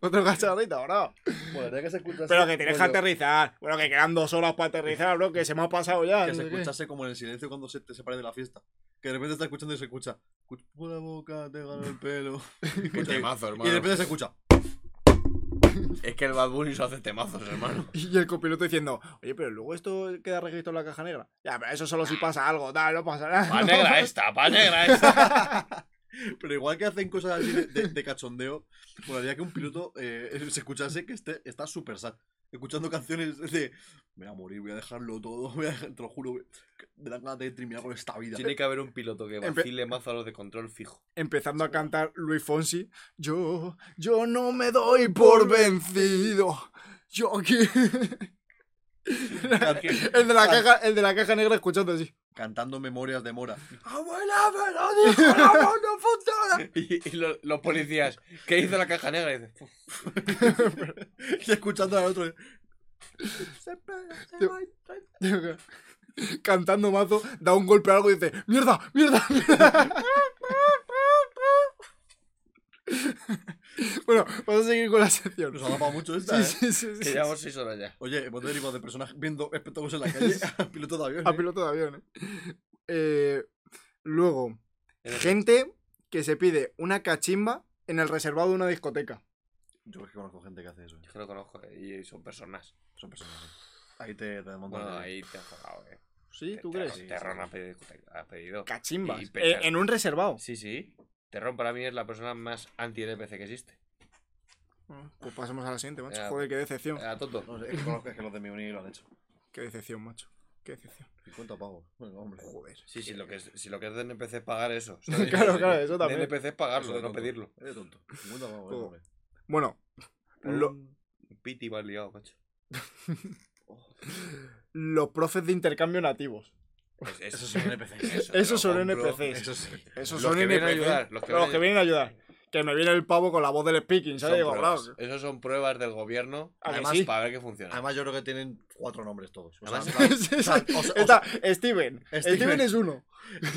A: Otra charrita, bro.
B: Molaría que se escuchase.
A: Pero que te deja
B: rollo,
A: aterrizar. Bueno, que quedan dos horas para aterrizar, bro, que se me ha pasado ya.
B: Que
A: no sé
B: se
A: qué.
B: escuchase como en el silencio cuando se te separe de la fiesta. Que de repente está escuchando y se escucha. Por la boca, te gano el
A: <laughs>
B: pelo.
C: Qué temazo,
B: ¿eh? Pues Y de
C: hermano.
B: repente se escucha.
C: Es que el Bad Bunny se hace temazos, hermano.
A: Y el copiloto diciendo, oye, pero luego esto queda registrado en la caja negra. Ya, pero eso solo
C: Ah.
A: si pasa algo, tal, no pasa nada. <laughs>
C: Pa'
A: ¿no?
C: negra esta, pa' negra esta.
B: Pero igual que hacen cosas así de, de- de cachondeo, molaría que un piloto eh, se escuchase que esté, está súper sad. Escuchando canciones de me voy a morir, voy a dejarlo todo, voy a dejar- te lo juro, voy- que me dan ganas de terminar con esta vida.
C: Tiene que haber un piloto que
A: Empe-
C: vacile mazo a los de control fijo.
A: empezando a cantar Luis Fonsi. Yo, yo no me doy por vencido. Yo aquí. <laughs> el, de la caja, el de la caja negra escuchando así.
B: Cantando memorias de Mora. <laughs>
C: ¡Abuela, me lo dijo! ¡Vamos,
A: <laughs>
C: no funciona! <laughs> Y, y lo- los policías, ¿qué hizo la caja negra? Y dice, "Pues "Puf,
B: y escuchando al otro.
A: Cantando mazo, da un golpe a algo y dice: ¡Mierda, mierda! mierda". <laughs> bueno, vamos a seguir con la sección.
B: Nos ha dado mucho esta,
A: Sí, <laughs> sí,
B: ¿eh?
A: sí, sí,
C: que
A: sí.
C: llevamos seis horas ya.
B: Oye, hemos derivado de personas viendo espectáculos en la <laughs> calle a pilotos de avión.
A: <laughs> A
B: ¿eh?
A: piloto de avión. ¿eh? Eh, luego, gente que se pide una cachimba en el reservado de una discoteca.
B: Yo es que conozco gente que hace eso. ¿eh?
C: Yo que lo conozco, eh, y son personas.
B: Son personas. ¿eh? Ahí te, te desmontan.
C: Bueno,
B: el-
C: ahí te has jugado, eh.
A: ¿Sí?
C: Te-
A: ¿Tú
C: te-
A: crees?
C: Terrón ha pedido. ha pedido.
A: Cachimbas.
C: Y pechas.
A: Eh, en un reservado.
C: Sí, sí. Terrón para mí es la persona más anti-NPC que existe.
A: Ah, Pues pasemos a la siguiente, macho.
C: Ya.
A: Joder, qué decepción.
C: Era tonto.
B: No sé, es que, conozco- es que los de mi uni lo han hecho.
A: Qué decepción, macho. Qué decepción.
B: 50 pavos. Bueno, hombre. Eh,
A: Joder.
C: Sí, sí, lo que es, si lo que es de NPC es pagar eso. ¿sabes?
A: Claro, claro, eso también.
C: De NPC es pagarlo,
B: Eso de
C: no
B: tonto.
C: pedirlo.
B: Eres tonto. 50 pavos, eh,
A: Todo.
B: hombre.
A: Bueno, lo-
C: Un Piti va liado, macho.
A: los profes de intercambio nativos.
C: Es- es-
B: Esos son NPCs.
C: <laughs> eso te
A: Esos
C: lo
A: son
C: compro.
A: NPCs.
B: Eso sí.
A: Esos
C: Los
A: son
C: que vienen a
A: NPC.
C: ayudar, los
A: Los
C: que
A: que,
C: vienen-
A: vienen a ayudar. Que me viene el pavo con la voz del speaking,
C: Son
A: ¿sabes? Digo,
C: pruebas. <laughs>
A: "Bro,
C: Esos son pruebas del gobierno
A: ¿A que
C: además,
A: sí?
C: para ver que funciona.
B: Además, yo creo que tienen cuatro nombres todos. O
A: <laughs>
B: sea,
C: Además-
B: en plan,
A: Sí, sí.
B: o sea, o
A: Está Steven. Steven.
B: Steven.
A: es uno.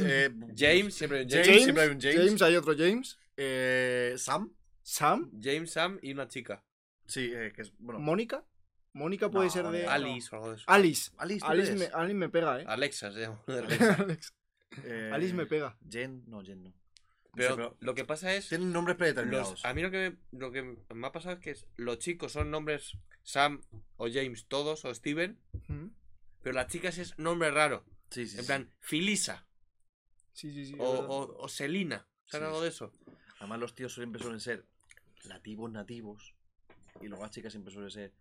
B: eh,
C: James, siempre hay un
B: James,
C: James,
B: siempre hay un James.
A: hay otro James.
B: eh, Sam.
A: Sam.
C: James, Sam y una chica.
B: Sí, eh, que es. Bueno,
A: Mónica. Mónica puede
B: No,
A: ser de.
B: no.
C: Alice o algo de eso.
A: Alice.
B: Alice, ¿tú
A: Alice
B: crees?
A: me, Alice me pega, eh.
C: Alexa se llama.
A: <laughs> Alex.
B: Eh,
A: Alice me pega.
B: Jen, no, Jen no.
C: Pero,
B: Sí, pero-
C: lo que pasa es.
B: Tienen nombres predeterminados.
C: los- a mí lo que, me, lo que me ha pasado es que los chicos son nombres Sam o James, todos, o Steven.
A: Mm.
C: Pero las chicas es nombre raro.
B: Sí, sí,
C: en
B: sí.
C: plan, Filisa
A: Sí, sí, sí.
C: o,
A: es verdad.
C: o, o Selina. ¿Sabes
B: Sí,
C: algo de eso?
B: Además, los tíos siempre suelen ser nativos, nativos. Y luego las chicas siempre suelen ser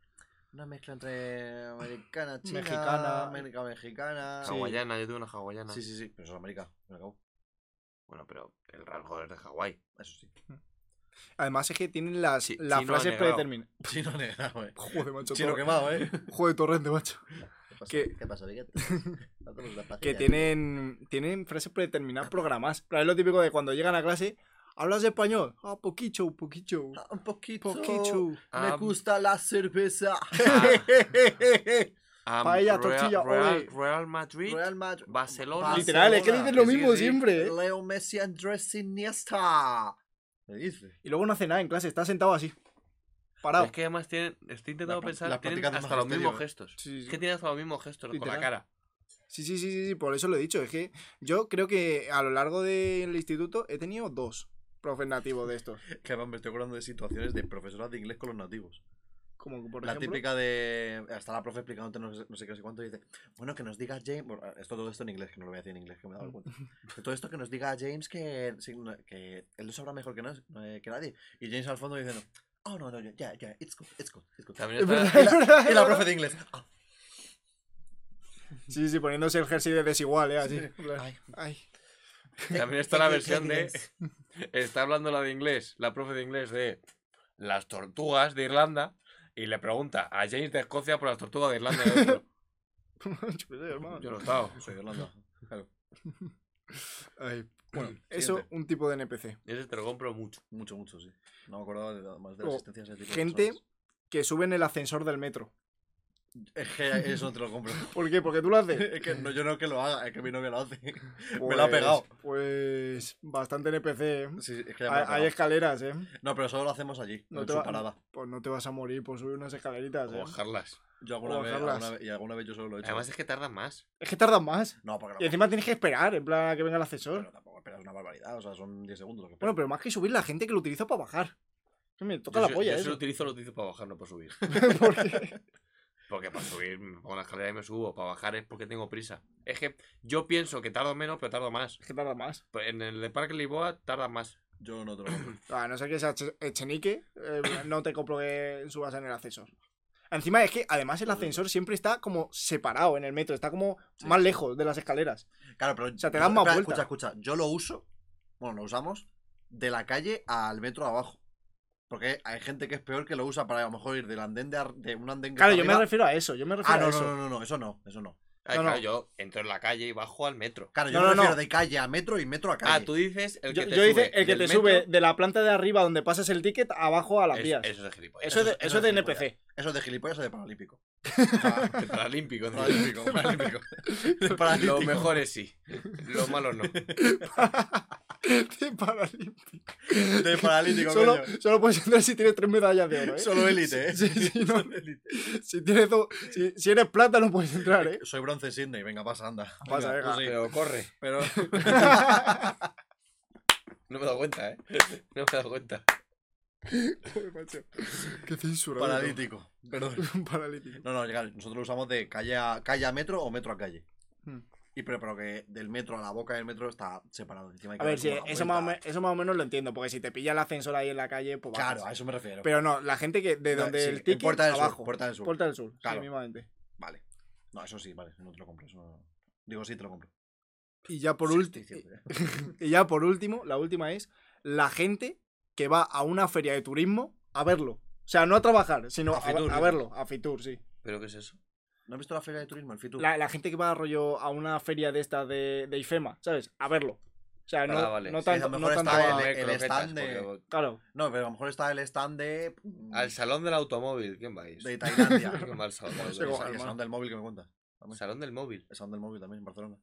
B: una mezcla entre americana, china,
A: Mexicana.
B: América mexicana.
A: Sí.
C: Hawaiana, yo tengo una hawaiana.
B: Sí, sí, sí, pero eso es América, me acabo.
C: Bueno, pero el rango es de Hawái.
B: Eso sí.
A: Además es que tienen las,
C: Sí,
A: las
C: chino
A: frases
C: anegado.
A: predeterminadas.
B: Chino negado, eh.
C: <laughs>
A: Joder, macho.
B: Chino
A: todo-
B: quemado, eh.
A: Joder, torrente, macho.
B: ¿Qué pasa?
A: Que-
B: ¿Qué pasa, Miguel? Dándonos la pajilla,
A: Que
B: tío.
A: tienen, tienen frases predeterminadas programadas. Pero es lo típico de cuando llegan a clase, ¿hablas español? Ah, poquicho, poquicho.
B: Ah, Un poquito.
A: Poquicho.
C: Ah,
B: Me gusta la cerveza.
C: am-
A: Paella,
C: Real-
A: tortilla, ole.
C: Real, Real
B: <laughs>
C: Madrid,
B: Real Madrid.
C: Barcelona.
A: Literal, es que
B: Barcelona.
A: dicen lo
C: Que sí,
A: mismo
C: que sí.
A: siempre. ¿eh?
B: Leo Messi, Andrés Iniesta. ¿Me dice?
A: Y luego no hace nada en clase, está sentado así. Parado.
C: Es que además tienen, estoy intentando
B: La-
C: pensar,
B: las
C: tienen
B: prácticas de
C: hasta los
B: magisterio,
C: mismos
B: eh.
C: gestos.
A: Sí, sí,
C: Es
A: sí.
C: que tienen hasta los mismos gestos con la
A: Literal.
C: cara.
A: Sí, sí, sí, sí, sí, por eso lo he dicho. Es que yo creo que a lo largo del instituto he tenido dos profes nativos de estos.
B: Que además me estoy acordando de situaciones de profesoras de inglés con los nativos.
A: Como que, por
B: la
A: ejemplo,
B: típica de. Hasta la profe explicándote no sé, no sé qué, no sé cuánto. Y dice: Bueno, que nos diga James. bueno, esto, todo esto en inglés, que no lo voy a decir en inglés, que me he
A: <laughs>
B: dado cuenta. Pero todo esto que nos diga James que, sí, no- que él lo sabrá mejor que, nos- eh, que nadie. Y James al fondo diciendo: Oh, no, no, ya, ya, ya, it's good, it's good, it's good.
C: También
A: Es
B: <laughs>
C: está-
A: verdad, es verdad.
B: Y la profe de inglés: "Ah,
A: Sí, sí, poniéndose el jersey de desigual, ¿eh? Así.
B: Ay.
A: Ay.
C: También está la
B: ¿Qué- qué- qué
C: versión de.
B: inglés?
C: <laughs> Está hablando la de inglés, la profe de inglés de las tortugas de Irlanda. Y le pregunta a James de Escocia por las tortugas de Irlanda. Y el
B: <laughs>
C: otro,
A: Yo qué sé, hermano.
C: Yo no he estado.
B: Soy de Irlanda. Claro,
A: Ay, <laughs> Bueno, eso,
B: Siguiente.
A: un tipo de NPC.
C: Ese te lo compro mucho.
B: mucho, mucho, sí. No me acordaba de, nada más de la
A: Luego,
B: existencia de ese tipo de
A: Gente
B: personas.
A: que sube en el ascensor del metro.
B: Es que eso no te lo compro.
A: ¿Por qué? Porque tú lo haces.
B: <laughs> Es que no, yo no que lo haga, es que mi novia lo hace. <laughs>
A: Pues-
B: la ha pegado.
A: Pues bastante NPC. ¿eh?
B: Sí, es que ya me lo
A: Hay,
B: he
A: hay
B: pegado.
A: escaleras, ¿eh?
B: No, pero solo lo hacemos allí,
A: No
B: en
A: te
B: su
A: va-
B: parada.
A: Pues no te vas a morir por subir unas escaleritas,
C: O
A: ¿eh?
C: bajarlas.
B: Yo alguna
A: O
B: vez,
A: bajarlas.
B: alguna vez- y alguna vez yo solo lo he hecho.
C: Además es que tardan más.
A: Es que tardan más.
B: No, porque
A: Y
B: no,
A: encima tienes que esperar, en plan, a que venga el ascensor.
B: pero tampoco esperas una barbaridad, o sea, son 10 segundos lo que
A: Bueno,
B: esperas.
A: pero más que subir la gente que lo utiliza para bajar. Me toca
C: yo
A: la
C: si-
A: polla,
C: yo
A: <laughs>
C: si lo
A: eso.
C: utilizo, lo utilizo para bajar, no
B: <laughs>
C: para subir.
A: Porque-
C: Porque para subir me pongo la escalera y me subo. Para bajar es porque tengo prisa. Es que yo pienso que tardo menos, pero tardo más.
A: Es que tarda más.
C: Pero En el de Parque Lisboa tarda más.
B: Yo no te lo
A: <laughs>
B: compro.
A: A no ser que sea Eche- Echenique, eh, no te compro que subas en el ascensor. Encima es que además el ascensor siempre está como separado en el metro, está como más lejos de las escaleras.
B: Claro, pero.
A: sea, te dan más
B: espera,
A: vuelta.
B: Escucha, escucha. Yo lo uso, bueno, lo usamos, de la calle al metro de abajo. Porque hay gente que es peor que lo usa para a lo mejor ir del andén de, ar- de un andén que
A: Claro,
B: está
A: yo me
B: arriba-
A: refiero a eso, yo me refiero
B: Ah,
A: a
B: no,
A: eso.
B: no, no, no, no, eso no, eso no.
C: Ay,
A: No, no.
C: claro, yo entro en la calle y bajo al metro.
B: Claro, yo
A: No,
B: me
A: no, no.
B: refiero de calle a metro y metro a calle.
C: Ah, tú dices el
A: yo
C: que te
A: yo
C: sube.
A: hice el que
C: del
A: te
C: metro,
A: sube de la planta de arriba donde pasas el ticket abajo a las
C: es-
A: vías.
C: Eso es de gilipollas.
A: Eso, es de,
B: eso
A: eso
B: es
A: es de
B: gilipollas.
A: NPC.
B: Eso de gilipollas o
A: <laughs>
B: de paralímpico.
C: De Paralímpico. encima.
B: Paralímpico, paralímpico. De
C: Lo
B: paralímpico.
C: mejor es sí. Lo malo no.
A: <laughs> De paralímpico.
B: De paralítico,
A: <laughs> Solo,
B: coño.
A: solo puedes entrar si tienes tres medallas de oro, ¿eh?
B: Solo élite, ¿eh?
A: Sí, <laughs> sí, no.
B: Solo élite.
A: Si, tienes do- si, si eres plata no puedes entrar,
B: <laughs>
A: ¿eh?
B: Soy bronce Sydney, venga, pasa, anda.
A: Pasa,
B: tú
A: venga.
B: sí.
C: Pero corre.
B: Pero, <laughs>
C: No me he dado cuenta, ¿eh? No me he dado cuenta.
A: Joder, macho. Qué censura. <laughs>
B: paralítico, perdón.
A: Un paralítico.
B: No, no, llega, nosotros lo usamos de calle a, calle a metro o metro a calle.
A: Hmm.
B: Y pero, pero que del metro a la boca del metro está separado. Encima hay que
A: A ver,
B: dar
A: sí,
B: como una
A: eso, más
B: vuelta.
A: o me- eso más o menos lo entiendo, porque si te pilla el ascensor ahí en la calle, pues bajas.
B: Claro, a eso me refiero.
A: Pero no, la gente que de
B: No,
A: donde
B: sí,
A: el
B: en
A: ticket
B: Puerta del Sur,
A: abajo.
B: Puerta del Sur.
A: Puerta del Sur, sí,
B: Claro.
A: mismamente.
B: Vale. No, eso sí, vale, no te lo compro. Eso no- Digo, sí, te lo compro.
A: Y ya por
B: Sí,
A: último,
B: estoy diciendo, ¿eh?
A: y ya por último, la última es la gente que va a una feria de turismo a verlo. O sea, no a trabajar, sino
B: A
A: a,
B: Fitur,
A: a
B: ¿no?
A: verlo, a Fitur, sí.
C: ¿Pero qué es eso?
B: ¿No has visto la feria de turismo, el Fitur?
A: La, la gente que va rollo a una feria de esta de, de IFEMA, ¿sabes? A verlo. O sea, no,
C: Ah, vale.
A: no
C: Sí,
A: tanto,
B: a
A: no
B: lo mejor
A: tanto
B: está
A: a-
B: el-
C: Comer croquetas,
B: stand de-
C: porque-
A: Claro,
B: No, pero a lo mejor está el stand de... mm,
C: Al salón del automóvil. ¿Quién va a ir?
B: De
C: <laughs>
B: Tailandia.
C: ¿Quién va
B: <laughs>
C: al salón? del
A: No sé,
C: automóvil?
A: coja
B: el
A: el
B: stand
A: mar.
B: del móvil que me cuentas.
C: Salón del móvil.
B: El stand del móvil también en Barcelona.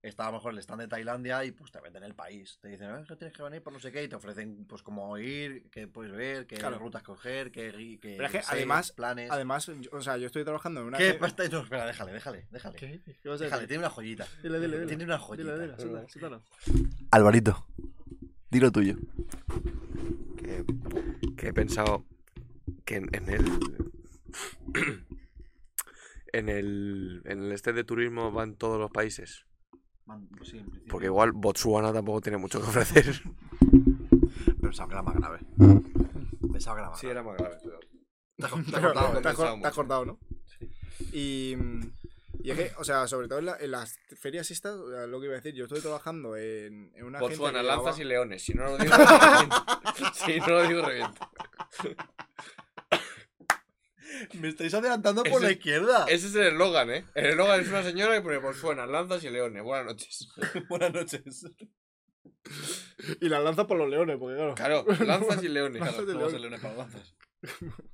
B: Está a lo mejor el stand de Tailandia y pues te venden el país. Te dicen, "Ah, es que tienes que venir por no sé qué y te ofrecen pues cómo ir, qué puedes ver, qué
A: Claro.
B: rutas coger, qué, gui- qué
A: Pero es que
B: series,
A: además-
B: planes.
A: además, yo- o sea, yo estoy trabajando en una.
B: <laughs> ¿Qué
A: fe-
B: pasta? No, espera, déjale, déjale, déjale.
A: ¿Qué? ¿Qué vas a
B: Déjale,
A: decir?
B: tiene una joyita.
A: Dile, dile, dile.
B: Tiene una joyita.
A: Dile, dile, suéltalo, suéltalo.
H: Alvarito, dilo tuyo.
C: que, que he pensado que en, en el <clears throat> en el en el este de turismo van todos los países
B: Man, pues sí, en principio.
C: porque igual Botsuana tampoco tiene mucho que ofrecer
B: Pensaba que era más grave. Pensaba que
A: <laughs>
B: era más grave.
C: era más grave pero...
B: <laughs> Te has- te has
A: Pero
B: cortado,
A: te
B: ¿eh?
A: has cor-
C: pensado
A: te has cortado, ¿no? Y, mm, y es que, o sea, sobre todo en, la- en las ferias estas, o sea, lo que iba a decir, yo estoy trabajando en, en una agencia
C: Botswana,
A: que
C: lanzas
A: llevaba-
C: y leones. Si no lo digo, reviento. <laughs> Si no lo digo, reviento.
B: Me estáis adelantando por
C: Ese-
B: la izquierda.
C: Ese es el eslogan, ¿eh? El eslogan es una señora que pone Botswana, lanzas y leones. Buenas noches.
B: Buenas noches.
A: <laughs> y las lanzas por los leones, porque claro.
C: Claro, lanzas y leones.
A: Lanzas de
B: Vamos
A: león.
B: el lunes para lanzas.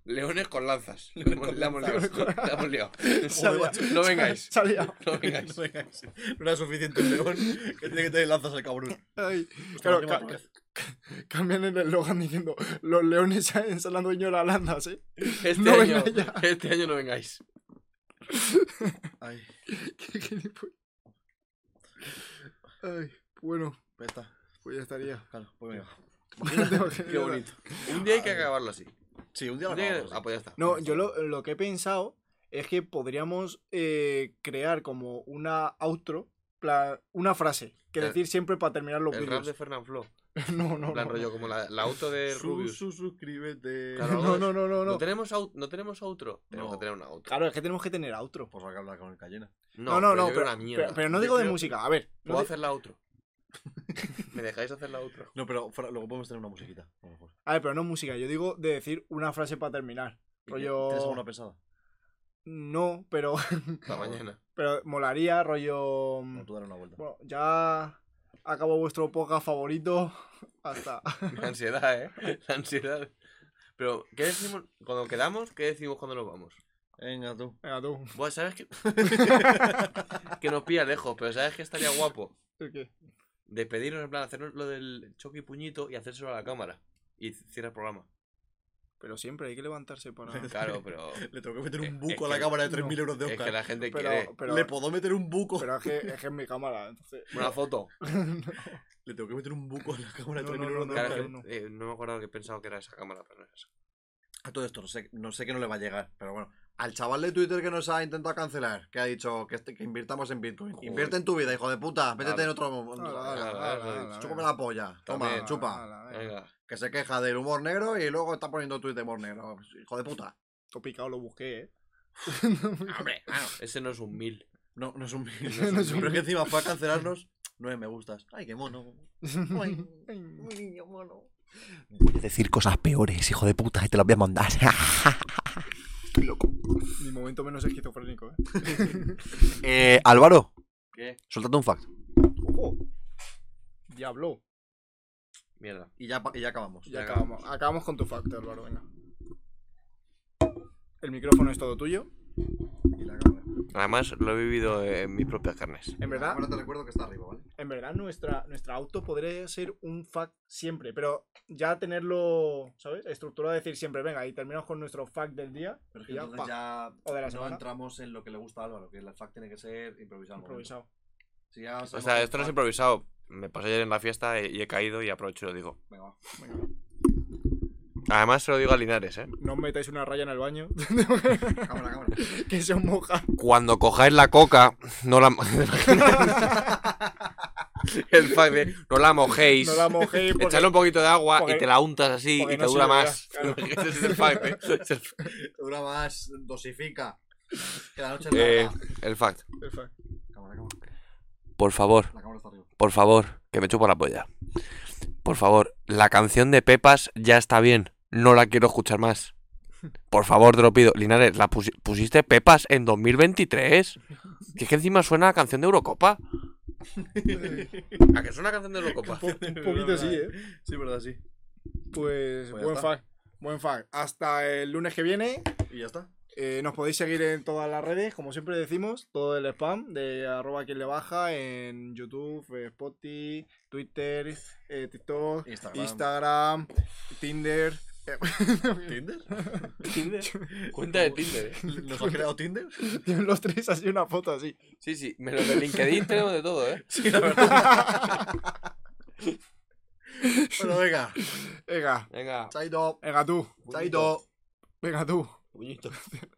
C: Leones con lanzas. La hemos- la hemos liado. La hemos liado.
A: Salía-
C: No vengáis.
A: <laughs> salía.
C: No vengáis.
B: No vengáis. No era suficiente un león que tiene que tener lanzas al cabrón.
A: Ay, claro,
B: qué
A: ca-
B: mal.
A: ca- cambian el eslogan diciendo los leones ensalando de las lanzas, ¿eh?
C: Este,
A: No
C: año,
A: vengáis ya.
C: este año no vengáis.
B: Ay,
A: Qué gilipollas. Ay, bueno,
B: ya está.
A: pues ya
C: <laughs>
A: estaría.
B: Claro, pues venga.
A: Qué
C: Un día hay que acabarlo así.
B: Sí, un día lo
C: Un día-
B: acabamos.
C: Ah, pues ya está.
A: No, yo lo, lo que he pensado es que podríamos eh, crear como una outro, pla- una frase que
C: El-
A: decir siempre para terminar los
C: El rap
A: vídeos.
C: de Fernand Flo.
A: <laughs> No, no,
C: En plan
A: no.
C: rollo como la, la auto de
B: Su-
C: Rubius.
B: su- suscríbete.
C: Claro.
A: No, no, no, no,
C: No
A: no.
C: tenemos, au- no tenemos outro. Tenemos
B: No.
C: que tener una outro.
A: Claro, es que tenemos que tener outro.
B: Por sacar la con cayena.
A: No, no, no,
C: yo creo
A: pero,
C: una mierda.
A: pero- pero no
C: Yo
A: digo de
C: creo-
A: música. A ver, no
C: Puedo
A: di-
C: hacer la
A: <laughs>
C: outro. ¿Me dejáis hacer la outro?
B: No, pero fuera- luego podemos tener una musiquita. A lo mejor.
A: a ver, pero no música. Yo digo de decir una frase para terminar. Rollo.
B: ¿Tienes alguna pensada?
A: No, pero, <laughs>
C: Para mañana.
A: pero molaría, rollo. mm,
B: No, tú dale una vuelta.
A: Bueno, ya acabó vuestro podcast favorito. <laughs> Hasta.
C: La ansiedad, ¿eh? La ansiedad. Pero, ¿qué decimos? Cuando quedamos, ¿qué decimos cuando nos vamos?
B: Venga, tú.
A: Venga, tú.
C: Bueno,
A: <laughs>
C: ¿sabes qué? que nos pilla lejos, pero ¿sabes qué estaría guapo?
A: ¿El qué?
C: Despedirnos, en plan, hacernos lo del choque y puñito y hacérselo a la cámara. Y cierra el programa.
A: Pero siempre hay que levantarse <laughs> para.
C: Claro, pero.
B: Le tengo que meter un
C: Es-
B: buco
C: es
B: a la
C: que-
B: cámara de 3.000 euros de
C: Es
B: Oscar.
C: que la gente
A: Pero,
C: quiere.
A: pero,
B: Le puedo meter un buco.
A: pero es, que, es que es mi cámara. <laughs> Entonces...
C: Una foto.
B: Le tengo que meter un buco a la cámara de
A: No,
B: 3.000
A: no,
B: euros
A: no,
B: de
A: no,
C: Claro,
B: Oscar.
A: pero
C: es que, eh, no me acuerdo que pensaba que era esa cámara, pero no es esa.
B: A todo esto, no sé, no sé que no le va a llegar, pero bueno. Al chaval de Twitter que nos ha intentado cancelar, que ha dicho que, este- que invirtamos en Bitcoin.
C: Joder.
B: Invierte en tu vida, hijo de puta. Métete
C: Claro.
B: en otro mundo.
A: Ala, ala,
C: ala, ala,
A: ala,
B: Chúpame
A: venga.
B: la polla. Toma,
C: También.
B: chupa.
A: Ala, ala, venga.
C: Venga.
B: Que se queja del humor negro y luego está poniendo tweet de humor negro. Hijo de puta.
A: Todo picado lo busqué, ¿eh?
C: Ah, Hombre, claro. Ese no es un mil.
B: No, no es un <laughs> mil.
A: es un
B: Pero
A: mil. <laughs>
B: es que encima fue a cancelarnos nueve me gustas. Ay, qué mono. Ay, muy niño mono.
I: Voy a decir cosas peores, hijo de puta, y te las voy a mandar.
A: <laughs>
I: <laughs>
A: Mi momento menos esquizofrénico, ¿eh?
I: Eh, Álvaro,
C: ¿Qué?
I: suéltate un fact.
A: ¡Ojo! Diablo.
C: Mierda.
B: Y ya, pa- y ya acabamos.
A: Ya
C: Ya
A: acabamos. Acabamos con tu factor, Álvaro, venga. El micrófono es todo tuyo.
B: Y la cámara.
C: Además, lo he vivido en mis propias carnes.
A: En verdad,
B: Ahora te recuerdo que está arriba, ¿vale?
A: en verdad nuestra, nuestra auto podría ser un fact siempre, pero ya tenerlo, ¿sabes? Estructurado decir siempre, venga, y terminamos con nuestro fact del día.
B: Pero es
A: y
B: que
A: ya,
B: entonces
A: pa,
B: ya
A: O de la
B: no
A: semana.
B: entramos en lo que le gusta a Álvaro, que el fact tiene que ser improvisado. al momento.
A: improvisado.
B: Si ya
C: O
B: sabemos
C: sea,
B: que
C: esto no es
B: fact-
C: improvisado. Me pasé ayer en la fiesta y y he caído y aprovecho y lo digo.
B: Venga, va.
C: Además, se lo digo a Linares, ¿eh?
A: No os metáis una raya en el baño, <laughs>
B: Cámara,
C: <laughs>
B: cámara.
A: que se os moja.
C: Cuando cojáis la coca, no la. <laughs> El fact de, no la mojéis.
A: No la
C: <laughs>
A: mojéis porque...
C: Echarle un poquito de agua
A: porque-
C: y te la untas así y
A: porque
C: te
A: no
C: dura
A: sirve,
C: más.
A: claro.
C: Ese <laughs> es el fact, ¿eh?
A: <laughs>
C: Ese es el fact.
B: Dura más, dosifica. Que la noche es
C: Eh,
B: larga.
C: el fact.
A: El fact.
B: Cámara, cámara.
C: Por favor,
B: La cámara está arriba.
C: por favor, que me chupo la polla. Por favor, la canción de Pepas ya está bien. No la quiero escuchar más. Por favor, te lo pido. Linares, la pusi- pusiste Pepas en 2023. Que es que encima suena a canción de Eurocopa. ¿A que suena canción de Eurocopa?
A: Un poquito sí, ¿eh?
B: Sí, verdad, sí.
A: Pues
B: Pues ya
A: buen
B: está.
A: fact. Buen fact. Hasta el lunes que viene.
B: Y ya está.
A: Eh, nos podéis seguir en todas las redes, como siempre decimos, todo el spam de arroba quien le baja en YouTube, eh, Spotify, Twitter, eh, TikTok,
B: Instagram.
A: Instagram, Tinder. eh, <laughs>
B: ¿Tinder?
C: Cuenta de Tinder. ¿eh?
B: ¿Nos ha creado
A: <laughs>
B: Tinder?
A: tienen los tres así una foto así.
C: Sí, sí, menos de LinkedIn tenemos de todo, ¿eh?
B: Sí, la verdad.
A: <laughs>
B: bueno, venga.
A: Venga,
C: Venga,
B: Chaito.
A: venga tú,
B: Chaito.
A: venga tú.